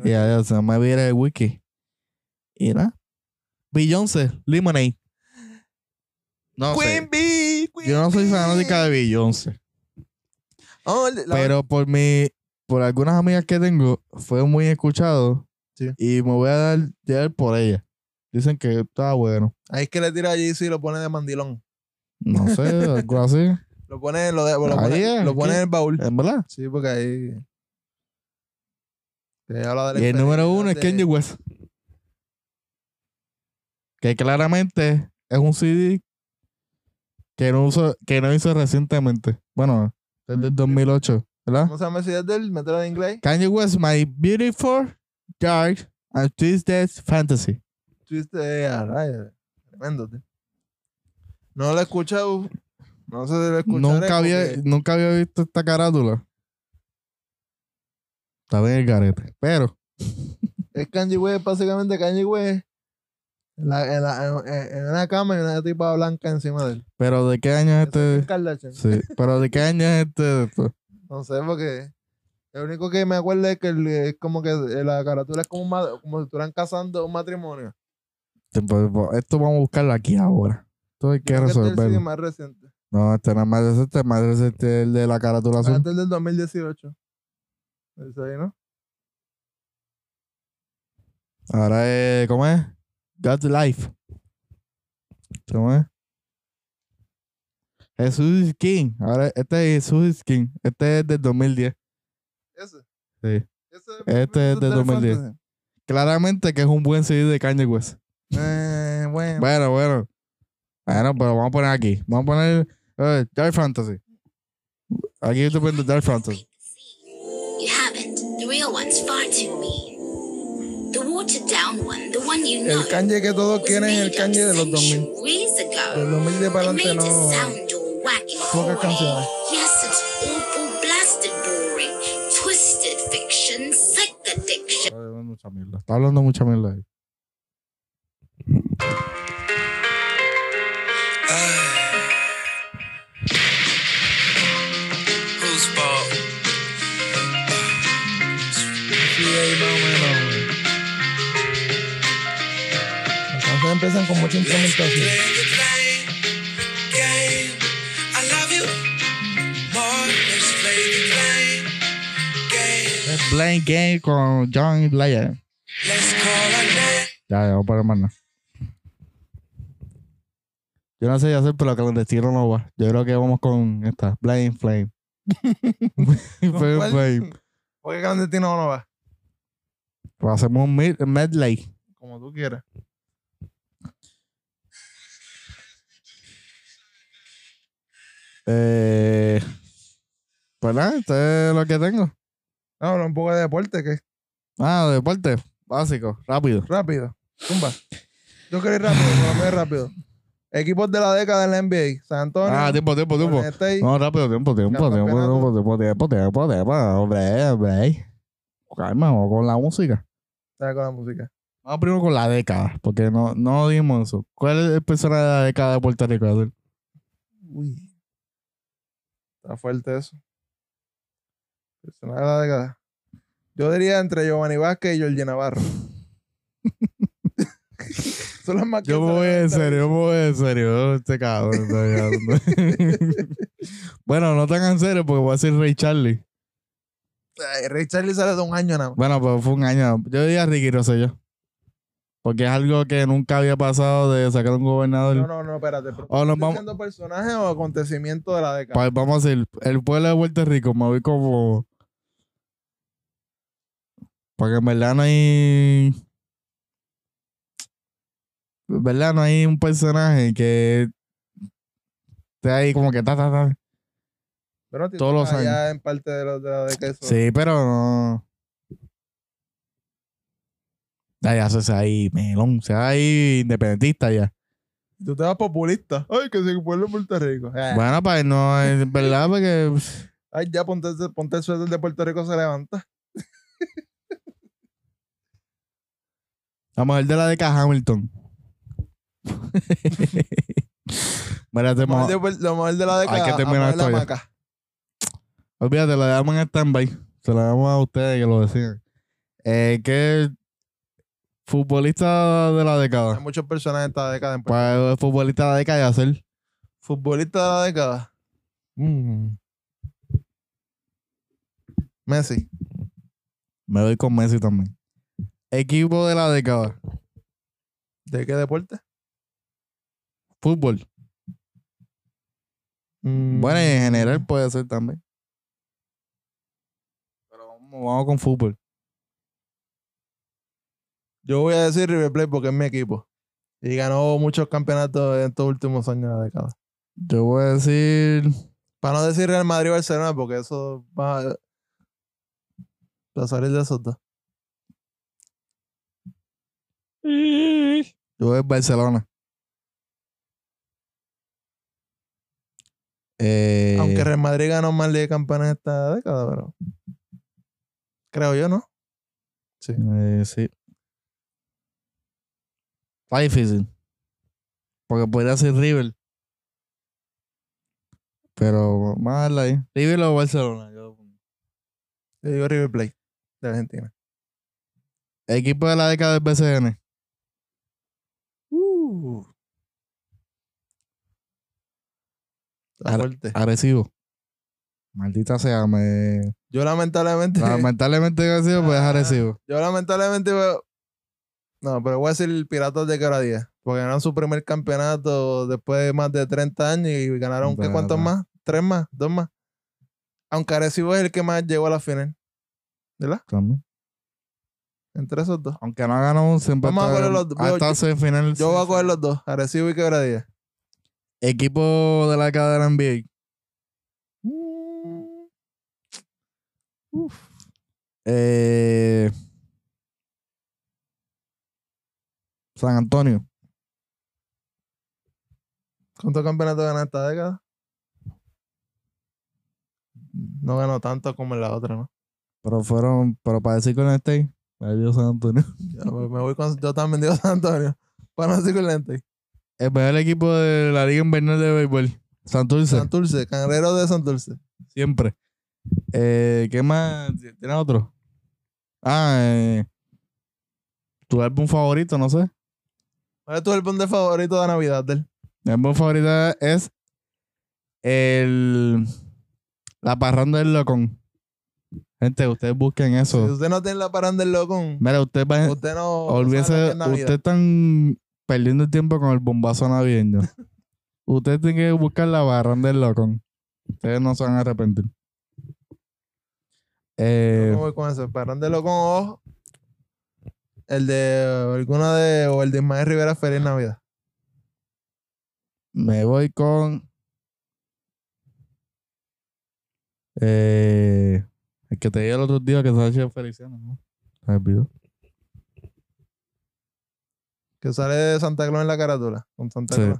Speaker 1: Y adiós. Nada más viera el wiki. Y nada. Beyoncé, Lemonade. No sé.
Speaker 2: Queen Bee, Queen
Speaker 1: Yo no soy
Speaker 2: Bee.
Speaker 1: fanática de Beyoncé.
Speaker 2: Oh, la-
Speaker 1: Pero por mi, por algunas amigas que tengo, fue muy escuchado.
Speaker 2: Sí.
Speaker 1: Y me voy a dar llevar por ella. Dicen que está bueno.
Speaker 2: Ahí es que le tira a Jay-Z y lo pone de mandilón.
Speaker 1: No sé, algo así.
Speaker 2: Lo pone, lo, de- lo
Speaker 1: Ahí
Speaker 2: pone,
Speaker 1: es,
Speaker 2: lo pone
Speaker 1: aquí.
Speaker 2: en el baúl.
Speaker 1: En verdad.
Speaker 2: Sí, porque ahí. que habla de la
Speaker 1: Y el número
Speaker 2: experiencia
Speaker 1: uno es
Speaker 2: de-
Speaker 1: Kanye West. Que claramente es un CD que no, uso, que no hizo recientemente. Bueno, desde el 2008, ¿verdad?
Speaker 2: ¿Cómo se llama ese del metro en inglés?
Speaker 1: Kanye West, My Beautiful, Dark, and Twisted Fantasy.
Speaker 2: Tuviste eh, a rayos. Tremendo, tío. No lo he escuchado. No sé si lo escucharé.
Speaker 1: Nunca había,
Speaker 2: porque-
Speaker 1: nunca había visto esta carátula. Está bien el garete. Pero,
Speaker 2: Es Kanye West, básicamente Kanye West. En, la- en la- en- en una cama y una tipa blanca encima de él.
Speaker 1: pero ¿de qué año es
Speaker 2: Eso es
Speaker 1: este?
Speaker 2: Kardashian.
Speaker 1: Sí, pero ¿de qué año es este? esto?
Speaker 2: No sé, porque lo único que me acuerdo es que el- es como que la carátula es como, un ma- como si estuvieran casando un matrimonio.
Speaker 1: Tiempo- Esto vamos a buscarlo aquí ahora. Esto hay que
Speaker 2: Creo que este es el
Speaker 1: resolverlo.
Speaker 2: CD más reciente.
Speaker 1: No, este no es más reciente, más reciente es este, el de la carátula azul.
Speaker 2: Antes del 2018. Dice ahí, ¿no?
Speaker 1: Ahora es, ¿cómo es? God's Life. ¿Cómo es? Jesús is King. Ahora, este es Jesús is King. Este es del 2010.
Speaker 2: Ese.
Speaker 1: Sí.
Speaker 2: Ese
Speaker 1: Este es de 2010.
Speaker 2: Fantasy.
Speaker 1: Claramente que es un buen CD de Kanye West.
Speaker 2: Eh, bueno.
Speaker 1: Bueno, bueno. Bueno, pero vamos a poner aquí. Vamos a poner eh, Dark Fantasy. Aquí yo te pongo Dark Fantasy.
Speaker 5: You haven't. The real one's far too mean. The watered down one, the one you know.
Speaker 2: El Kanye que todos
Speaker 5: was
Speaker 2: quieren es el
Speaker 5: made
Speaker 2: Kanye
Speaker 5: up
Speaker 2: de los 2000.
Speaker 5: centuries ago.
Speaker 2: Del 2000 de para
Speaker 5: It
Speaker 2: adelante
Speaker 5: made us
Speaker 2: no.
Speaker 5: sound all wacky.
Speaker 2: Pocas canciones.
Speaker 5: Yes, it's awful, blasted, boring, twisted fiction, psychediction.
Speaker 1: Está hablando mucha mierda. Está hablando mucha mierda ahí.
Speaker 3: Who's fault?
Speaker 2: Sí, ahí más o menos. Las canciones empiezan con mucha instrumentación.
Speaker 1: Blame Game con John Legend. Ya, ya, vamos para hermana. Yo no sé qué hacer, pero clandestino no va. Yo creo que vamos con esta. Blame Flame. Blame
Speaker 2: cuál?
Speaker 1: Flame.
Speaker 2: Porque clandestino no va.
Speaker 1: Pues hacemos un mid- medley.
Speaker 2: Como tú quieras.
Speaker 1: Eh, pues nada, esto es lo que tengo.
Speaker 2: No, habla un poco de deporte, que es
Speaker 1: Ah, deporte. Básico, rápido.
Speaker 2: rápido. Tumba. Yo quiero ir rápido, por lo menos rápido. Equipos de la década en la NBA. San Antonio.
Speaker 1: Ah, tiempo, tiempo, tiempo.
Speaker 2: Golden State,
Speaker 1: No, rápido, tiempo, tiempo, tiempo,
Speaker 2: Campeonato.
Speaker 1: tiempo, tiempo, tiempo, tiempo, tiempo, hombre, hombre. Calma, vamos con la música.
Speaker 2: Dale con la música.
Speaker 1: Vamos primero con la década, porque no, no dimos eso. ¿Cuál es el personaje de la década de Puerto Rico? Adel?
Speaker 2: Uy. Está fuerte eso. Personaje de la década. Yo diría entre Giovanni Vázquez y Jorge Navarro. Son las más que
Speaker 1: Yo me
Speaker 2: se
Speaker 1: voy
Speaker 2: le
Speaker 1: en
Speaker 2: ven
Speaker 1: serio, yo me voy en serio. Este cabrón está hablando. Bueno, no tan en serio, porque voy a decir Ray Charlie.
Speaker 2: esta- Ay, Ray Charles sale de un año nada más.
Speaker 1: Bueno, pero fue un año. Yo diría Ricky Rosselló. Porque es algo que nunca había pasado de sacar un gobernador.
Speaker 2: No, no, no, espérate. pero
Speaker 1: Oh, nos
Speaker 2: ¿estás
Speaker 1: vamos-
Speaker 2: diciendo personaje o acontecimiento de la década?
Speaker 1: Pues vamos a decir, el pueblo de Puerto Rico, me voy como. Porque en verdad no hay. En verdad no hay un personaje que. Esté ahí como que ta, ta, ta.
Speaker 2: Pero te
Speaker 1: todos los
Speaker 2: toca ya en parte de, los de la década. eso.
Speaker 1: Sí, pero no. Ya, ya, se hace ahí, melón, se hace ahí independentista ya.
Speaker 2: Tú te vas populista. Ay, que se pueblo de Puerto Rico. Eh,
Speaker 1: Bueno, pues no, es verdad, porque. pff,
Speaker 2: Ay, ya ponte, ese- ponte el suéter de Puerto Rico, se levanta.
Speaker 1: La mujer de la década Hamilton. Mira, te
Speaker 2: Lo mejor
Speaker 1: mo-
Speaker 2: de- Lo mejor de la
Speaker 1: que
Speaker 2: década.
Speaker 1: terminar
Speaker 2: amar la
Speaker 1: esto ya.
Speaker 2: maca.
Speaker 1: Olvídate, la damos en stand-by. Se la damos a ustedes que lo decían. Eh, ¿Qué futbolista de la
Speaker 2: Hay
Speaker 1: década?
Speaker 2: muchos personajes de esta década. en Puerto
Speaker 1: Pues el futbolista de la década de hacer.
Speaker 2: Rico. Futbolista de la década. Messi.
Speaker 1: Me voy con Messi también. Equipo de la década.
Speaker 2: ¿De qué deporte?
Speaker 1: Fútbol.
Speaker 2: Mm.
Speaker 1: Bueno, y en general puede ser también. Pero vamos, vamos con fútbol.
Speaker 2: Yo voy a decir River Plate porque es mi equipo. Y ganó muchos campeonatos en estos últimos años de la década.
Speaker 1: Yo voy a decir.
Speaker 2: Para no decir Real Madrid o Barcelona, porque eso va a, para salir de esos dos.
Speaker 1: Yo voy a Barcelona. Eh,
Speaker 2: Aunque Real Madrid ganó más Liga de Campeones esta década, pero. Creo yo, ¿no?
Speaker 1: Eh, sí. Está difícil. Porque podría ser River. Pero más ahí. River o Barcelona. Yo-
Speaker 2: Yo digo River Plate de Argentina.
Speaker 1: Equipo de la década del BCN.
Speaker 2: Está
Speaker 1: Ahora-
Speaker 2: fuerte.
Speaker 1: Agresivo. Maldita sea, me.
Speaker 2: Yo lamentablemente.
Speaker 1: Lamentablemente agresivo, pues es
Speaker 2: Ah.
Speaker 1: agresivo.
Speaker 2: Yo lamentablemente voy a- No, pero voy a decir Piratas de Caraíbas. Porque ganaron su primer campeonato después de más de 30 años y ganaron, ¿qué, ¿cuántos
Speaker 1: Verdad.
Speaker 2: más? ¿Tres más? ¿Dos más? Aunque Arecibo es el que más llegó a la final. ¿Verdad?
Speaker 1: También.
Speaker 2: Entre esos dos.
Speaker 1: Aunque no ganó siempre.
Speaker 2: Vamos a
Speaker 1: hasta-
Speaker 2: coger los dos. Yo-
Speaker 1: Hasta semifinal.
Speaker 2: Yo voy a coger los dos, Arecibo y Quebradilla.
Speaker 1: Equipo de la década de la NBA. Eh, San Antonio.
Speaker 2: ¿Cuántos campeonatos ganó esta década? No ganó tanto como en la otra, ¿no?
Speaker 1: Pero fueron, pero para decir con este, adiós San Antonio.
Speaker 2: Ya, me me voy con, yo también digo San Antonio. Bueno, así con lente.
Speaker 1: El mejor equipo de la Liga Invernal de Béisbol. Santurce,
Speaker 2: Santurce, Cangreros de Santurce.
Speaker 1: siempre. Eh, ¿Qué más? ¿Tienes otro? Ah, eh, tu álbum favorito, no sé.
Speaker 2: ¿Cuál es tu álbum de favorito de Navidad del?
Speaker 1: Mi álbum favorito es el La Parranda del Locón. Gente, ustedes busquen
Speaker 2: Si
Speaker 1: eso.
Speaker 2: usted no tiene la paranda del locón,
Speaker 1: Mira, ustedes vayan,
Speaker 2: usted no.
Speaker 1: Olvídese,
Speaker 2: no sabe lo que es Navidad.
Speaker 1: ustedes están perdiendo el tiempo con el bombazo navideño. ustedes tienen que buscar la barra del locón. Ustedes no se van a arrepentir.
Speaker 2: Yo
Speaker 1: Eh,
Speaker 2: me voy con eso. Paranda del locón o. El de. o Alguno de. O el de Ismael Rivera, Feliz Navidad.
Speaker 1: me voy con. Eh, el que te dije el otro día que se ha hecho Feliciano, ¿no? Se me olvidó.
Speaker 2: Que sale de Santa Claus en la carátula. Con Santa
Speaker 1: Sí.
Speaker 2: Claus.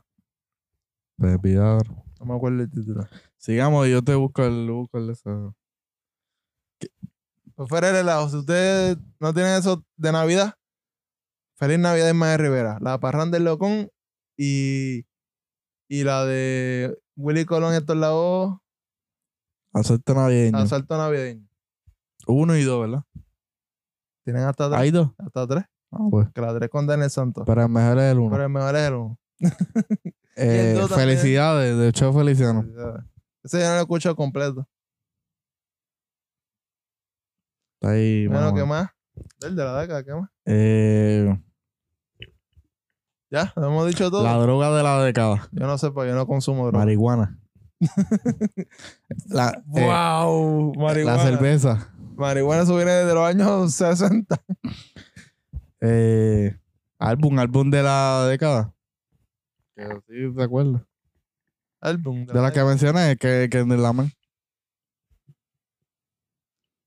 Speaker 1: Se me olvidó ahora.
Speaker 2: No me acuerdo el título.
Speaker 1: Sigamos, yo te busco el. Busco el eso.
Speaker 2: Pues fuera el helado. Si ustedes no tienen eso de Navidad, Feliz Navidad de Ismael Rivera. La parranda del locón y. Y la de Willy Colón y Héctor Lavoe,
Speaker 1: Acepto navideño.
Speaker 2: Asalto Navideño.
Speaker 1: Uno y dos, ¿verdad?
Speaker 2: Tienen hasta tres.
Speaker 1: Hay dos.
Speaker 2: Hasta tres.
Speaker 1: Ah, pues.
Speaker 2: Que la tres con Daniel Santos.
Speaker 1: Para mejor es el uno.
Speaker 2: Pero el mejor es el uno.
Speaker 1: Eh,
Speaker 2: el dos también.
Speaker 1: felicidades, de hecho, Feliciano.
Speaker 2: Ese yo no lo escucho completo.
Speaker 1: Está ahí.
Speaker 2: Bueno,
Speaker 1: mamá.
Speaker 2: ¿qué más? Del de la década, ¿qué más?
Speaker 1: Eh,
Speaker 2: Ya, lo hemos dicho todo.
Speaker 1: la droga de la década.
Speaker 2: Yo no sé, pues yo no consumo droga.
Speaker 1: Marihuana. la, eh,
Speaker 2: wow,
Speaker 1: la cerveza.
Speaker 2: Marihuana, eso viene desde los años 60.
Speaker 1: Eh, álbum, álbum de la década. Que sí, ¿te acuerdas?
Speaker 2: Álbum.
Speaker 1: De la que mencioné, que, que de la man.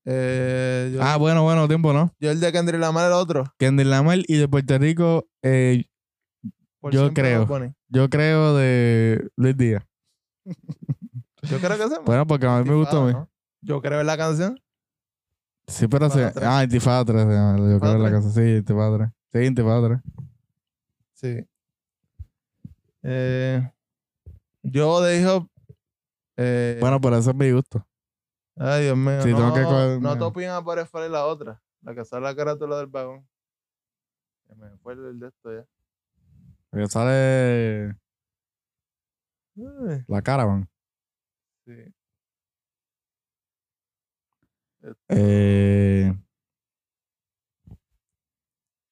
Speaker 2: Eh, yo,
Speaker 1: Ah, bueno, bueno, tiempo, ¿no?
Speaker 2: yo el de Kendrick Lamar el otro.
Speaker 1: Kendrick Lamar y de Puerto Rico, eh,
Speaker 2: Por
Speaker 1: Yo
Speaker 2: siempre
Speaker 1: creo.
Speaker 2: Bad Bunny.
Speaker 1: yo creo de Luis Díaz.
Speaker 2: Yo creo que ese
Speaker 1: Bueno, porque Pues, a mí me gustó a mí.
Speaker 2: ¿no? Yo creo en la canción.
Speaker 1: Sí, pero se.
Speaker 2: Intifada tres.
Speaker 1: Ah, Intifada 3, se llama, yo creo
Speaker 2: Intifada
Speaker 1: en la
Speaker 2: tres.
Speaker 1: casa. Sí, Intifada 3. Sí, Intifada 3.
Speaker 2: Sí. Eh, Yo de hip-hop. eh,
Speaker 1: Bueno, por eso es mi gusto.
Speaker 2: ay, Dios mío.
Speaker 1: sí,
Speaker 2: no,
Speaker 1: tengo que coger-
Speaker 2: no te opinas por es la otra. La que sale la carátula del vagón. Que me fue el de esto ya.
Speaker 1: Porque sale
Speaker 2: Ay,
Speaker 1: la caravan.
Speaker 2: Sí.
Speaker 1: Eh,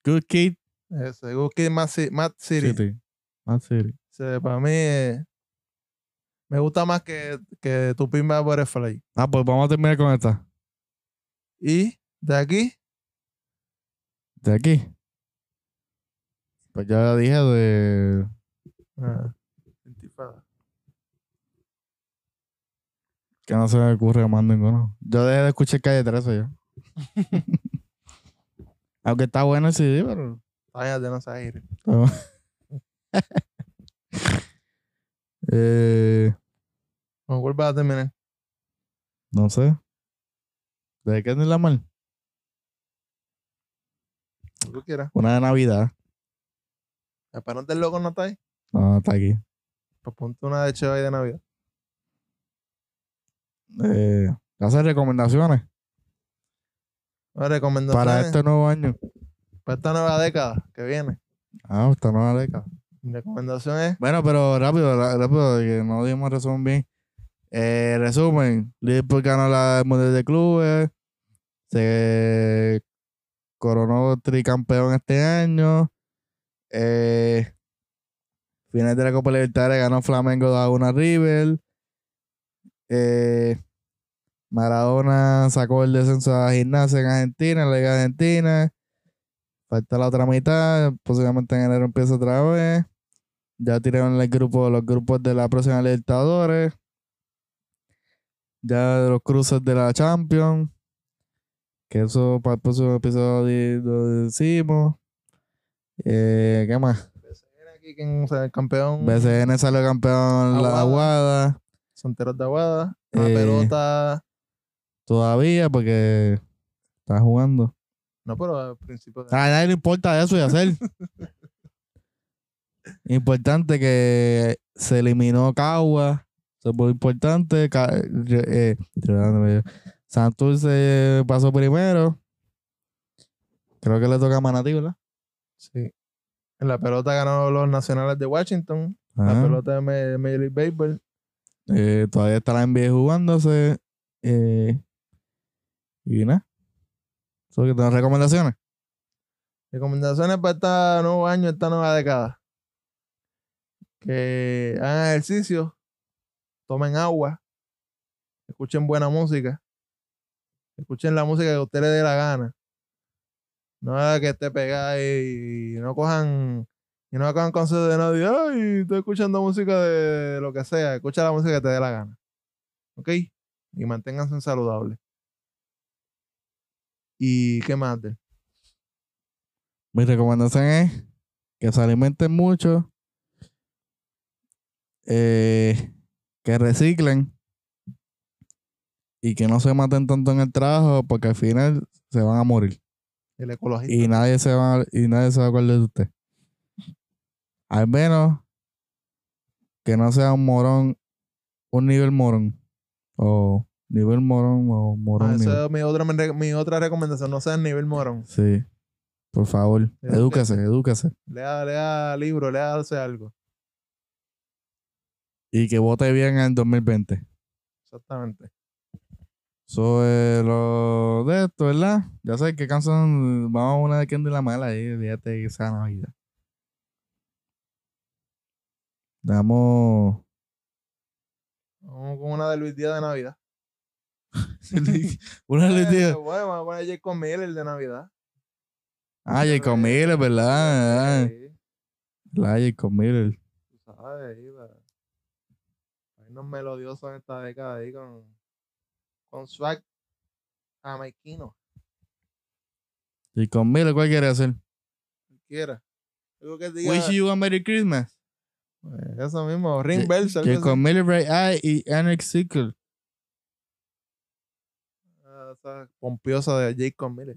Speaker 1: Good Kid
Speaker 2: Ese, Gookie Mad Ci- Mad City.
Speaker 1: City. Mad City.
Speaker 2: para mí eh, me gusta más que, que tu pimba Butterfly.
Speaker 1: Ah, pues vamos a terminar con esta.
Speaker 2: Y de aquí,
Speaker 1: De aquí. Pues ya dije de.
Speaker 2: ah, Intifada.
Speaker 1: Que no se me ocurre más ninguno. Yo dejé de escuchar calle 13 ya. Aunque está bueno el CD, pero.
Speaker 2: Cállate, no sabes ir.
Speaker 1: Eh,
Speaker 2: Con cuál vas a terminar.
Speaker 1: no sé. ¿De qué es la mal?
Speaker 2: Lo que quieras.
Speaker 1: Una de Navidad.
Speaker 2: El parón del loco no está ahí.
Speaker 1: No, no está aquí.
Speaker 2: Pues ponte una de Cheva y de Navidad.
Speaker 1: Eh, hacer recomendaciones
Speaker 2: Una recomendación
Speaker 1: para este nuevo año.
Speaker 2: para esta nueva década que viene.
Speaker 1: Ah, esta nueva década.
Speaker 2: Mi recomendación es
Speaker 1: Bueno, pero rápido, ra- rápido, que no dimos resumen bien. Eh, resumen, Liverpool ganó la Mundial de Clubes, se coronó tricampeón este año, eh, final de la Copa Libertadores ganó Flamengo 2 a 1 a River, eh, Maradona sacó el descenso a Gimnasia en Argentina, en la Liga Argentina, falta la otra mitad, posiblemente en enero empieza otra vez. Ya tiraron el grupo, los grupos de la próxima Libertadores. Ya de los cruces de la Champions. Que eso para el próximo episodio lo decimos. Eh, ¿Qué más?
Speaker 2: viene aquí quien o sea, el campeón
Speaker 1: BCN salió campeón la
Speaker 2: Aguada.
Speaker 1: Aguada.
Speaker 2: Santeros de Aguada. La
Speaker 1: Eh.
Speaker 2: pelota.
Speaker 1: Todavía porque está jugando.
Speaker 2: No, pero al principio de
Speaker 1: A nadie le importa eso y hacer. importante que se eliminó Cagua. Eso fue importante. Ca- re- eh, revelándome yo. Santurce pasó primero. Creo que le toca a Manatí, ¿verdad?
Speaker 2: Sí. En la pelota ganó los nacionales de Washington. La
Speaker 1: Ajá.
Speaker 2: pelota de Ma- Major League Baseball.
Speaker 1: Eh, todavía está la NBA jugándose. eh, y nada. Solo que tengo recomendaciones.
Speaker 2: Recomendaciones para este nuevo año, esta nueva década. Que hagan ejercicio, tomen agua, escuchen buena música, escuchen la música que a usted le dé la gana. No haga que esté pegada y no cojan y no cojan consejos de nadie. Ay, estoy escuchando música de lo que sea. Escucha la música que te dé la gana. ¿Ok? Y manténganse saludables. ¿Y qué más? Del?
Speaker 1: Mi recomendación es que se alimenten mucho, eh, que reciclen y que no se maten tanto en el trabajo porque al final se van a morir
Speaker 2: El ecologista.
Speaker 1: y nadie se va y nadie se va a acordar de usted. Al menos que no sea un morón, un nivel morón o nivel morón o morón.
Speaker 2: Ah, esa
Speaker 1: nivel.
Speaker 2: es mi otra, mi, re- mi otra recomendación. No seas nivel morón.
Speaker 1: Sí, por favor,
Speaker 2: Edúquese.
Speaker 1: edúquese, edúquese
Speaker 2: Lea, lea libro, lea hace algo.
Speaker 1: y que vote bien en el 2020.
Speaker 2: Exactamente.
Speaker 1: Sobre eh, lo de esto, ¿verdad? Ya sé que canción. Vamos a una de Kendrick Lamar ahí, fíjate que esa Navidad. Damos.
Speaker 2: Vamos con una de Luis Díaz de Navidad.
Speaker 1: una le
Speaker 2: Eh,
Speaker 1: digo.
Speaker 2: Bueno, vamos a poner Jacob Miller de Navidad. Eh,
Speaker 1: Ah, Jacob Miller, ¿verdad? Ah,
Speaker 2: Sí,
Speaker 1: La Jacob Miller.
Speaker 2: tú sabes, eh, ahí va. Hay unos melodiosos en esta década ahí con, con swag jamaiquino.
Speaker 1: Jacob Miller, ¿cuál quiere hacer?
Speaker 2: Quiera. Algo que diga.
Speaker 1: Wish you a Merry Christmas.
Speaker 2: Eh, Eso mismo, Ring Bells. algo así.
Speaker 1: Jacob Miller, Bright Eye y Annex Sickle.
Speaker 2: Ah, esa pompiosa de Jacob Miller.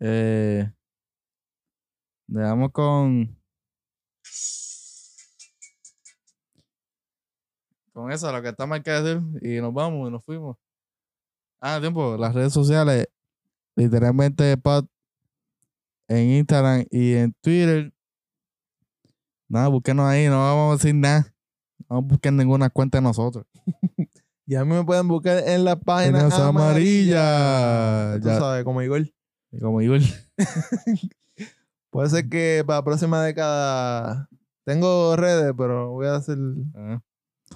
Speaker 1: Eh, Le damos con. Con eso, lo que está mal que decir. Y nos vamos y nos fuimos. Ah, tiempo, las redes sociales. Literalmente, Pat. En Instagram y en Twitter. Nada, búsquenos ahí, no vamos a decir nada. No busquen ninguna cuenta de nosotros.
Speaker 2: Ya me pueden buscar en la página
Speaker 1: Páginas
Speaker 2: amarilla.
Speaker 1: amarillas.
Speaker 2: Tú
Speaker 1: Ya.
Speaker 2: sabes, como igual.
Speaker 1: Y Como Igor.
Speaker 2: Puede ser que para la próxima década tengo redes, pero voy a hacer.
Speaker 1: Ah,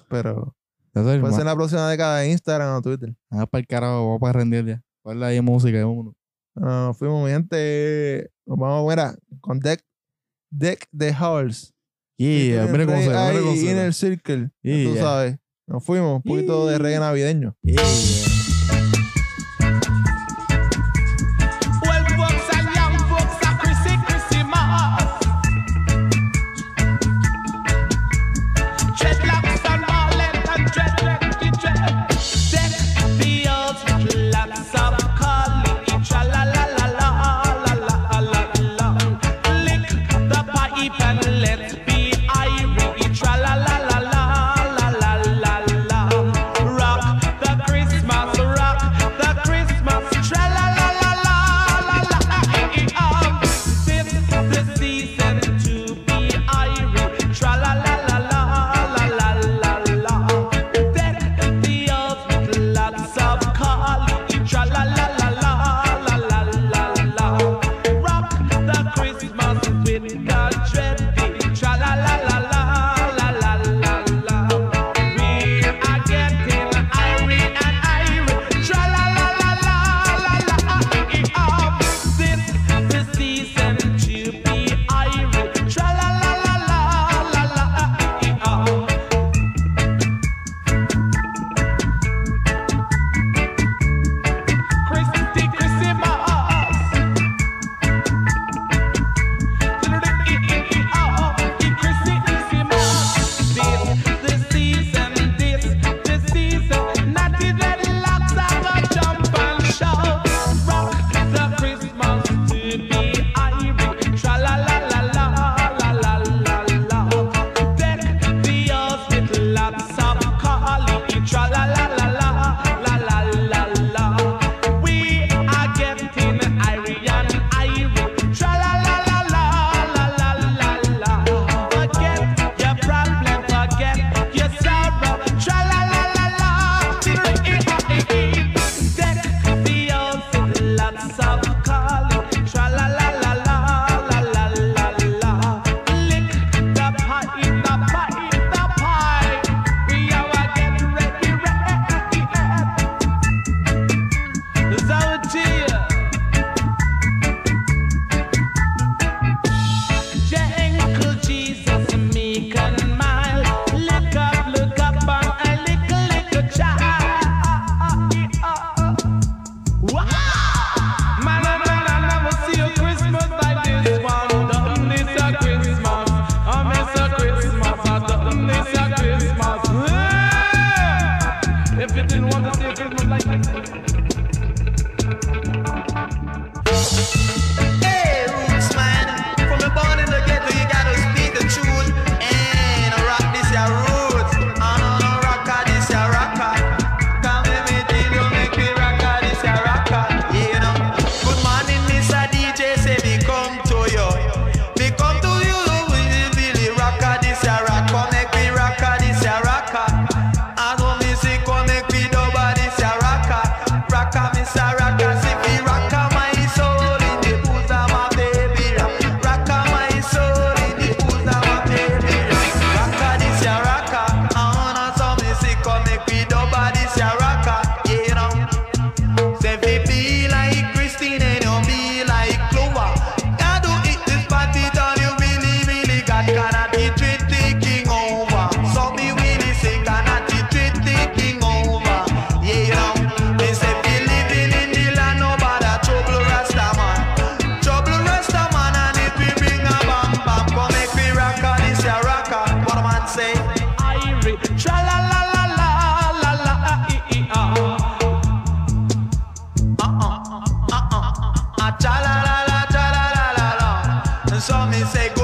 Speaker 2: Pero
Speaker 1: ya soy ma-
Speaker 2: puede ser en la próxima década de Instagram o Twitter.
Speaker 1: Ah, para el carajo, vamos para rendir ya. Ponle ahí música, vámonos.
Speaker 2: Ah, nos fuimos, mi gente. Nos vamos, mira, con Deck, Deck the Halls.
Speaker 1: Yeah, mira cómo se mira cómo
Speaker 2: En
Speaker 1: suena.
Speaker 2: el Circle. ya Tú
Speaker 1: Yeah.
Speaker 2: sabes. Nos fuimos, un poquito de reggae navideño.
Speaker 6: Well, folks are young, folks are Chrissy, Chrissy Mars. Dreadlocks on Marlin and dreadlock to dread. Deck the halls with lots of collie. Tra la la la la la la la la. Lick the pipe and let's be Irish. Tra la la la la la la la la. Rock the Christmas ah, ah, Uh-uh. Ah, saw me say